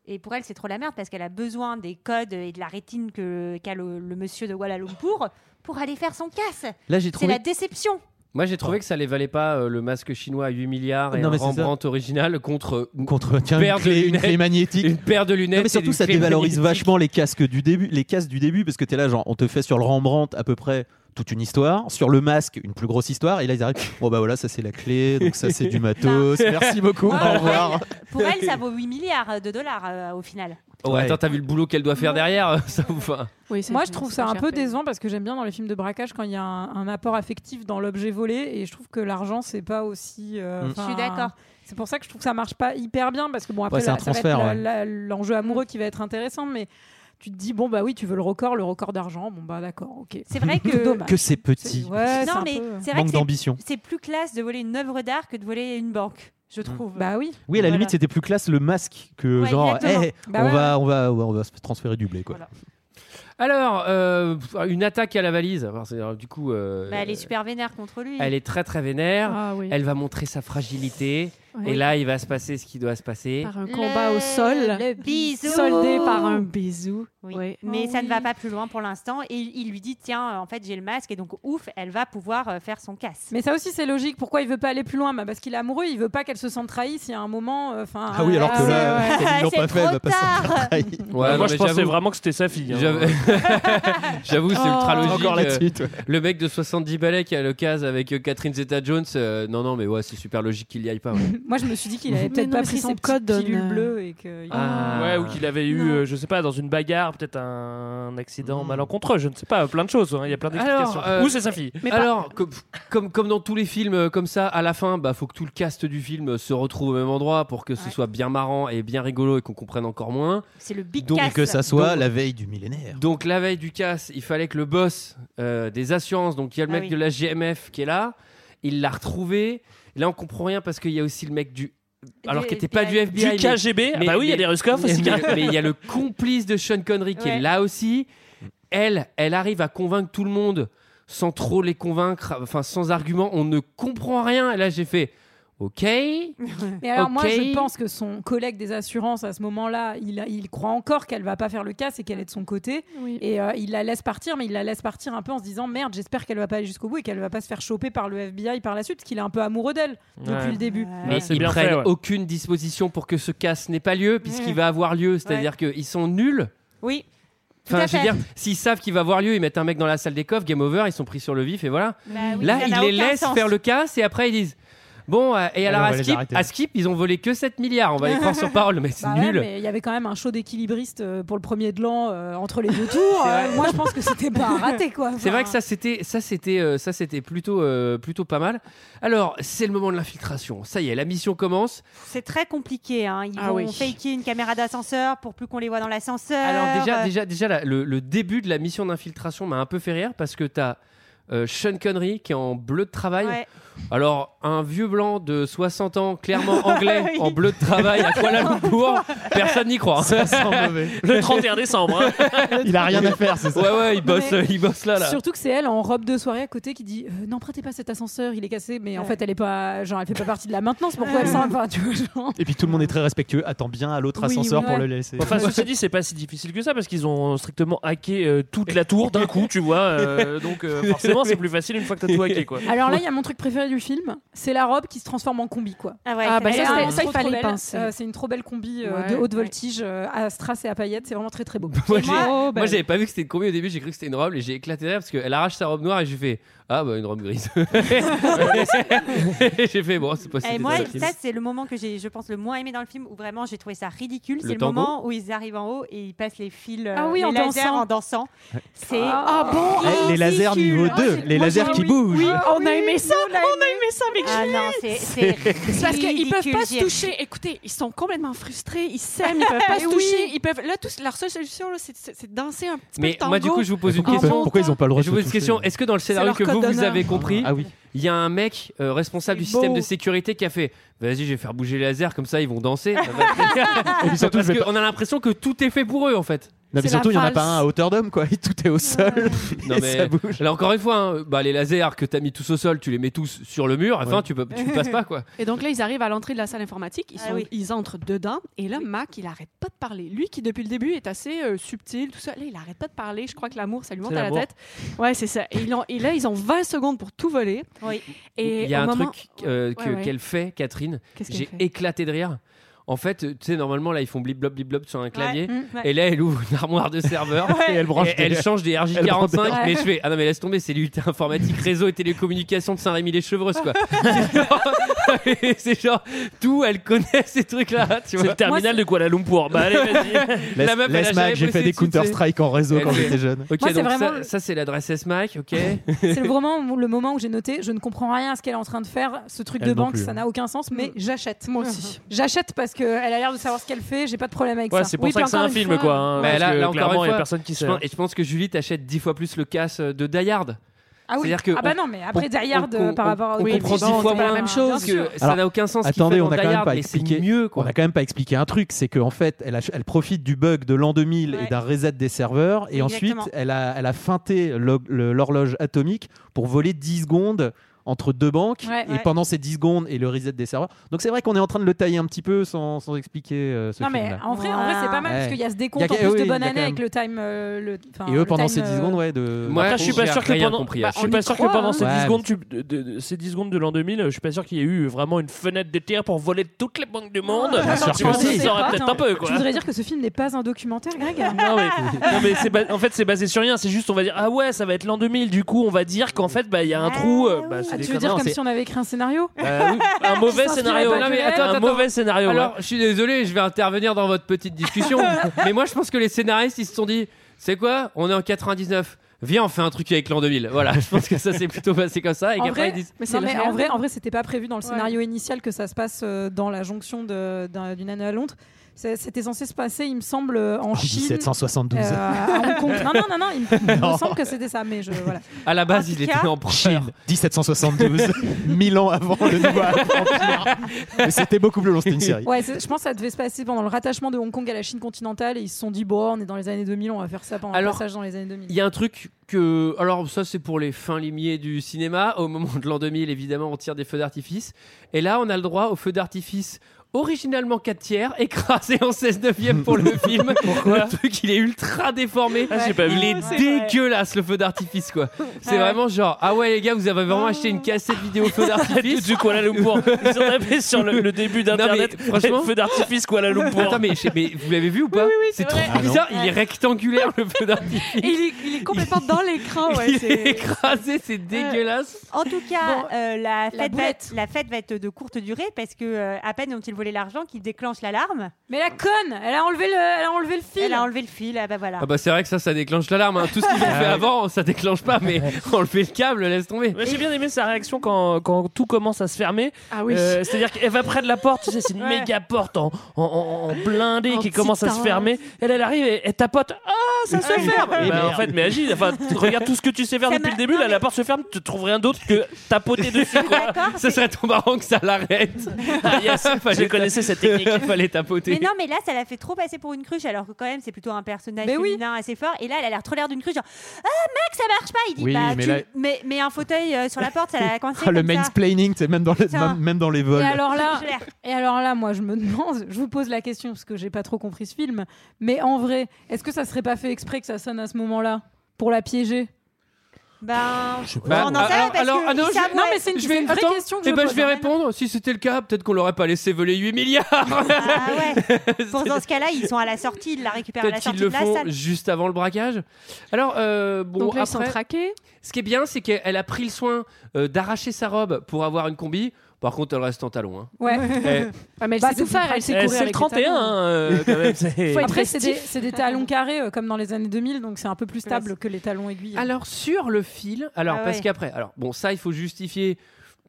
[SPEAKER 6] Et pour elle, c'est trop la merde parce qu'elle a besoin des codes et de la rétine que- qu'a le, le monsieur de Kuala Lumpur pour aller faire son casse.
[SPEAKER 1] Là, j'ai
[SPEAKER 6] C'est
[SPEAKER 1] trouvé-
[SPEAKER 6] la déception.
[SPEAKER 1] Moi, j'ai trouvé que ça les valait pas euh, le masque chinois à 8 milliards et
[SPEAKER 7] Non,
[SPEAKER 1] un
[SPEAKER 7] mais c'est ça.
[SPEAKER 1] Rembrandt original contre une
[SPEAKER 7] Contre tiens, une,
[SPEAKER 1] paire de
[SPEAKER 7] clé, une
[SPEAKER 1] lunettes,
[SPEAKER 7] clé magnétique.
[SPEAKER 1] une paire de lunettes.
[SPEAKER 7] Non, mais
[SPEAKER 1] et
[SPEAKER 7] surtout,
[SPEAKER 1] une
[SPEAKER 7] ça
[SPEAKER 1] clé
[SPEAKER 7] dévalorise
[SPEAKER 1] magnétique.
[SPEAKER 7] vachement les casques du début, les casques du début, parce que t'es là, genre, on te fait sur le Rembrandt à peu près toute une histoire, sur le masque une plus grosse histoire, et là ils arrivent. Bon bah voilà, ça c'est la clé, donc ça c'est du matos. Merci beaucoup, au
[SPEAKER 6] Ouais, pour
[SPEAKER 7] revoir.
[SPEAKER 6] elle- Pour elle, ça vaut 8 milliards de dollars euh, au final.
[SPEAKER 1] Oh, Attends, t'as vu le boulot qu'elle doit faire derrière Ça vous va
[SPEAKER 12] Moi, je trouve ça un peu
[SPEAKER 6] décevant.
[SPEAKER 12] décevant parce que j'aime bien dans les films de braquage quand il y a un, un apport affectif dans l'objet volé et je trouve que l'argent, c'est pas aussi. euh,
[SPEAKER 6] Mm. Je
[SPEAKER 12] enfin,
[SPEAKER 6] suis d'accord.
[SPEAKER 12] C'est pour ça que je trouve que ça marche pas hyper bien parce que bon, après,
[SPEAKER 7] Ouais, c'est
[SPEAKER 12] là,
[SPEAKER 7] un
[SPEAKER 12] ça va être
[SPEAKER 7] transfert,
[SPEAKER 12] la-
[SPEAKER 7] ouais.
[SPEAKER 12] la- l'enjeu amoureux qui va être intéressant, mais tu te dis, bon, bah oui, tu veux le record, le record d'argent, bon, bah d'accord, ok.
[SPEAKER 6] C'est vrai que-
[SPEAKER 12] dommage.
[SPEAKER 7] Que c'est petit.
[SPEAKER 12] Ouais, c'est
[SPEAKER 6] non,
[SPEAKER 12] un
[SPEAKER 6] mais
[SPEAKER 12] peu-
[SPEAKER 6] c'est vrai
[SPEAKER 7] Manque
[SPEAKER 6] que c'est-
[SPEAKER 7] d'ambition.
[SPEAKER 6] C'est plus classe de voler une œuvre d'art que de voler une banque,
[SPEAKER 1] Hmm.
[SPEAKER 6] je trouve.
[SPEAKER 12] Bah oui.
[SPEAKER 7] Oui, à la
[SPEAKER 6] Voilà.
[SPEAKER 7] limite, c'était plus classe le masque que
[SPEAKER 6] Ouais,
[SPEAKER 7] genre,
[SPEAKER 6] exactement.
[SPEAKER 7] hey,
[SPEAKER 6] Bah
[SPEAKER 7] on,
[SPEAKER 6] ouais,
[SPEAKER 7] va, on, va, ouais, on va se transférer du blé quoi.
[SPEAKER 1] Alors, euh, une attaque à la valise. Alors, c'est- alors, du coup, euh,
[SPEAKER 6] Bah, elle est super vénère contre lui.
[SPEAKER 1] elle est très très vénère.
[SPEAKER 6] Ah oui.
[SPEAKER 1] Elle va montrer sa fragilité.
[SPEAKER 6] Ouais.
[SPEAKER 1] Et là, il va se passer ce qui doit se passer.
[SPEAKER 14] Par un combat au sol.
[SPEAKER 6] Le bisou.
[SPEAKER 14] Soldé par un bisou.
[SPEAKER 6] Oui.
[SPEAKER 14] Ouais.
[SPEAKER 6] Mais
[SPEAKER 14] Oh
[SPEAKER 6] ça ne
[SPEAKER 14] oui.
[SPEAKER 6] va pas plus loin pour l'instant. Et il il lui dit tiens, en fait, j'ai le masque. Et donc, ouf, elle va pouvoir euh, faire son casse.
[SPEAKER 12] Mais ça aussi, c'est logique. Pourquoi il veut pas aller plus loin Bah, Parce qu'il est amoureux, il veut pas qu'elle se sente trahie s'il y a un moment. euh, Enfin,
[SPEAKER 7] Ah oui, alors que là,
[SPEAKER 12] ouais.
[SPEAKER 7] comme ils l'ont pas fait, elle va pas se
[SPEAKER 12] tard.
[SPEAKER 7] sentir trahie.
[SPEAKER 11] Moi,
[SPEAKER 1] non,
[SPEAKER 11] je
[SPEAKER 1] mais
[SPEAKER 11] pensais
[SPEAKER 1] j'avoue-
[SPEAKER 11] vraiment que c'était sa fille, hein.
[SPEAKER 1] J'avoue, J'avoue, c'est ultra
[SPEAKER 11] Oh.
[SPEAKER 1] logique.
[SPEAKER 11] Encore la
[SPEAKER 1] Euh,
[SPEAKER 11] suite, ouais.
[SPEAKER 1] Le mec de 70 balais qui a l'occasion avec euh, Catherine Zeta-Jones, euh, non, non, mais ouais, c'est super logique qu'il y aille pas. ouais.
[SPEAKER 12] euh, Moi, je me suis dit qu'il avait
[SPEAKER 14] Mais
[SPEAKER 12] peut-être
[SPEAKER 14] non,
[SPEAKER 12] pas
[SPEAKER 14] mais
[SPEAKER 12] pris
[SPEAKER 14] c'est
[SPEAKER 12] son
[SPEAKER 14] son
[SPEAKER 12] code
[SPEAKER 14] code euh,
[SPEAKER 12] pilule
[SPEAKER 14] donne,
[SPEAKER 12] bleue et que.
[SPEAKER 1] Ah.
[SPEAKER 11] Ouais, ou qu'il avait eu, euh, je sais pas, dans une bagarre, peut-être un accident malencontreux, je ne sais pas, plein de choses. hein, Il y a plein d'explications.
[SPEAKER 1] Alors, euh,
[SPEAKER 11] Ou c'est sa fille.
[SPEAKER 1] alors, comme, comme, comme dans tous les films euh, comme ça, à la fin, bah, faut que tout le cast du film euh, se retrouve au même endroit pour que ce soit bien marrant et bien rigolo et qu'on comprenne encore moins.
[SPEAKER 6] C'est le big
[SPEAKER 1] Donc,
[SPEAKER 6] casse.
[SPEAKER 1] que ça soit la
[SPEAKER 7] veille du millénaire.
[SPEAKER 1] Donc la veille du casse, il fallait que le boss euh, des assurances, donc il y a le
[SPEAKER 6] Ah
[SPEAKER 1] mec
[SPEAKER 6] oui.
[SPEAKER 1] de la GMF qui est là, il l'a retrouvé. Là on comprend rien parce qu'il y a aussi le mec du alors
[SPEAKER 11] Du
[SPEAKER 1] qu'il n'était pas du
[SPEAKER 11] FBI.
[SPEAKER 1] FBI.
[SPEAKER 11] Du
[SPEAKER 1] mais-
[SPEAKER 11] KGB, ah bah oui, il y a des Ruskov
[SPEAKER 1] mais-
[SPEAKER 11] aussi.
[SPEAKER 1] Mais mais il y a le complice de Sean Connery qui
[SPEAKER 11] Ouais.
[SPEAKER 1] est là aussi. Elle, elle arrive à convaincre tout le monde sans trop les convaincre, enfin sans argument. On ne comprend rien. Et là j'ai fait OK.
[SPEAKER 12] Mais alors, moi,
[SPEAKER 1] Ok.
[SPEAKER 12] je pense que son collègue des assurances, à ce moment-là, il, a- il croit encore qu'elle va pas faire le casse et qu'elle est de son côté. Et euh, il la laisse partir, mais il la laisse partir un peu en se disant Merde, j'espère qu'elle va pas aller jusqu'au bout et qu'elle va pas se faire choper par le FBI par la suite, parce qu'il est un peu amoureux d'elle depuis
[SPEAKER 1] Ouais.
[SPEAKER 12] le début.
[SPEAKER 1] Mais ils prennent aucune disposition pour que ce casse n'ait pas lieu, puisqu'il
[SPEAKER 12] Ouais.
[SPEAKER 1] va avoir lieu. C'est-à-dire qu'ils sont nuls.
[SPEAKER 6] Oui. Tout
[SPEAKER 1] Enfin,
[SPEAKER 6] à
[SPEAKER 1] je veux
[SPEAKER 6] fait.
[SPEAKER 1] dire, s'ils savent qu'il va avoir lieu, ils mettent un mec dans la salle des coffres, game over, ils sont pris sur le vif et voilà.
[SPEAKER 6] Bah oui,
[SPEAKER 1] Là,
[SPEAKER 6] ça
[SPEAKER 1] ils
[SPEAKER 6] n'a
[SPEAKER 1] les
[SPEAKER 6] aucun
[SPEAKER 1] laissent
[SPEAKER 6] sens.
[SPEAKER 1] faire le casse et après ils disent Bon, euh, et
[SPEAKER 7] Allez,
[SPEAKER 1] alors
[SPEAKER 7] on
[SPEAKER 1] à
[SPEAKER 7] va les
[SPEAKER 1] Skip,
[SPEAKER 7] arrêter.
[SPEAKER 1] à Skip, ils ont volé que 7 milliards, on va les croire sur parole, mais c'est
[SPEAKER 12] Bah ouais,
[SPEAKER 1] nul.
[SPEAKER 12] mais il y avait quand même un show d'équilibriste euh, pour le premier de l'an euh, entre les deux tours. Euh, moi, je pense que c'était pas raté, quoi.
[SPEAKER 1] C'est vrai que ça c'était ça c'était euh, ça c'était plutôt euh, plutôt pas mal. Alors c'est le moment de l'infiltration. Ça y est, la mission commence.
[SPEAKER 6] C'est très compliqué. hein. Ils
[SPEAKER 1] Ah
[SPEAKER 6] vont
[SPEAKER 1] oui.
[SPEAKER 6] faker une caméra d'ascenseur pour plus qu'on les voit dans l'ascenseur.
[SPEAKER 1] Alors
[SPEAKER 6] Euh,
[SPEAKER 1] déjà, déjà, déjà la- le, le début de la mission d'infiltration m'a un peu fait rire parce que t'as euh, Sean Connery qui est en bleu de travail.
[SPEAKER 6] Ouais.
[SPEAKER 1] Alors un vieux blanc de 60 ans, clairement anglais, en bleu de travail à Kuala Lumpur, personne n'y croit. hein.
[SPEAKER 11] Ça sent mauvais. Le 31 décembre, hein.
[SPEAKER 7] Il a rien à faire, c'est ça
[SPEAKER 1] Ouais ouais, il bosse, euh, il bosse là là.
[SPEAKER 12] Surtout que c'est elle en robe de soirée à côté qui dit euh, n'empruntez pas cet ascenseur, il est cassé. Mais en fait, elle est pas genre elle fait pas partie de la maintenance. Pourquoi elle s'en va tu vois, genre.
[SPEAKER 7] Et puis tout le monde est très respectueux, attend bien à l'autre
[SPEAKER 12] Oui,
[SPEAKER 7] ascenseur
[SPEAKER 12] oui,
[SPEAKER 7] pour
[SPEAKER 12] ouais.
[SPEAKER 7] le laisser.
[SPEAKER 11] Enfin, ceci dit, c'est pas si difficile que ça parce qu'ils ont strictement hacké euh, toute la tour d'un coup, tu vois. euh, donc euh, forcément, c'est plus facile une fois que t'as tout hacké, quoi.
[SPEAKER 12] Alors là, il y a mon truc préféré du film, c'est la robe qui se transforme en combi quoi.
[SPEAKER 6] Ah ouais,
[SPEAKER 14] Ah, bah,
[SPEAKER 12] Elle
[SPEAKER 14] ça,
[SPEAKER 12] est
[SPEAKER 14] c'est- ça, il
[SPEAKER 12] trop,
[SPEAKER 14] fallait
[SPEAKER 12] trop belle.
[SPEAKER 14] penser.
[SPEAKER 12] Euh, c'est une trop belle combi euh,
[SPEAKER 14] Ouais,
[SPEAKER 12] de haute
[SPEAKER 14] ouais.
[SPEAKER 12] voltige euh, à strass et à paillettes, c'est vraiment très très beau.
[SPEAKER 1] Moi,
[SPEAKER 12] Et
[SPEAKER 1] j'ai-
[SPEAKER 12] moi,
[SPEAKER 1] moi,
[SPEAKER 12] oh, bah,
[SPEAKER 1] j'avais pas vu que c'était une combi au début, j'ai cru que c'était une robe et j'ai éclaté de rire parce qu'elle arrache sa robe noire et j'ai fait Ah bah une robe grise. Et j'ai fait Bon, c'est pas si
[SPEAKER 6] Et moi,
[SPEAKER 1] déceptif.
[SPEAKER 6] ça, c'est le moment que j'ai, je pense, le moins aimé dans le film où vraiment j'ai trouvé ça ridicule.
[SPEAKER 1] Le
[SPEAKER 6] C'est le
[SPEAKER 1] tango
[SPEAKER 6] moment où ils arrivent en haut et ils passent les fils euh,
[SPEAKER 12] Ah oui,
[SPEAKER 6] les
[SPEAKER 12] en
[SPEAKER 6] lasers
[SPEAKER 12] dansant.
[SPEAKER 6] en dansant. C'est
[SPEAKER 12] Ah bon
[SPEAKER 7] Eh, les lasers
[SPEAKER 6] ridicule.
[SPEAKER 12] Ah,
[SPEAKER 7] niveau 2, 2, les lasers qui bougent.
[SPEAKER 14] Oui,
[SPEAKER 12] oh,
[SPEAKER 14] on a aimé ça, on a aimé ça avec
[SPEAKER 7] Ah
[SPEAKER 14] Julie.
[SPEAKER 7] non, c'est- c'est
[SPEAKER 14] C'est parce qu'ils peuvent
[SPEAKER 7] ridicule,
[SPEAKER 14] pas se
[SPEAKER 7] Julie.
[SPEAKER 14] toucher. Écoutez, ils sont complètement frustrés, ils s'aiment, ils peuvent pas se
[SPEAKER 13] Oui.
[SPEAKER 14] toucher, ils peuvent. Là, tous, leur seule solution, là, c'est c'est de danser un petit
[SPEAKER 1] Mais
[SPEAKER 14] peu. le
[SPEAKER 1] moi, du
[SPEAKER 14] tango
[SPEAKER 1] coup, je vous pose une
[SPEAKER 14] en
[SPEAKER 1] question.
[SPEAKER 14] montant.
[SPEAKER 7] ils ont pas le droit
[SPEAKER 1] Je
[SPEAKER 7] de
[SPEAKER 1] vous pose
[SPEAKER 7] se
[SPEAKER 1] une
[SPEAKER 7] toucher
[SPEAKER 1] question. Est-ce que dans le scénario
[SPEAKER 14] leur
[SPEAKER 1] que vous,
[SPEAKER 14] code
[SPEAKER 1] vous
[SPEAKER 14] d'honneur.
[SPEAKER 1] avez compris,
[SPEAKER 7] Ah oui.
[SPEAKER 1] il y a un mec euh, responsable
[SPEAKER 7] Il
[SPEAKER 1] du
[SPEAKER 7] est
[SPEAKER 1] système
[SPEAKER 7] beau.
[SPEAKER 1] de sécurité qui a fait Vas-y, je vais faire bouger les lasers, comme ça ils vont danser. Ça va être bien. Parce qu'on a l'impression que tout est fait pour eux en fait.
[SPEAKER 7] Non, mais surtout, il y en a pas un à hauteur d'homme, quoi. Tout est au sol.
[SPEAKER 1] Non,
[SPEAKER 7] et
[SPEAKER 1] mais-
[SPEAKER 7] ça bouge.
[SPEAKER 1] Alors, encore une fois, hein, bah, les lasers que t'as mis tous au sol, tu les mets tous sur le mur, enfin
[SPEAKER 7] Ouais.
[SPEAKER 1] tu, peux, tu passes pas quoi.
[SPEAKER 14] Et donc là, ils arrivent à l'entrée de la salle informatique,
[SPEAKER 7] Ah
[SPEAKER 14] ils, sont- ils entrent dedans, et là, Mac, il arrête pas de parler. Lui qui, depuis le début, est assez euh, subtil, tout ça, là, il arrête pas de parler. Je crois que l'amour, ça lui monte
[SPEAKER 1] C'est
[SPEAKER 14] à la
[SPEAKER 1] l'amour.
[SPEAKER 14] tête. Ouais, c'est ça. Et, ils ont- et là, ils ont 20 secondes pour tout voler. Et
[SPEAKER 1] Il y a
[SPEAKER 14] au
[SPEAKER 1] un
[SPEAKER 14] moment-
[SPEAKER 1] truc euh, que-
[SPEAKER 14] Ouais, ouais.
[SPEAKER 1] qu'elle fait, Catherine.
[SPEAKER 14] Qu'est-ce qu'elle
[SPEAKER 1] J'ai
[SPEAKER 14] fait
[SPEAKER 1] éclaté de rire. En fait, tu sais, normalement, là, ils font blip-blop, blip-blop sur un clavier.
[SPEAKER 14] mm, ouais.
[SPEAKER 1] Et là, elle ouvre une armoire de serveur.
[SPEAKER 7] Ouais. Et elle branche des-
[SPEAKER 1] elle change des
[SPEAKER 7] elle branche des-
[SPEAKER 1] RJ45.
[SPEAKER 7] Ouais.
[SPEAKER 1] Mais je fais, ah non, mais laisse tomber, c'est l'unité informatique, réseau et télécommunications de Saint-Rémy-les-Chevreuses, quoi. c'est genre, c'est genre, tout, elle connaît ces trucs-là. C'est
[SPEAKER 11] le terminal
[SPEAKER 1] de Kuala Lumpur. Bah, allez, vas-y.
[SPEAKER 7] Laisse-
[SPEAKER 1] La meuf, elle
[SPEAKER 7] laisse
[SPEAKER 1] a jamais
[SPEAKER 7] Mac, j'ai fait
[SPEAKER 1] bossé
[SPEAKER 7] des
[SPEAKER 1] dessus, tu sais.
[SPEAKER 7] Counter-Strike en réseau
[SPEAKER 1] Elle
[SPEAKER 7] quand
[SPEAKER 1] fait-
[SPEAKER 7] j'étais jeune.
[SPEAKER 1] Ok,
[SPEAKER 12] Moi, c'est
[SPEAKER 1] donc
[SPEAKER 12] vraiment
[SPEAKER 1] ça-
[SPEAKER 12] le-
[SPEAKER 1] ça, c'est l'adresse S-Mac, ok.
[SPEAKER 12] C'est vraiment le moment où j'ai noté je ne comprends rien à ce qu'elle est en train de faire, ce truc
[SPEAKER 1] Elle
[SPEAKER 12] de
[SPEAKER 1] non
[SPEAKER 12] banque,
[SPEAKER 1] plus,
[SPEAKER 12] ça
[SPEAKER 1] hein.
[SPEAKER 12] n'a aucun sens,
[SPEAKER 14] Mm.
[SPEAKER 12] mais j'achète. Moi aussi. J'achète parce qu'elle a l'air de savoir ce qu'elle fait, j'ai pas de problème avec
[SPEAKER 11] Ouais,
[SPEAKER 12] ça.
[SPEAKER 11] c'est pour
[SPEAKER 12] Oui,
[SPEAKER 11] ça
[SPEAKER 12] puis
[SPEAKER 11] que c'est
[SPEAKER 12] encore
[SPEAKER 11] un
[SPEAKER 12] une
[SPEAKER 11] film,
[SPEAKER 12] fois-
[SPEAKER 11] quoi, hein.
[SPEAKER 1] Mais
[SPEAKER 11] Parce
[SPEAKER 1] là,
[SPEAKER 11] que
[SPEAKER 1] là, encore
[SPEAKER 11] clairement, il
[SPEAKER 1] une
[SPEAKER 11] y a
[SPEAKER 1] fois,
[SPEAKER 11] personne qui
[SPEAKER 1] je
[SPEAKER 11] sait. hein.
[SPEAKER 1] pense- et je pense que Julie t'achète 10 fois plus le casse euh, de Die Hard.
[SPEAKER 12] Ah oui.
[SPEAKER 1] C'est-à-dire que
[SPEAKER 12] Ah bah
[SPEAKER 1] on-
[SPEAKER 12] non, mais après,
[SPEAKER 1] on-
[SPEAKER 12] Die Hard,
[SPEAKER 1] on-
[SPEAKER 12] euh,
[SPEAKER 1] on-
[SPEAKER 12] par rapport à-
[SPEAKER 1] on
[SPEAKER 12] Oui,
[SPEAKER 1] comprend
[SPEAKER 12] mais
[SPEAKER 1] 10
[SPEAKER 12] bon,
[SPEAKER 1] fois
[SPEAKER 12] c'est pas la
[SPEAKER 1] moins
[SPEAKER 12] même chose.
[SPEAKER 1] parce que
[SPEAKER 12] Bien sûr.
[SPEAKER 1] ça
[SPEAKER 7] Alors,
[SPEAKER 1] n'a aucun sens. ce qu'il
[SPEAKER 7] Attendez,
[SPEAKER 1] fait
[SPEAKER 7] on
[SPEAKER 1] dans
[SPEAKER 7] a
[SPEAKER 1] Die
[SPEAKER 7] quand même
[SPEAKER 1] Hard,
[SPEAKER 7] pas
[SPEAKER 1] mais c'est
[SPEAKER 7] expliqué.
[SPEAKER 1] mieux, quoi.
[SPEAKER 7] On a quand même pas expliqué un truc, c'est qu'en fait, elle, a- elle profite du bug de l'an 2000 et d'un reset des serveurs, et
[SPEAKER 12] Exactement.
[SPEAKER 7] ensuite, elle a, elle a feinté l'o- le- l'horloge atomique pour voler 10 secondes entre deux banques,
[SPEAKER 12] Ouais.
[SPEAKER 7] et
[SPEAKER 12] Ouais.
[SPEAKER 7] pendant ces 10 secondes et le reset des serveurs. Donc c'est vrai qu'on est en train de le tailler un petit peu sans, sans expliquer euh, ce
[SPEAKER 12] Non, mais
[SPEAKER 7] film-là.
[SPEAKER 12] en vrai, en vrai, c'est pas mal
[SPEAKER 7] Ouais.
[SPEAKER 12] parce qu'il y a ce
[SPEAKER 7] Il
[SPEAKER 12] décompte
[SPEAKER 7] y
[SPEAKER 12] en
[SPEAKER 7] a-
[SPEAKER 12] plus
[SPEAKER 7] oui,
[SPEAKER 12] de
[SPEAKER 7] il y a
[SPEAKER 12] bonne
[SPEAKER 7] quand
[SPEAKER 12] année avec
[SPEAKER 7] même-
[SPEAKER 12] le time. euh, le, enfin,
[SPEAKER 7] Et eux,
[SPEAKER 12] le
[SPEAKER 7] pendant
[SPEAKER 12] time,
[SPEAKER 7] ces 10
[SPEAKER 12] euh,
[SPEAKER 7] secondes, ouais, de.
[SPEAKER 1] Moi,
[SPEAKER 11] Après, je suis pas
[SPEAKER 1] j'ai
[SPEAKER 11] sûr que
[SPEAKER 1] rien
[SPEAKER 11] pendant,
[SPEAKER 1] compris à
[SPEAKER 11] bah,
[SPEAKER 1] ça.
[SPEAKER 11] je suis
[SPEAKER 1] On
[SPEAKER 11] pas
[SPEAKER 1] y
[SPEAKER 11] sûr que
[SPEAKER 1] croit,
[SPEAKER 11] pendant
[SPEAKER 1] hein.
[SPEAKER 11] ces,
[SPEAKER 1] Ouais,
[SPEAKER 11] 10
[SPEAKER 1] mais-
[SPEAKER 11] secondes, tu- de- de- ces 10 secondes de l'an 2000, je suis pas sûr qu'il y ait eu vraiment une fenêtre de tir pour voler toutes les banques du monde.
[SPEAKER 12] Bien sûr
[SPEAKER 11] Tu
[SPEAKER 12] que
[SPEAKER 11] vois,
[SPEAKER 12] si.
[SPEAKER 11] ça aurait
[SPEAKER 12] Attends,
[SPEAKER 11] peut-être un peu, quoi.
[SPEAKER 12] Tu voudrais dire que ce film n'est pas un documentaire, Greg
[SPEAKER 11] Non mais, non, mais c'est ba- en fait c'est basé sur rien, c'est juste on va dire ah ouais ça va être l'an 2000 du coup on va dire qu'en fait bah il y a un trou euh, bah, c'est
[SPEAKER 12] Ah,
[SPEAKER 11] des
[SPEAKER 12] tu veux
[SPEAKER 11] conneries.
[SPEAKER 12] dire comme
[SPEAKER 11] C'est-
[SPEAKER 12] si on avait écrit un scénario
[SPEAKER 11] Bah oui,
[SPEAKER 12] Ah,
[SPEAKER 11] un mauvais scénario.
[SPEAKER 1] Non, mais attends,
[SPEAKER 11] un
[SPEAKER 1] attends,
[SPEAKER 11] mauvais
[SPEAKER 1] attends.
[SPEAKER 11] scénario. ouais.
[SPEAKER 1] Alors, je suis désolé, je vais intervenir dans votre petite discussion. mais moi, je pense que les scénaristes, ils se sont dit c'est quoi On est en 99. Viens, on fait un truc avec l'an 2000. Voilà, je pense que ça s'est plutôt passé comme ça. Et
[SPEAKER 12] En
[SPEAKER 1] qu'après,
[SPEAKER 12] vrai,
[SPEAKER 1] ils disent
[SPEAKER 12] mais non, mais en vrai, en vrai, c'était pas prévu dans le scénario initial que ça se passe euh, dans la jonction de- d'un- d'une année à l'autre. C'est- C'était censé se passer, il me semble, euh, en Chine.
[SPEAKER 7] 1772.
[SPEAKER 12] euh, à Hong Kong. Non, non, non, non, il me, il me semble que c'était ça, mais je voilà.
[SPEAKER 1] À la base,
[SPEAKER 12] En
[SPEAKER 1] il
[SPEAKER 12] tout
[SPEAKER 1] était
[SPEAKER 12] cas-
[SPEAKER 1] empereur.
[SPEAKER 7] Chine, 1772, 1000 ans avant le nouveau empire. Mais c'était beaucoup plus long, c'était une série.
[SPEAKER 12] Ouais, c'est- je pense que ça devait se passer pendant le rattachement de Hong Kong à la Chine continentale et ils se sont dit bon, on est dans les années 2000, on va faire ça pendant
[SPEAKER 1] Alors,
[SPEAKER 12] le passage dans les années 2000.
[SPEAKER 1] Il y a un truc que. Alors, ça, c'est pour les fins limiers du cinéma. Au moment de l'an 2000, évidemment, on tire des feux d'artifice. Et là, on a le droit au feu d'artifice originalement 4 tiers, écrasé en 16 neuvième pour le film. Pourquoi Le truc, il est ultra déformé.
[SPEAKER 11] Ah, j'ai pas vu.
[SPEAKER 1] il est
[SPEAKER 11] C'est vrai.
[SPEAKER 1] dégueulasse, le feu d'artifice, quoi. C'est
[SPEAKER 11] Ouais.
[SPEAKER 1] vraiment genre, ah ouais, les gars, vous avez vraiment acheté une cassette vidéo
[SPEAKER 11] Ah,
[SPEAKER 1] feu d'artifice.
[SPEAKER 11] du Kuala Lumpur. Ils ont tapé sur le, le début
[SPEAKER 1] Non, mais
[SPEAKER 11] d'internet.
[SPEAKER 1] franchement-
[SPEAKER 11] feu d'artifice Kuala Lumpur.
[SPEAKER 1] Attends, mais, je sais- mais vous l'avez vu ou pas C'est trop
[SPEAKER 11] vrai.
[SPEAKER 1] bizarre,
[SPEAKER 11] Ah non.
[SPEAKER 1] il est rectangulaire, le feu d'artifice.
[SPEAKER 14] Et il, est, il est complètement dans l'écran, ouais.
[SPEAKER 1] il est
[SPEAKER 14] c'est-
[SPEAKER 1] écrasé, c'est dégueulasse.
[SPEAKER 6] En tout cas, euh, la,
[SPEAKER 14] la
[SPEAKER 6] fête va être, la fête va être de courte durée parce que euh, à peine ont-ils volé l'argent qu'ils déclenchent l'alarme.
[SPEAKER 12] Mais la conne, elle a enlevé le, elle a enlevé le fil.
[SPEAKER 6] Elle a enlevé le fil, ah bah voilà.
[SPEAKER 1] Ah bah c'est vrai que ça, ça déclenche l'alarme. hein. Tout ce
[SPEAKER 11] Ah
[SPEAKER 1] qu'ils ont fait avant, ça déclenche pas, mais enlever le câble, laisse tomber.
[SPEAKER 11] Ouais, J'ai bien aimé sa réaction quand, quand tout commence à se fermer. Euh,
[SPEAKER 14] Ah oui.
[SPEAKER 11] C'est-à-dire qu'elle va près de la porte, tu sais, c'est une méga porte en, en, en- en blindé
[SPEAKER 14] En
[SPEAKER 11] qui commence à se
[SPEAKER 14] titan.
[SPEAKER 11] fermer. Elle, elle arrive et elle tapote. Ah, ça se
[SPEAKER 14] Ouais.
[SPEAKER 11] ferme
[SPEAKER 14] Et
[SPEAKER 11] Bah, En
[SPEAKER 14] merde.
[SPEAKER 11] fait, mais agis, enfin, t- regarde tout ce que tu sais faire
[SPEAKER 6] Ça
[SPEAKER 11] depuis
[SPEAKER 6] m'a-
[SPEAKER 11] le début. Là, la porte se ferme, tu trouves rien d'autre que tapoter dessus. Quoi.
[SPEAKER 6] D'accord,
[SPEAKER 1] Ça serait trop marrant que ça l'arrête. Ah, yes, fallait-
[SPEAKER 11] Je connaissais cette technique.
[SPEAKER 1] Il fallait tapoter.
[SPEAKER 6] Mais non, mais là, ça l'a fait trop passer pour une cruche, alors que quand même, c'est plutôt un personnage féminin assez fort. Et là, elle a l'air trop l'air d'une cruche, genre Ah, Max, ça marche pas Il dit
[SPEAKER 7] Oui,
[SPEAKER 6] Bah,
[SPEAKER 7] mais
[SPEAKER 6] tu
[SPEAKER 7] là-
[SPEAKER 6] mets, mets un fauteuil euh, sur la porte, ça l'a coincé.
[SPEAKER 7] Ah, le
[SPEAKER 6] comme ça.
[SPEAKER 7] mansplaining, c'est même dans les,
[SPEAKER 6] Putain.
[SPEAKER 7] même, même dans les vols.
[SPEAKER 12] Et alors là,
[SPEAKER 6] Je l'ai.
[SPEAKER 12] et alors là, moi, je me demande, je vous pose la question parce que j'ai pas trop compris ce film, mais en vrai, est-ce que ça serait pas fait exprès que ça sonne à ce moment-là pour la piéger
[SPEAKER 6] Ben,
[SPEAKER 1] Je sais
[SPEAKER 6] on en sait rien parce que
[SPEAKER 1] ah non,
[SPEAKER 6] ils
[SPEAKER 1] je vais-
[SPEAKER 6] savent,
[SPEAKER 12] non,
[SPEAKER 6] ouais.
[SPEAKER 12] mais c'est une-
[SPEAKER 1] je
[SPEAKER 12] c'est
[SPEAKER 1] vais,
[SPEAKER 12] une vraie
[SPEAKER 1] attends,
[SPEAKER 12] question que
[SPEAKER 1] eh
[SPEAKER 12] je
[SPEAKER 1] ben,
[SPEAKER 12] pose.
[SPEAKER 1] je vais répondre. Si c'était le cas, peut-être qu'on l'aurait pas laissé voler 8 milliards.
[SPEAKER 6] Pour dans ce cas-là, ils sont à la sortie, ils la récupèrent à la
[SPEAKER 1] Peut-être qu'ils
[SPEAKER 6] sortie
[SPEAKER 1] le
[SPEAKER 6] de la
[SPEAKER 1] font
[SPEAKER 6] salle.
[SPEAKER 1] juste avant le braquage. Alors, euh, bon,
[SPEAKER 14] Donc là, ils sont
[SPEAKER 1] après,
[SPEAKER 14] traqués.
[SPEAKER 1] ce qui est bien, c'est qu'elle a pris le soin euh, d'arracher sa robe pour avoir une combi. Par contre, elle reste en talons. hein.
[SPEAKER 12] Ouais.
[SPEAKER 1] Eh,
[SPEAKER 12] Ah, mais elle
[SPEAKER 14] Bah,
[SPEAKER 12] sait
[SPEAKER 14] c'est
[SPEAKER 12] tout faire, elle sait courir
[SPEAKER 11] Eh, C'est le
[SPEAKER 12] avec les
[SPEAKER 11] 31,
[SPEAKER 12] talons.
[SPEAKER 11] hein, euh, quand même. c'est-
[SPEAKER 12] Après, c'est des, c'est des talons carrés euh, comme dans les années 2000, donc c'est un peu plus stable que les talons aiguilles.
[SPEAKER 1] Alors, sur le fil. Alors,
[SPEAKER 12] Ah
[SPEAKER 1] parce
[SPEAKER 12] ouais.
[SPEAKER 1] qu'après, alors, bon, ça, il faut justifier.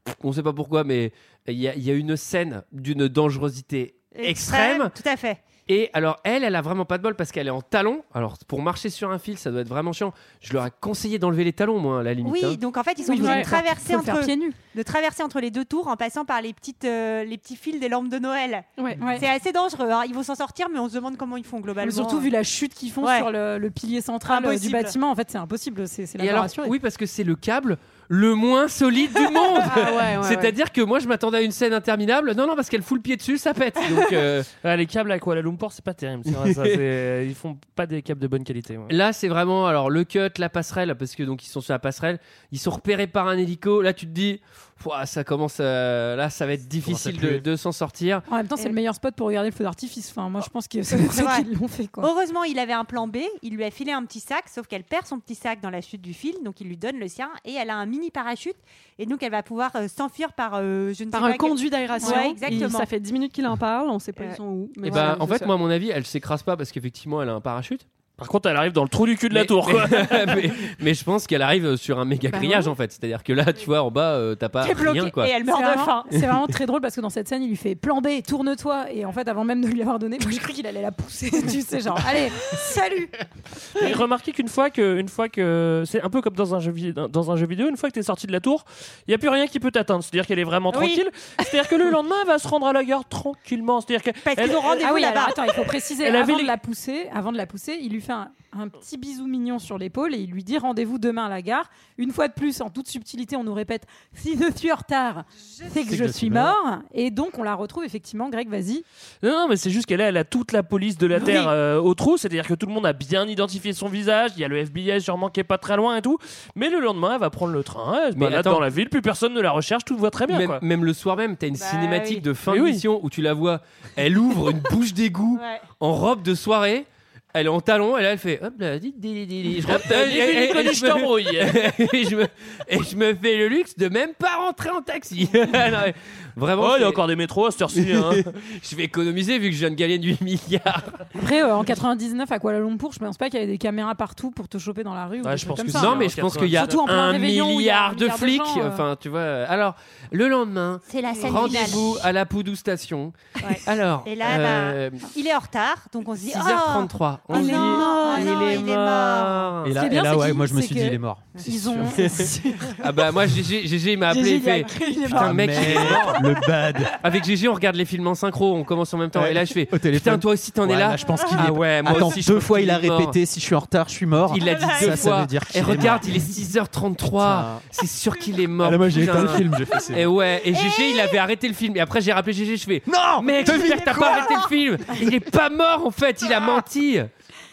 [SPEAKER 1] Pff, On ne sait pas pourquoi, mais il y, a- il y a une scène d'une dangerosité extrême.
[SPEAKER 6] Tout à fait.
[SPEAKER 1] Et alors, elle, elle a vraiment pas de bol parce qu'elle est en talons. Alors, pour marcher sur un fil, ça doit être vraiment chiant. Je leur ai conseillé d'enlever les talons, moi, à la limite. hein.
[SPEAKER 6] Oui, donc en fait, ils sont
[SPEAKER 12] Oui,
[SPEAKER 6] obligés
[SPEAKER 12] ouais.
[SPEAKER 6] de traverser
[SPEAKER 12] Faut le faire
[SPEAKER 6] entre
[SPEAKER 12] pieds nus.
[SPEAKER 6] de traverser entre les deux tours en passant par les petites euh, les petits fils des lampes de Noël.
[SPEAKER 12] Ouais.
[SPEAKER 6] C'est assez dangereux. hein. Ils vont s'en sortir, mais on se demande comment ils font globalement. euh,
[SPEAKER 12] Surtout vu la chute qu'ils font
[SPEAKER 6] Ouais.
[SPEAKER 12] sur le, le pilier central euh, du
[SPEAKER 6] Impossible.
[SPEAKER 12] bâtiment, en fait, c'est impossible. C'est c'est la
[SPEAKER 1] Et alors,
[SPEAKER 12] narration.
[SPEAKER 1] oui, parce que c'est le câble le moins solide du monde.
[SPEAKER 12] Ah ouais, ouais, ouais.
[SPEAKER 1] C'est-à-dire que moi, je m'attendais à une scène interminable. Non, non, parce qu'elle fout le pied dessus, ça pète. Donc, euh,
[SPEAKER 11] Ouais, les câbles à Kuala Lumpur, c'est pas terrible. c'est vrai, ça, c'est- ils font pas des câbles de bonne qualité. ouais.
[SPEAKER 1] Là, c'est vraiment alors le cut, la passerelle, parce que donc ils sont sur la passerelle, ils sont repérés par un hélico. Là, tu te dis, Pouah, ça commence, à- là, ça va être difficile de,
[SPEAKER 12] puer.
[SPEAKER 1] de s'en sortir.
[SPEAKER 12] En même temps, c'est le meilleur spot pour regarder le feu d'artifice. Enfin, moi, je pense que c'est pour
[SPEAKER 6] C'est
[SPEAKER 12] ça
[SPEAKER 6] vrai.
[SPEAKER 12] qu'ils l'ont fait. Quoi.
[SPEAKER 6] Heureusement, il avait un plan B. Il lui a filé un petit sac, sauf qu'elle perd son petit sac dans la chute du fil, donc il lui donne le sien et elle a un mini parachute et donc elle va pouvoir euh, s'enfuir par euh, je ne
[SPEAKER 14] Par
[SPEAKER 6] sais
[SPEAKER 14] un
[SPEAKER 6] pas quel-
[SPEAKER 14] conduit d'aération.
[SPEAKER 6] Ouais,
[SPEAKER 14] Il-
[SPEAKER 6] exactement.
[SPEAKER 14] Ça fait 10 minutes qu'il en parle, on sait pas ils sont où. mais
[SPEAKER 1] Et
[SPEAKER 14] voilà,
[SPEAKER 1] ben, en
[SPEAKER 14] c'est
[SPEAKER 1] fait,
[SPEAKER 14] ça.
[SPEAKER 1] moi, à mon avis, elle s'écrase pas parce qu'effectivement, elle a un parachute.
[SPEAKER 11] Par contre, elle arrive dans le trou du cul de la
[SPEAKER 1] Mais-
[SPEAKER 11] tour, quoi.
[SPEAKER 1] mais, mais je pense qu'elle arrive sur un méga
[SPEAKER 12] Bah
[SPEAKER 1] grillage
[SPEAKER 12] ouais.
[SPEAKER 1] en fait. C'est-à-dire que là, tu vois, en bas, euh, t'as pas
[SPEAKER 12] T'es bloqué
[SPEAKER 1] rien quoi.
[SPEAKER 12] C'est vraiment- C'est vraiment très drôle parce que dans cette scène, il lui fait plan B, tourne-toi. Et en fait, avant même de lui avoir donné, moi, j'ai cru qu'il allait la pousser. tu sais, genre, allez, salut
[SPEAKER 11] Et remarquez qu'une fois que, une fois que, c'est un peu comme dans un jeu, vi- dans un jeu vidéo, une fois que t'es sorti de la tour, il y a plus rien qui peut t'atteindre. C'est-à-dire qu'elle est vraiment
[SPEAKER 12] Oui.
[SPEAKER 11] tranquille. C'est-à-dire que le lendemain, elle va se rendre à la gare tranquillement. C'est-à-dire que
[SPEAKER 6] Parce
[SPEAKER 11] elle-
[SPEAKER 6] qu'ils ont rendez-vous
[SPEAKER 12] Ah oui,
[SPEAKER 6] là-bas.
[SPEAKER 12] alors attends, il faut préciser.
[SPEAKER 11] Elle avait
[SPEAKER 12] avant,
[SPEAKER 11] les-
[SPEAKER 12] de la pousser, avant de la pousser, il lui fait un, un petit bisou mignon sur l'épaule et il lui dit rendez-vous demain à la gare. Une fois de plus, en toute subtilité, on nous répète si je suis en retard, c'est que je suis mort. Et donc, on la retrouve effectivement. Greg, vas-y.
[SPEAKER 11] Non, non, mais c'est juste qu'elle a, elle a toute la police de la
[SPEAKER 12] Oui.
[SPEAKER 11] Terre euh, au trou, c'est-à-dire que tout le monde a bien identifié son visage, il y a le FBI sûrement qui est pas très loin et tout, mais le lendemain, elle va prendre le train, elle se
[SPEAKER 1] Mais
[SPEAKER 11] balade
[SPEAKER 1] Bah, attends.
[SPEAKER 11] dans la ville, plus personne ne la recherche, tout va très bien.
[SPEAKER 1] Même,
[SPEAKER 11] quoi.
[SPEAKER 1] même le soir même, t'as une cinématique
[SPEAKER 11] oui.
[SPEAKER 1] de fin
[SPEAKER 11] Mais
[SPEAKER 1] de
[SPEAKER 11] oui.
[SPEAKER 1] mission où tu la vois, elle ouvre une bouche d'égout en robe de soirée. Elle est en talon et là elle fait hop là, dit, dit, dit, dit, je rentre-
[SPEAKER 11] Hop, dit,
[SPEAKER 1] et- et-
[SPEAKER 11] dit,
[SPEAKER 1] et-
[SPEAKER 11] Nicolas,
[SPEAKER 1] et
[SPEAKER 11] je
[SPEAKER 1] me-
[SPEAKER 11] t'embrouille.
[SPEAKER 1] et je me- et je me fais le luxe de même pas rentrer en taxi. Non, mais Vraiment.
[SPEAKER 11] Oh, il y a
[SPEAKER 1] c'est-
[SPEAKER 11] encore des métros à cette heure-ci. hein.
[SPEAKER 1] je vais économiser vu que je viens de gagner 8 milliards.
[SPEAKER 12] Après, euh, en 99, à Kuala Lumpur, je pense pas qu'il y avait des caméras partout pour te choper dans la rue. ou
[SPEAKER 1] Ouais,
[SPEAKER 12] des
[SPEAKER 1] je
[SPEAKER 12] trucs
[SPEAKER 1] pense
[SPEAKER 12] comme
[SPEAKER 1] que
[SPEAKER 12] ça,
[SPEAKER 1] non,
[SPEAKER 12] hein.
[SPEAKER 1] mais je pense qu'il y a
[SPEAKER 12] Surtout en plein
[SPEAKER 1] un
[SPEAKER 12] réveillon où il y a un
[SPEAKER 1] milliard de
[SPEAKER 12] milliard de
[SPEAKER 1] flics.
[SPEAKER 12] gens, euh.
[SPEAKER 1] Enfin, tu vois. euh, Alors, le lendemain,
[SPEAKER 6] C'est la scène
[SPEAKER 1] rendez-vous
[SPEAKER 6] finale.
[SPEAKER 1] à la Poudou Station. Alors,
[SPEAKER 6] Et là,
[SPEAKER 1] euh,
[SPEAKER 6] bah, il est en retard, donc on se dit
[SPEAKER 1] 6h33.
[SPEAKER 6] Oh,
[SPEAKER 1] On
[SPEAKER 6] il
[SPEAKER 1] se
[SPEAKER 6] est
[SPEAKER 1] dit,
[SPEAKER 6] mort,
[SPEAKER 1] il,
[SPEAKER 6] non,
[SPEAKER 1] est
[SPEAKER 6] il est
[SPEAKER 1] mort.
[SPEAKER 6] mort.
[SPEAKER 7] Et là, et là, ouais, moi je me suis dit, il est mort.
[SPEAKER 12] Ils ont.
[SPEAKER 1] Ah bah moi GG, GG m'a appelé il
[SPEAKER 12] GG, il a
[SPEAKER 1] fait
[SPEAKER 12] appris, il est
[SPEAKER 1] putain
[SPEAKER 12] mort.
[SPEAKER 1] mec il est mort.
[SPEAKER 7] Ah, Le bad.
[SPEAKER 1] Avec GG on regarde les films en synchro, on commence en même temps
[SPEAKER 7] Ouais.
[SPEAKER 1] et là je fais
[SPEAKER 7] Au téléphone.
[SPEAKER 1] putain toi aussi t'en
[SPEAKER 7] Ouais,
[SPEAKER 1] es là.
[SPEAKER 7] là, je pense qu'il
[SPEAKER 1] ah
[SPEAKER 7] est-
[SPEAKER 1] ouais moi
[SPEAKER 7] Attends,
[SPEAKER 1] aussi, je
[SPEAKER 7] deux
[SPEAKER 1] pense
[SPEAKER 7] fois
[SPEAKER 1] qu'il
[SPEAKER 7] il a
[SPEAKER 1] est mort.
[SPEAKER 7] répété si je suis en retard, je suis mort.
[SPEAKER 1] Il l'a dit
[SPEAKER 7] ça,
[SPEAKER 1] deux fois.
[SPEAKER 7] Ça veut dire qu'il
[SPEAKER 1] et
[SPEAKER 7] est mort.
[SPEAKER 1] regarde, il est 6h33. C'est sûr qu'il est mort.
[SPEAKER 7] Ah là, moi, j'ai
[SPEAKER 1] putain.
[SPEAKER 7] éteint le film, j'ai fait, c'est
[SPEAKER 1] Et ouais, et GG, il avait arrêté le film. Et après, j'ai rappelé GG, je fais
[SPEAKER 7] Non
[SPEAKER 1] Mec, j'espère que t'as pas arrêté le film Il est pas mort en fait, il a menti
[SPEAKER 7] Euh,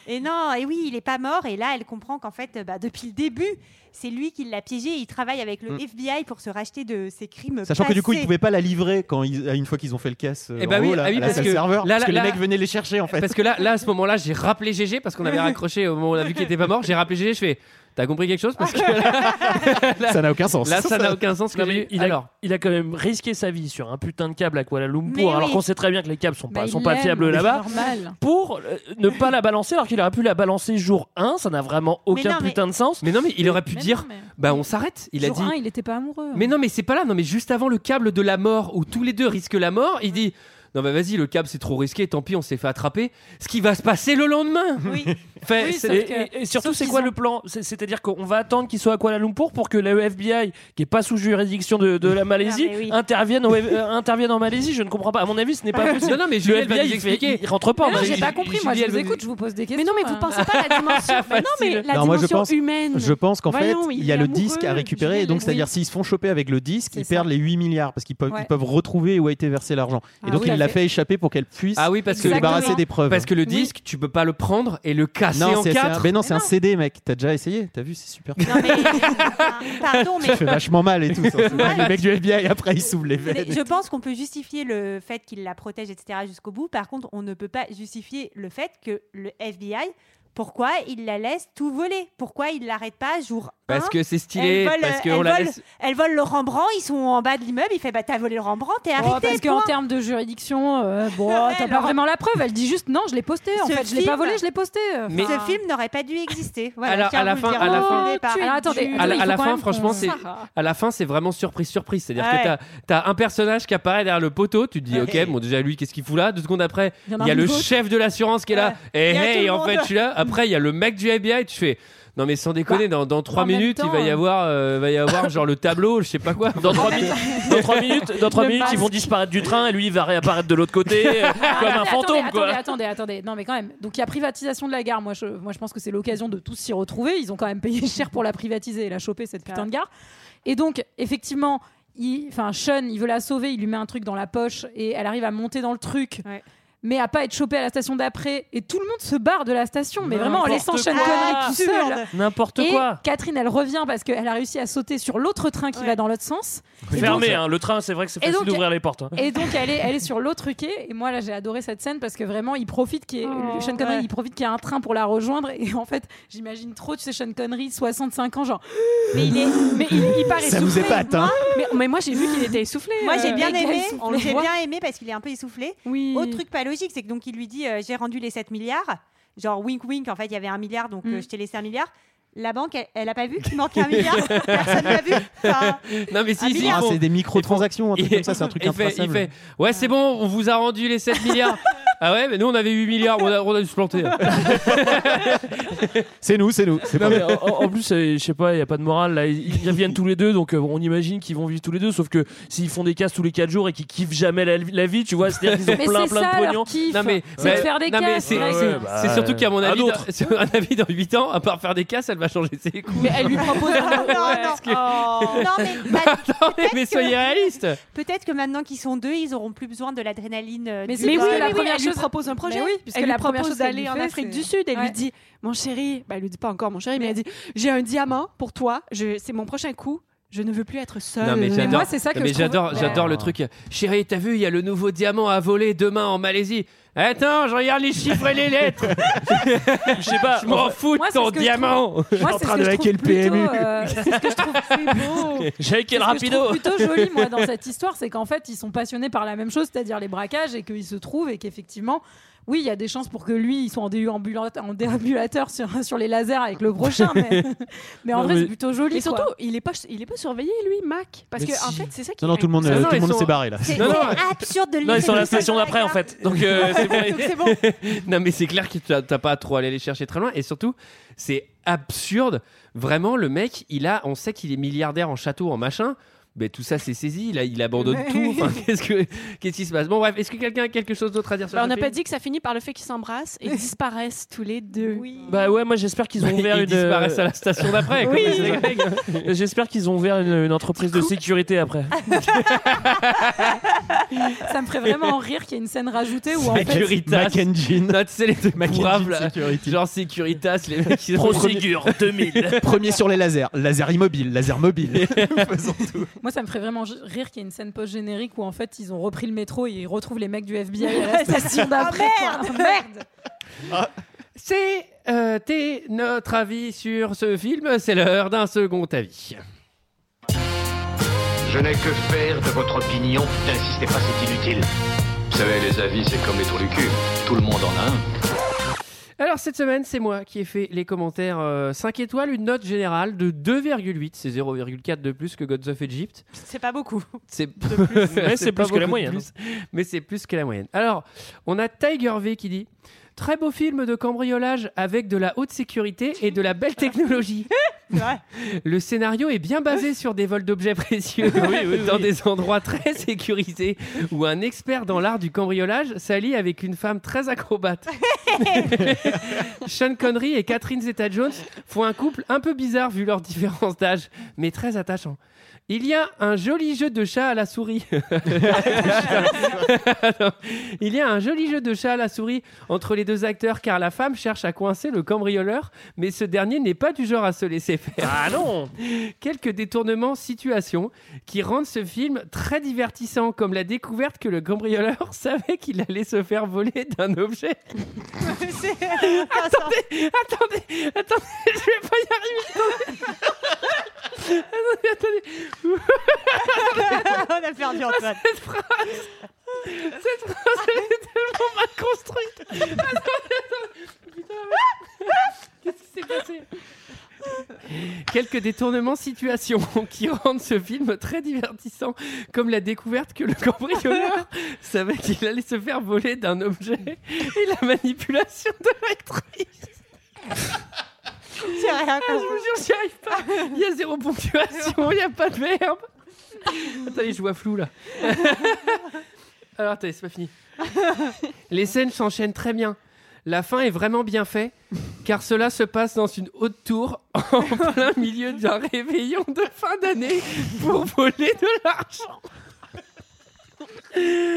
[SPEAKER 6] Et non, et oui, il est pas mort. Et là, elle comprend qu'en fait, euh, bah, depuis le début, c'est lui qui l'a piégé. Il travaille avec le
[SPEAKER 7] Mm.
[SPEAKER 6] FBI pour se racheter de ses crimes.
[SPEAKER 7] Sachant que du coup, ils
[SPEAKER 6] passés.
[SPEAKER 7] pouvaient pas la livrer quand ils- une fois qu'ils ont fait le caisse.
[SPEAKER 1] Eh bah oui, ah oui, parce que
[SPEAKER 7] serveur,
[SPEAKER 1] là,
[SPEAKER 7] parce que
[SPEAKER 1] là,
[SPEAKER 7] les
[SPEAKER 1] là-
[SPEAKER 7] mecs venaient les chercher en fait.
[SPEAKER 1] Parce que là, là à ce moment-là, j'ai rappelé GG parce qu'on avait raccroché au moment où on a vu qu'il était pas mort. J'ai rappelé GG, je fais T'as compris quelque chose Parce que
[SPEAKER 7] ça n'a aucun sens.
[SPEAKER 1] Là, ça n'a aucun sens. Que
[SPEAKER 11] Non, mais
[SPEAKER 1] j'ai eu.
[SPEAKER 11] il, a,
[SPEAKER 1] Alors,
[SPEAKER 11] il a quand même risqué sa vie sur un putain de câble à Kuala
[SPEAKER 1] Mais
[SPEAKER 11] Lumpur,
[SPEAKER 1] oui.
[SPEAKER 11] alors qu'on sait très bien que les câbles sont
[SPEAKER 1] Bah,
[SPEAKER 11] pas,
[SPEAKER 1] il
[SPEAKER 11] sont pas
[SPEAKER 1] l'aime,
[SPEAKER 11] fiables
[SPEAKER 1] c'est
[SPEAKER 11] là-bas,
[SPEAKER 1] normal.
[SPEAKER 11] pour euh, ne pas la balancer alors qu'il aurait pu la balancer jour 1, ça n'a vraiment aucun
[SPEAKER 1] non, mais-
[SPEAKER 11] putain de sens.
[SPEAKER 1] mais non, mais il aurait pu dire Bah, on s'arrête. Il a
[SPEAKER 12] Jour
[SPEAKER 1] dit
[SPEAKER 12] un, il était pas amoureux.
[SPEAKER 1] Mais non, mais c'est pas là. Non, mais juste avant le câble de la mort où tous les deux risquent la mort, il dit Non, bah vas-y, le câble c'est trop risqué, tant pis, on s'est fait attraper. Ce qui va se passer le lendemain
[SPEAKER 6] Oui.
[SPEAKER 1] Enfin,
[SPEAKER 11] Et-
[SPEAKER 1] c'est-
[SPEAKER 11] et, et surtout, c'est quoi le plan C'est- C'est-à-dire qu'on va attendre qu'il soit à Kuala Lumpur pour que le FBI, qui est pas sous juridiction de, de la Malaisie,
[SPEAKER 1] mais oui.
[SPEAKER 11] intervienne, au- euh, intervienne en Malaisie. Je ne comprends pas. À mon avis, ce n'est pas possible.
[SPEAKER 1] Non, non, mais
[SPEAKER 11] Le
[SPEAKER 1] Juliette va
[SPEAKER 11] FBI,
[SPEAKER 1] nous
[SPEAKER 11] il fait-
[SPEAKER 1] expliquer.
[SPEAKER 11] Il, rentre pas. en
[SPEAKER 12] Mais non,
[SPEAKER 11] Malaisie.
[SPEAKER 12] j'ai pas compris. Moi, je
[SPEAKER 1] Juliette
[SPEAKER 12] vous
[SPEAKER 1] va nous-
[SPEAKER 12] écoute, je vous pose des questions. hein.
[SPEAKER 14] Mais non, mais vous pensez pas à la dimension. mais non, mais la
[SPEAKER 7] Non, moi, je
[SPEAKER 14] dimension
[SPEAKER 7] pense-
[SPEAKER 14] humaine.
[SPEAKER 7] Je pense qu'en fait,
[SPEAKER 14] Voyons,
[SPEAKER 7] il
[SPEAKER 14] il
[SPEAKER 7] y a
[SPEAKER 14] est
[SPEAKER 7] le
[SPEAKER 14] amoureux,
[SPEAKER 7] disque à récupérer. Et donc,
[SPEAKER 14] Juliette,
[SPEAKER 7] c'est-à-dire,
[SPEAKER 14] oui.
[SPEAKER 7] s'ils se font choper avec le disque, ils perdent les 8 milliards parce qu'ils peuvent,
[SPEAKER 14] Ouais.
[SPEAKER 7] ils peuvent retrouver où a été versé l'argent.
[SPEAKER 1] Ah
[SPEAKER 7] Et donc,
[SPEAKER 1] oui.
[SPEAKER 7] il l'a
[SPEAKER 1] Tout à
[SPEAKER 7] fait échapper pour qu'elle puisse
[SPEAKER 1] Ah oui, parce
[SPEAKER 7] se
[SPEAKER 1] que
[SPEAKER 7] débarrasser des preuves.
[SPEAKER 1] Parce que le disque, tu peux pas le prendre et le casser
[SPEAKER 7] non,
[SPEAKER 1] en
[SPEAKER 7] c'est c'est un,
[SPEAKER 1] quatre.
[SPEAKER 7] mais non, c'est un CD, mec. T'as déjà essayé T'as vu, c'est super.
[SPEAKER 6] Pardon,
[SPEAKER 7] Tu
[SPEAKER 6] mais
[SPEAKER 7] fais vachement mal et tout. ça. C'est dingue. Les mecs du FBI, après, ils s'ouvrent les
[SPEAKER 6] Mais
[SPEAKER 7] veines.
[SPEAKER 6] je pense qu'on peut justifier le fait qu'il la protège, etc. jusqu'au bout. Par contre, on ne peut pas justifier le fait que le FBI, pourquoi il la laisse tout voler Pourquoi il l'arrête pas jour
[SPEAKER 17] Parce que c'est stylé,
[SPEAKER 16] Elle vole,
[SPEAKER 17] parce
[SPEAKER 16] elle
[SPEAKER 17] qu'on la
[SPEAKER 16] vole-
[SPEAKER 17] laisse.
[SPEAKER 16] elle vole le Rembrandt, ils sont en bas de l'immeuble, il fait bah t'as volé le Rembrandt, t'es arrêté.
[SPEAKER 12] Oh, parce qu'en
[SPEAKER 16] point.
[SPEAKER 12] termes de juridiction, euh, bon, t'as
[SPEAKER 16] elle
[SPEAKER 12] pas
[SPEAKER 16] aura-
[SPEAKER 12] vraiment la preuve. Elle dit juste non, je l'ai posté. En
[SPEAKER 16] Ce
[SPEAKER 12] fait, je l'ai pas
[SPEAKER 16] film-
[SPEAKER 12] volé, je l'ai posté.
[SPEAKER 16] Mais-
[SPEAKER 12] Enfin,
[SPEAKER 16] Ce film n'aurait pas dû exister. Voilà,
[SPEAKER 1] Alors,
[SPEAKER 16] tiens,
[SPEAKER 1] à la
[SPEAKER 16] vous
[SPEAKER 1] fin,
[SPEAKER 16] le dire
[SPEAKER 1] à la
[SPEAKER 16] au
[SPEAKER 1] fin-
[SPEAKER 16] départ.
[SPEAKER 12] Alors, attendez,
[SPEAKER 1] à la, à la
[SPEAKER 12] faut quand
[SPEAKER 1] fin,
[SPEAKER 12] même
[SPEAKER 1] franchement,
[SPEAKER 12] qu'on-
[SPEAKER 1] c'est
[SPEAKER 12] Sarah.
[SPEAKER 1] à la fin, c'est vraiment surprise, surprise. C'est-à-dire
[SPEAKER 12] Ouais.
[SPEAKER 1] que t'as- t'as un personnage qui apparaît derrière le poteau, tu te dis, ok, bon, déjà lui, qu'est-ce qu'il fout là Deux secondes après,
[SPEAKER 12] Il y en
[SPEAKER 1] il
[SPEAKER 12] a
[SPEAKER 1] y a
[SPEAKER 12] un
[SPEAKER 1] le
[SPEAKER 12] autre.
[SPEAKER 1] chef de l'assurance qui est là. Et
[SPEAKER 12] Il y a tout
[SPEAKER 1] hey,
[SPEAKER 12] le
[SPEAKER 1] en
[SPEAKER 12] monde.
[SPEAKER 1] fait, je suis là. Après, il y a le mec du FBI. Tu fais. Non mais sans déconner,
[SPEAKER 12] Bah,
[SPEAKER 1] dans, dans 3
[SPEAKER 11] en même
[SPEAKER 1] minutes, il
[SPEAKER 11] temps,
[SPEAKER 1] va y
[SPEAKER 11] euh.
[SPEAKER 1] avoir, euh, va y avoir genre le tableau, je sais pas quoi.
[SPEAKER 11] Dans 3 minutes, dans trois minutes, dans trois
[SPEAKER 12] Le
[SPEAKER 11] minutes ils vont
[SPEAKER 12] masque.
[SPEAKER 11] disparaître du train et lui il va réapparaître de l'autre côté euh, comme un
[SPEAKER 12] Attendez,
[SPEAKER 11] fantôme
[SPEAKER 12] attendez,
[SPEAKER 11] quoi.
[SPEAKER 12] Attendez, attendez, non mais quand même. Donc il y a privatisation de la gare. Moi je, moi, je pense que c'est l'occasion de tous s'y retrouver. Ils ont quand même payé cher pour la privatiser et la choper cette putain de gare. Et donc effectivement, il, enfin Sean, il veut la sauver. Il lui met un truc dans la poche et elle arrive à monter dans le truc. Mais à pas être chopée à la station d'après et tout le monde se barre de la station, mais vraiment en
[SPEAKER 11] N'importe
[SPEAKER 12] laissant Sean
[SPEAKER 11] quoi.
[SPEAKER 12] Connery tout seul.
[SPEAKER 11] N'importe
[SPEAKER 12] Et
[SPEAKER 11] quoi.
[SPEAKER 12] Catherine, elle revient parce qu'elle a réussi à sauter sur l'autre train qui va dans l'autre sens. Et donc, euh,
[SPEAKER 11] Fermé, hein, le train c'est vrai que c'est
[SPEAKER 12] Et
[SPEAKER 11] facile
[SPEAKER 12] donc-
[SPEAKER 11] d'ouvrir les portes. hein.
[SPEAKER 12] et donc elle est, elle est sur l'autre quai et moi là j'ai adoré cette scène parce que vraiment il profite qu'il y ait,
[SPEAKER 13] Oh,
[SPEAKER 12] Sean Connery
[SPEAKER 13] ouais.
[SPEAKER 12] il profite qu'il y a un train pour la rejoindre et en fait j'imagine trop tu sais Sean Connery 65 ans genre mais il est mais il est hyper
[SPEAKER 7] Ça vous
[SPEAKER 12] essoufflé.
[SPEAKER 7] épate, hein
[SPEAKER 12] mais, mais moi j'ai vu qu'il était essoufflé
[SPEAKER 16] Moi j'ai
[SPEAKER 12] euh,
[SPEAKER 16] bien
[SPEAKER 12] il a
[SPEAKER 16] aimé,
[SPEAKER 12] essoufflé.
[SPEAKER 16] j'ai
[SPEAKER 12] Ouais.
[SPEAKER 16] bien aimé parce qu'il est un peu essoufflé. Autre truc pas logique, c'est que donc il lui dit euh, j'ai rendu les 7 milliards, genre wink wink, en fait il y avait un milliard
[SPEAKER 12] Mm.
[SPEAKER 16] donc euh, je t'ai laissé un milliard. La banque, elle, elle a pas vu qu'il manquait un milliard. Personne l'a vu. Enfin,
[SPEAKER 1] Non mais si, si, ils
[SPEAKER 7] Ah,
[SPEAKER 1] font-
[SPEAKER 7] c'est des microtransactions, un truc
[SPEAKER 1] Il-
[SPEAKER 7] comme ça, c'est un truc
[SPEAKER 1] il fait, il
[SPEAKER 7] intraçable.
[SPEAKER 1] fait, ouais, c'est bon, on vous a rendu les 7 milliards. ah ouais, mais nous on avait 8 milliards, on a, on a dû se planter.
[SPEAKER 7] C'est nous, c'est nous. c'est
[SPEAKER 11] Non,
[SPEAKER 7] pas-
[SPEAKER 11] mais en, en- en plus, euh, je sais pas, il n'y a pas de morale. Là. Ils ils reviennent tous les deux, donc euh, on imagine qu'ils vont vivre tous les deux. Sauf que s'ils font des casses tous les 4 jours et qu'ils kiffent jamais la, la vie, tu vois, c'est-à-dire qu'ils ont
[SPEAKER 12] Mais
[SPEAKER 11] plein
[SPEAKER 12] c'est
[SPEAKER 11] plein
[SPEAKER 12] ça,
[SPEAKER 11] de
[SPEAKER 12] leur
[SPEAKER 11] pognon.
[SPEAKER 12] kiff. C'est de faire des
[SPEAKER 1] non, mais
[SPEAKER 12] casses,
[SPEAKER 1] c'est,
[SPEAKER 12] ouais.
[SPEAKER 1] c'est-
[SPEAKER 12] Ouais, bah,
[SPEAKER 1] c'est surtout qu'à mon
[SPEAKER 11] à
[SPEAKER 1] avis, dans,
[SPEAKER 11] d'autres.
[SPEAKER 1] c'est un avis dans 8 ans, à part faire des casses, elle va changer ses coups.
[SPEAKER 12] mais elle lui propose
[SPEAKER 16] non, non, non, mais
[SPEAKER 1] Bah, attendez, mais soyez réaliste.
[SPEAKER 16] peut-être que maintenant qu'ils sont deux, ils auront plus besoin de l'adrénaline. euh,
[SPEAKER 12] Mais
[SPEAKER 16] du
[SPEAKER 12] c'est
[SPEAKER 16] vol.
[SPEAKER 12] oui, la
[SPEAKER 13] oui,
[SPEAKER 12] première
[SPEAKER 13] elle lui
[SPEAKER 12] chose-
[SPEAKER 13] propose un projet.
[SPEAKER 12] Mais oui, puisque
[SPEAKER 13] elle
[SPEAKER 12] la
[SPEAKER 13] lui
[SPEAKER 12] première
[SPEAKER 13] propose
[SPEAKER 12] chose qu'elle
[SPEAKER 13] d'aller
[SPEAKER 12] lui
[SPEAKER 13] en
[SPEAKER 12] fait,
[SPEAKER 13] Afrique
[SPEAKER 12] c'est-
[SPEAKER 13] du Sud. Elle
[SPEAKER 12] Ouais.
[SPEAKER 13] lui dit, mon chéri, bah, elle lui dit pas encore mon chéri, mais, elle dit, j'ai un diamant pour toi. Je- C'est mon prochain coup. Je ne veux plus être seule.
[SPEAKER 1] Non, mais j'adore, mais j'adore, j'adore le truc. Chérie, t'as vu, il y a le nouveau diamant à voler demain en Malaisie. Attends, je regarde les chiffres et les lettres.
[SPEAKER 11] Je sais pas.
[SPEAKER 1] Je m'en fous de
[SPEAKER 12] Moi, c'est
[SPEAKER 1] ton
[SPEAKER 12] ce que je
[SPEAKER 1] diamant.
[SPEAKER 12] Moi, c'est ce que je trouve plutôt, euh, c'est ce que je trouve c'est beau.
[SPEAKER 11] J'ai hacké le
[SPEAKER 12] C'est ce que je
[SPEAKER 11] rapido.
[SPEAKER 12] trouve plutôt joli, moi, dans cette histoire, c'est qu'en fait, ils sont passionnés par la même chose, c'est-à-dire les braquages, et qu'ils se trouvent, et qu'effectivement, oui, il y a des chances pour que lui, il soit en déambulateur, en déambulateur sur, sur les lasers avec le prochain, mais, mais en
[SPEAKER 11] Non,
[SPEAKER 12] vrai,
[SPEAKER 11] mais-
[SPEAKER 12] c'est plutôt joli.
[SPEAKER 14] Et surtout,
[SPEAKER 12] quoi.
[SPEAKER 14] il est pas, il est pas surveillé lui, Mac, parce
[SPEAKER 11] Mais
[SPEAKER 14] que en
[SPEAKER 11] si.
[SPEAKER 14] fait, c'est ça qui.
[SPEAKER 7] Non, non, tout le monde,
[SPEAKER 11] Non,
[SPEAKER 7] euh,
[SPEAKER 11] non,
[SPEAKER 7] tout le
[SPEAKER 11] ils
[SPEAKER 7] monde
[SPEAKER 11] sont-
[SPEAKER 7] s'est barré là.
[SPEAKER 16] C'est
[SPEAKER 1] Non, non.
[SPEAKER 16] c'est absurde de
[SPEAKER 11] Non, ils sont à la
[SPEAKER 16] laisser les
[SPEAKER 11] station
[SPEAKER 16] gens
[SPEAKER 11] d'après en
[SPEAKER 16] dans
[SPEAKER 11] fait. Donc euh, c'est bon.
[SPEAKER 16] la gare. Donc, c'est bon.
[SPEAKER 1] Non, mais c'est clair que t'as t'as pas à trop aller les chercher très loin. Et surtout, c'est absurde. Vraiment, le mec, il a, on sait qu'il est milliardaire en château, en machin. Mais tout ça, c'est saisi. Il, a- il abandonne
[SPEAKER 14] Ouais.
[SPEAKER 1] tout. Enfin, qu'est-ce que, qu'est-ce qui se passe Bon, bref, est-ce que quelqu'un a quelque chose d'autre à dire sur
[SPEAKER 14] Bah, on
[SPEAKER 1] ce
[SPEAKER 14] n'a
[SPEAKER 1] film
[SPEAKER 14] pas dit que ça finit par le fait qu'ils s'embrassent et disparaissent tous les deux.
[SPEAKER 11] Bah ouais, moi j'espère qu'ils ont ouvert
[SPEAKER 1] Ils
[SPEAKER 11] une. euh,
[SPEAKER 1] disparaissent à la station d'après. comme
[SPEAKER 11] Oui.
[SPEAKER 1] les collègues.
[SPEAKER 11] J'espère qu'ils ont ouvert une, une entreprise de sécurité après.
[SPEAKER 12] ça me ferait vraiment rire qu'il y ait une scène rajoutée où en fait,
[SPEAKER 1] Securitas. Non, tu sais, les trucs
[SPEAKER 7] Mackenzie
[SPEAKER 1] braves, là. Genre Securitas, les mecs qui sont
[SPEAKER 11] Proségur 2000.
[SPEAKER 7] Premier sur les lasers, laser immobile, laser mobile.
[SPEAKER 12] moi, ça me ferait vraiment j- rire qu'il y ait une scène post générique où en fait, ils ont repris le métro et ils retrouvent les mecs du FBI à la station d'après.
[SPEAKER 16] Ah,
[SPEAKER 12] quoi.
[SPEAKER 16] merde
[SPEAKER 12] merde
[SPEAKER 1] C'est euh, t'es notre avis sur ce film. C'est l'heure d'un second avis.
[SPEAKER 9] Je n'ai que faire de votre opinion. N'insistez pas, c'est inutile.
[SPEAKER 5] Vous savez, les avis, c'est comme les trous du cul. Tout le monde en a un.
[SPEAKER 1] Alors cette semaine, c'est moi qui ai fait les commentaires 5 étoiles, une note générale de 2,8. C'est 0,4 de plus que Gods of Egypt.
[SPEAKER 16] C'est pas beaucoup.
[SPEAKER 1] C'est
[SPEAKER 11] Mais c'est
[SPEAKER 1] pas
[SPEAKER 11] plus que la
[SPEAKER 1] beaucoup de
[SPEAKER 11] moyenne.
[SPEAKER 1] plus. mais c'est plus que la moyenne. Alors, on a Tiger V qui dit Très beau film de cambriolage avec de la haute sécurité et de la belle technologie. Le scénario est bien basé sur des vols d'objets précieux dans des endroits très sécurisés où un expert dans l'art du cambriolage s'allie avec une femme très acrobate. Sean Connery et Catherine Zeta-Jones font un couple un peu bizarre vu leur différence d'âge, mais très attachant. Il y a un joli jeu de chat à la souris. Non. Il y a un joli jeu de chat à la souris entre les deux acteurs car la femme cherche à coincer le cambrioleur, mais ce dernier n'est pas du genre à se laisser faire.
[SPEAKER 11] Ah non
[SPEAKER 1] Quelques détournements situation qui rendent ce film très divertissant, comme la découverte que le cambrioleur savait qu'il allait se faire voler d'un objet.
[SPEAKER 16] C'est-
[SPEAKER 1] Attendez, attendez, attendez, je vais pas y arriver. attendez.
[SPEAKER 16] On a perdu Antoine.
[SPEAKER 1] Ah, Cette phrase, cette phrase, elle est tellement mal construite. Attends, attends. Putain, mais- Qu'est-ce qui s'est passé Quelques détournements situation qui rendent ce film très divertissant, comme la découverte que le cambrioleur savait qu'il allait se faire voler d'un objet et la manipulation de l'actrice. Ah,
[SPEAKER 16] C'est rien.
[SPEAKER 1] Je vous jure, j'y arrive pas. Il y a zéro ponctuation, il n'y a pas de verbe. Attendez, je vois flou là. Alors attendez, c'est pas fini. Les scènes s'enchaînent très bien. La fin est vraiment bien faite, car cela se passe dans une haute tour en plein milieu d'un réveillon de fin d'année pour voler de l'argent.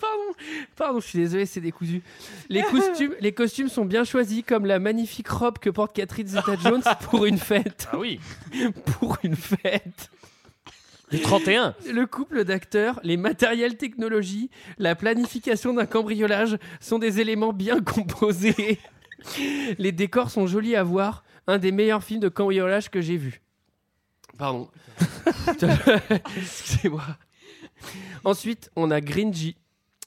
[SPEAKER 1] Pardon, pardon, je suis désolé, c'est décousu. Les costumes, les costumes sont bien choisis, comme la magnifique robe que porte Catherine Zeta-Jones pour une fête. Ah oui, pour une fête.
[SPEAKER 11] Du 31.
[SPEAKER 1] Le couple d'acteurs, les matériels technologies, la planification d'un cambriolage sont des éléments bien composés. Les décors sont jolis à voir. Un des meilleurs films de cambriolage que j'ai vu. Pardon. Excusez-moi. Ensuite, on a Gringy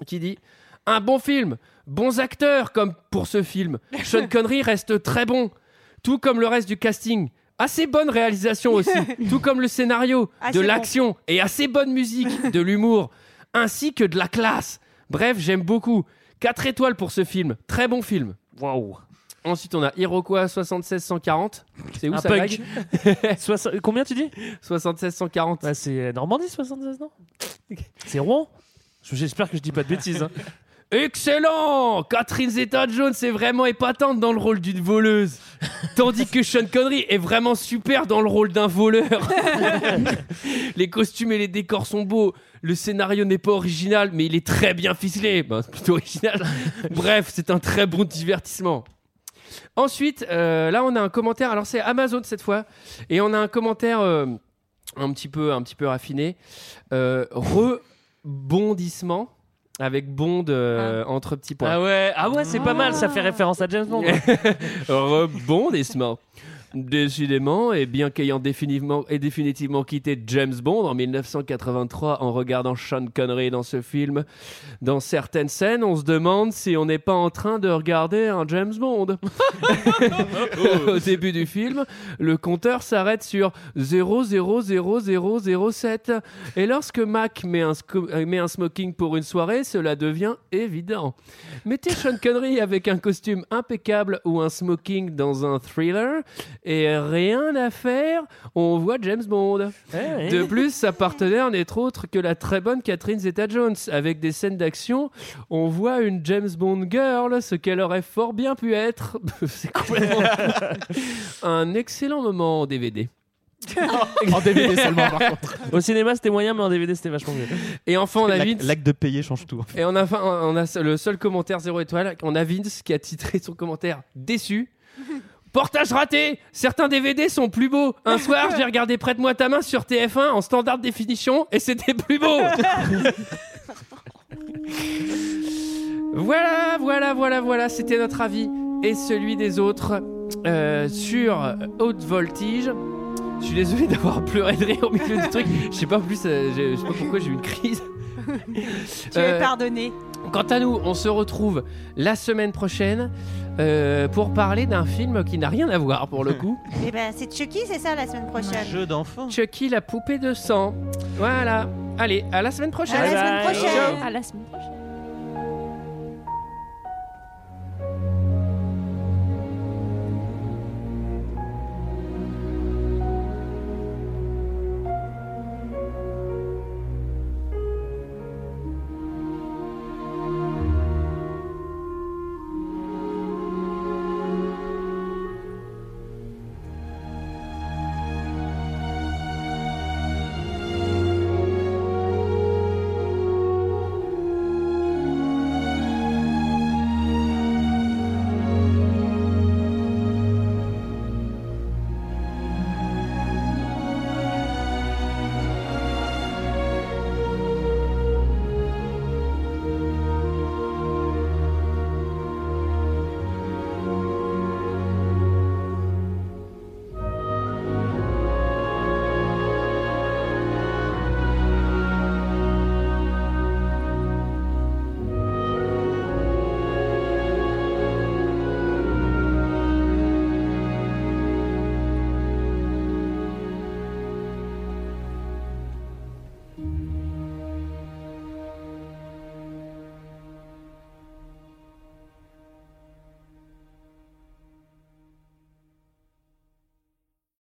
[SPEAKER 1] qui dit Un bon film, bons acteurs comme pour ce film. Sean Connery reste très bon, tout comme le reste du casting. Assez bonne réalisation aussi, tout comme le scénario,
[SPEAKER 11] Assez
[SPEAKER 1] de
[SPEAKER 11] bon.
[SPEAKER 1] l'action et assez bonne musique, de l'humour, ainsi que de la classe. Bref, j'aime beaucoup. 4 étoiles pour ce film, très bon film. Waouh. Ensuite, on a Iroquois 76-140. C'est où
[SPEAKER 11] Un
[SPEAKER 1] ça
[SPEAKER 11] punk.
[SPEAKER 1] blague Soixante- Combien tu dis 76-140.
[SPEAKER 11] Bah, c'est Normandie 76, non C'est Rouen Je- J'espère que je dis pas de bêtises. hein.
[SPEAKER 1] Excellent Catherine Zeta-Jones est vraiment épatante dans le rôle d'une voleuse, tandis que Sean Connery est vraiment super dans le rôle d'un voleur. les costumes et les décors sont beaux, le scénario n'est pas original, mais il est très bien ficelé. Ben, c'est plutôt original. Bref, c'est un très bon divertissement. Ensuite, euh, là, on a un commentaire. Alors, c'est Amazon cette fois. Et on a un commentaire euh, un, petit peu, un petit peu raffiné. Euh, rebondissement avec Bond euh, entre petits points.
[SPEAKER 11] Ah ouais, ah ouais, c'est pas mal. Ça fait référence à James Bond. hein.
[SPEAKER 1] Rebondissement. Décidément, et bien qu'ayant définitivement, et définitivement quitté James Bond en 1983 en regardant Sean Connery dans ce film, dans certaines scènes, on se demande si on n'est pas en train de regarder un James Bond. Au début du film, le compteur s'arrête sur 000007. Et lorsque Mac met un, sco- euh, met un smoking pour une soirée, cela devient évident. Mettez Sean Connery avec un costume impeccable ou un smoking dans un thriller et rien à faire, on voit James Bond.
[SPEAKER 11] ouais.
[SPEAKER 1] De plus, sa partenaire n'est autre que la très bonne Catherine Zeta-Jones. Avec des scènes d'action, on voit une James Bond girl, ce qu'elle aurait fort bien pu être. C'est complètement un excellent moment en DVD.
[SPEAKER 7] En DVD seulement, par contre.
[SPEAKER 1] Au cinéma, c'était moyen, mais en DVD, c'était vachement mieux. Et enfin, on a
[SPEAKER 7] L'ac-
[SPEAKER 1] Vince.
[SPEAKER 7] L'acte de payer change tout.
[SPEAKER 1] Et on a, fin- on a le seul commentaire 0 étoile. On a Vince qui a titré son commentaire déçu. Portage raté Certains DVD sont plus beaux. Un soir, j'ai regardé Prête-moi ta main sur TF1 en standard définition et c'était plus beau. Voilà, voilà, voilà, voilà, c'était notre avis et celui des autres euh, sur Haute Voltige. Je suis désolé d'avoir pleuré de rire au milieu du truc. Je sais pas en plus, euh, je je sais pas pourquoi j'ai eu une crise.
[SPEAKER 16] Tu
[SPEAKER 12] Euh,
[SPEAKER 16] es pardonné.
[SPEAKER 1] Quant à nous, on se retrouve la semaine prochaine euh, pour parler d'un film qui n'a rien à voir pour le coup.
[SPEAKER 16] Eh ben, c'est Chucky, c'est ça, la semaine prochaine.
[SPEAKER 1] Jeu d'enfant. Chucky la poupée de sang. Voilà. Allez, à la semaine prochaine.
[SPEAKER 16] À la semaine
[SPEAKER 1] Bye bye.
[SPEAKER 16] prochaine.
[SPEAKER 1] Ciao.
[SPEAKER 16] la semaine prochaine.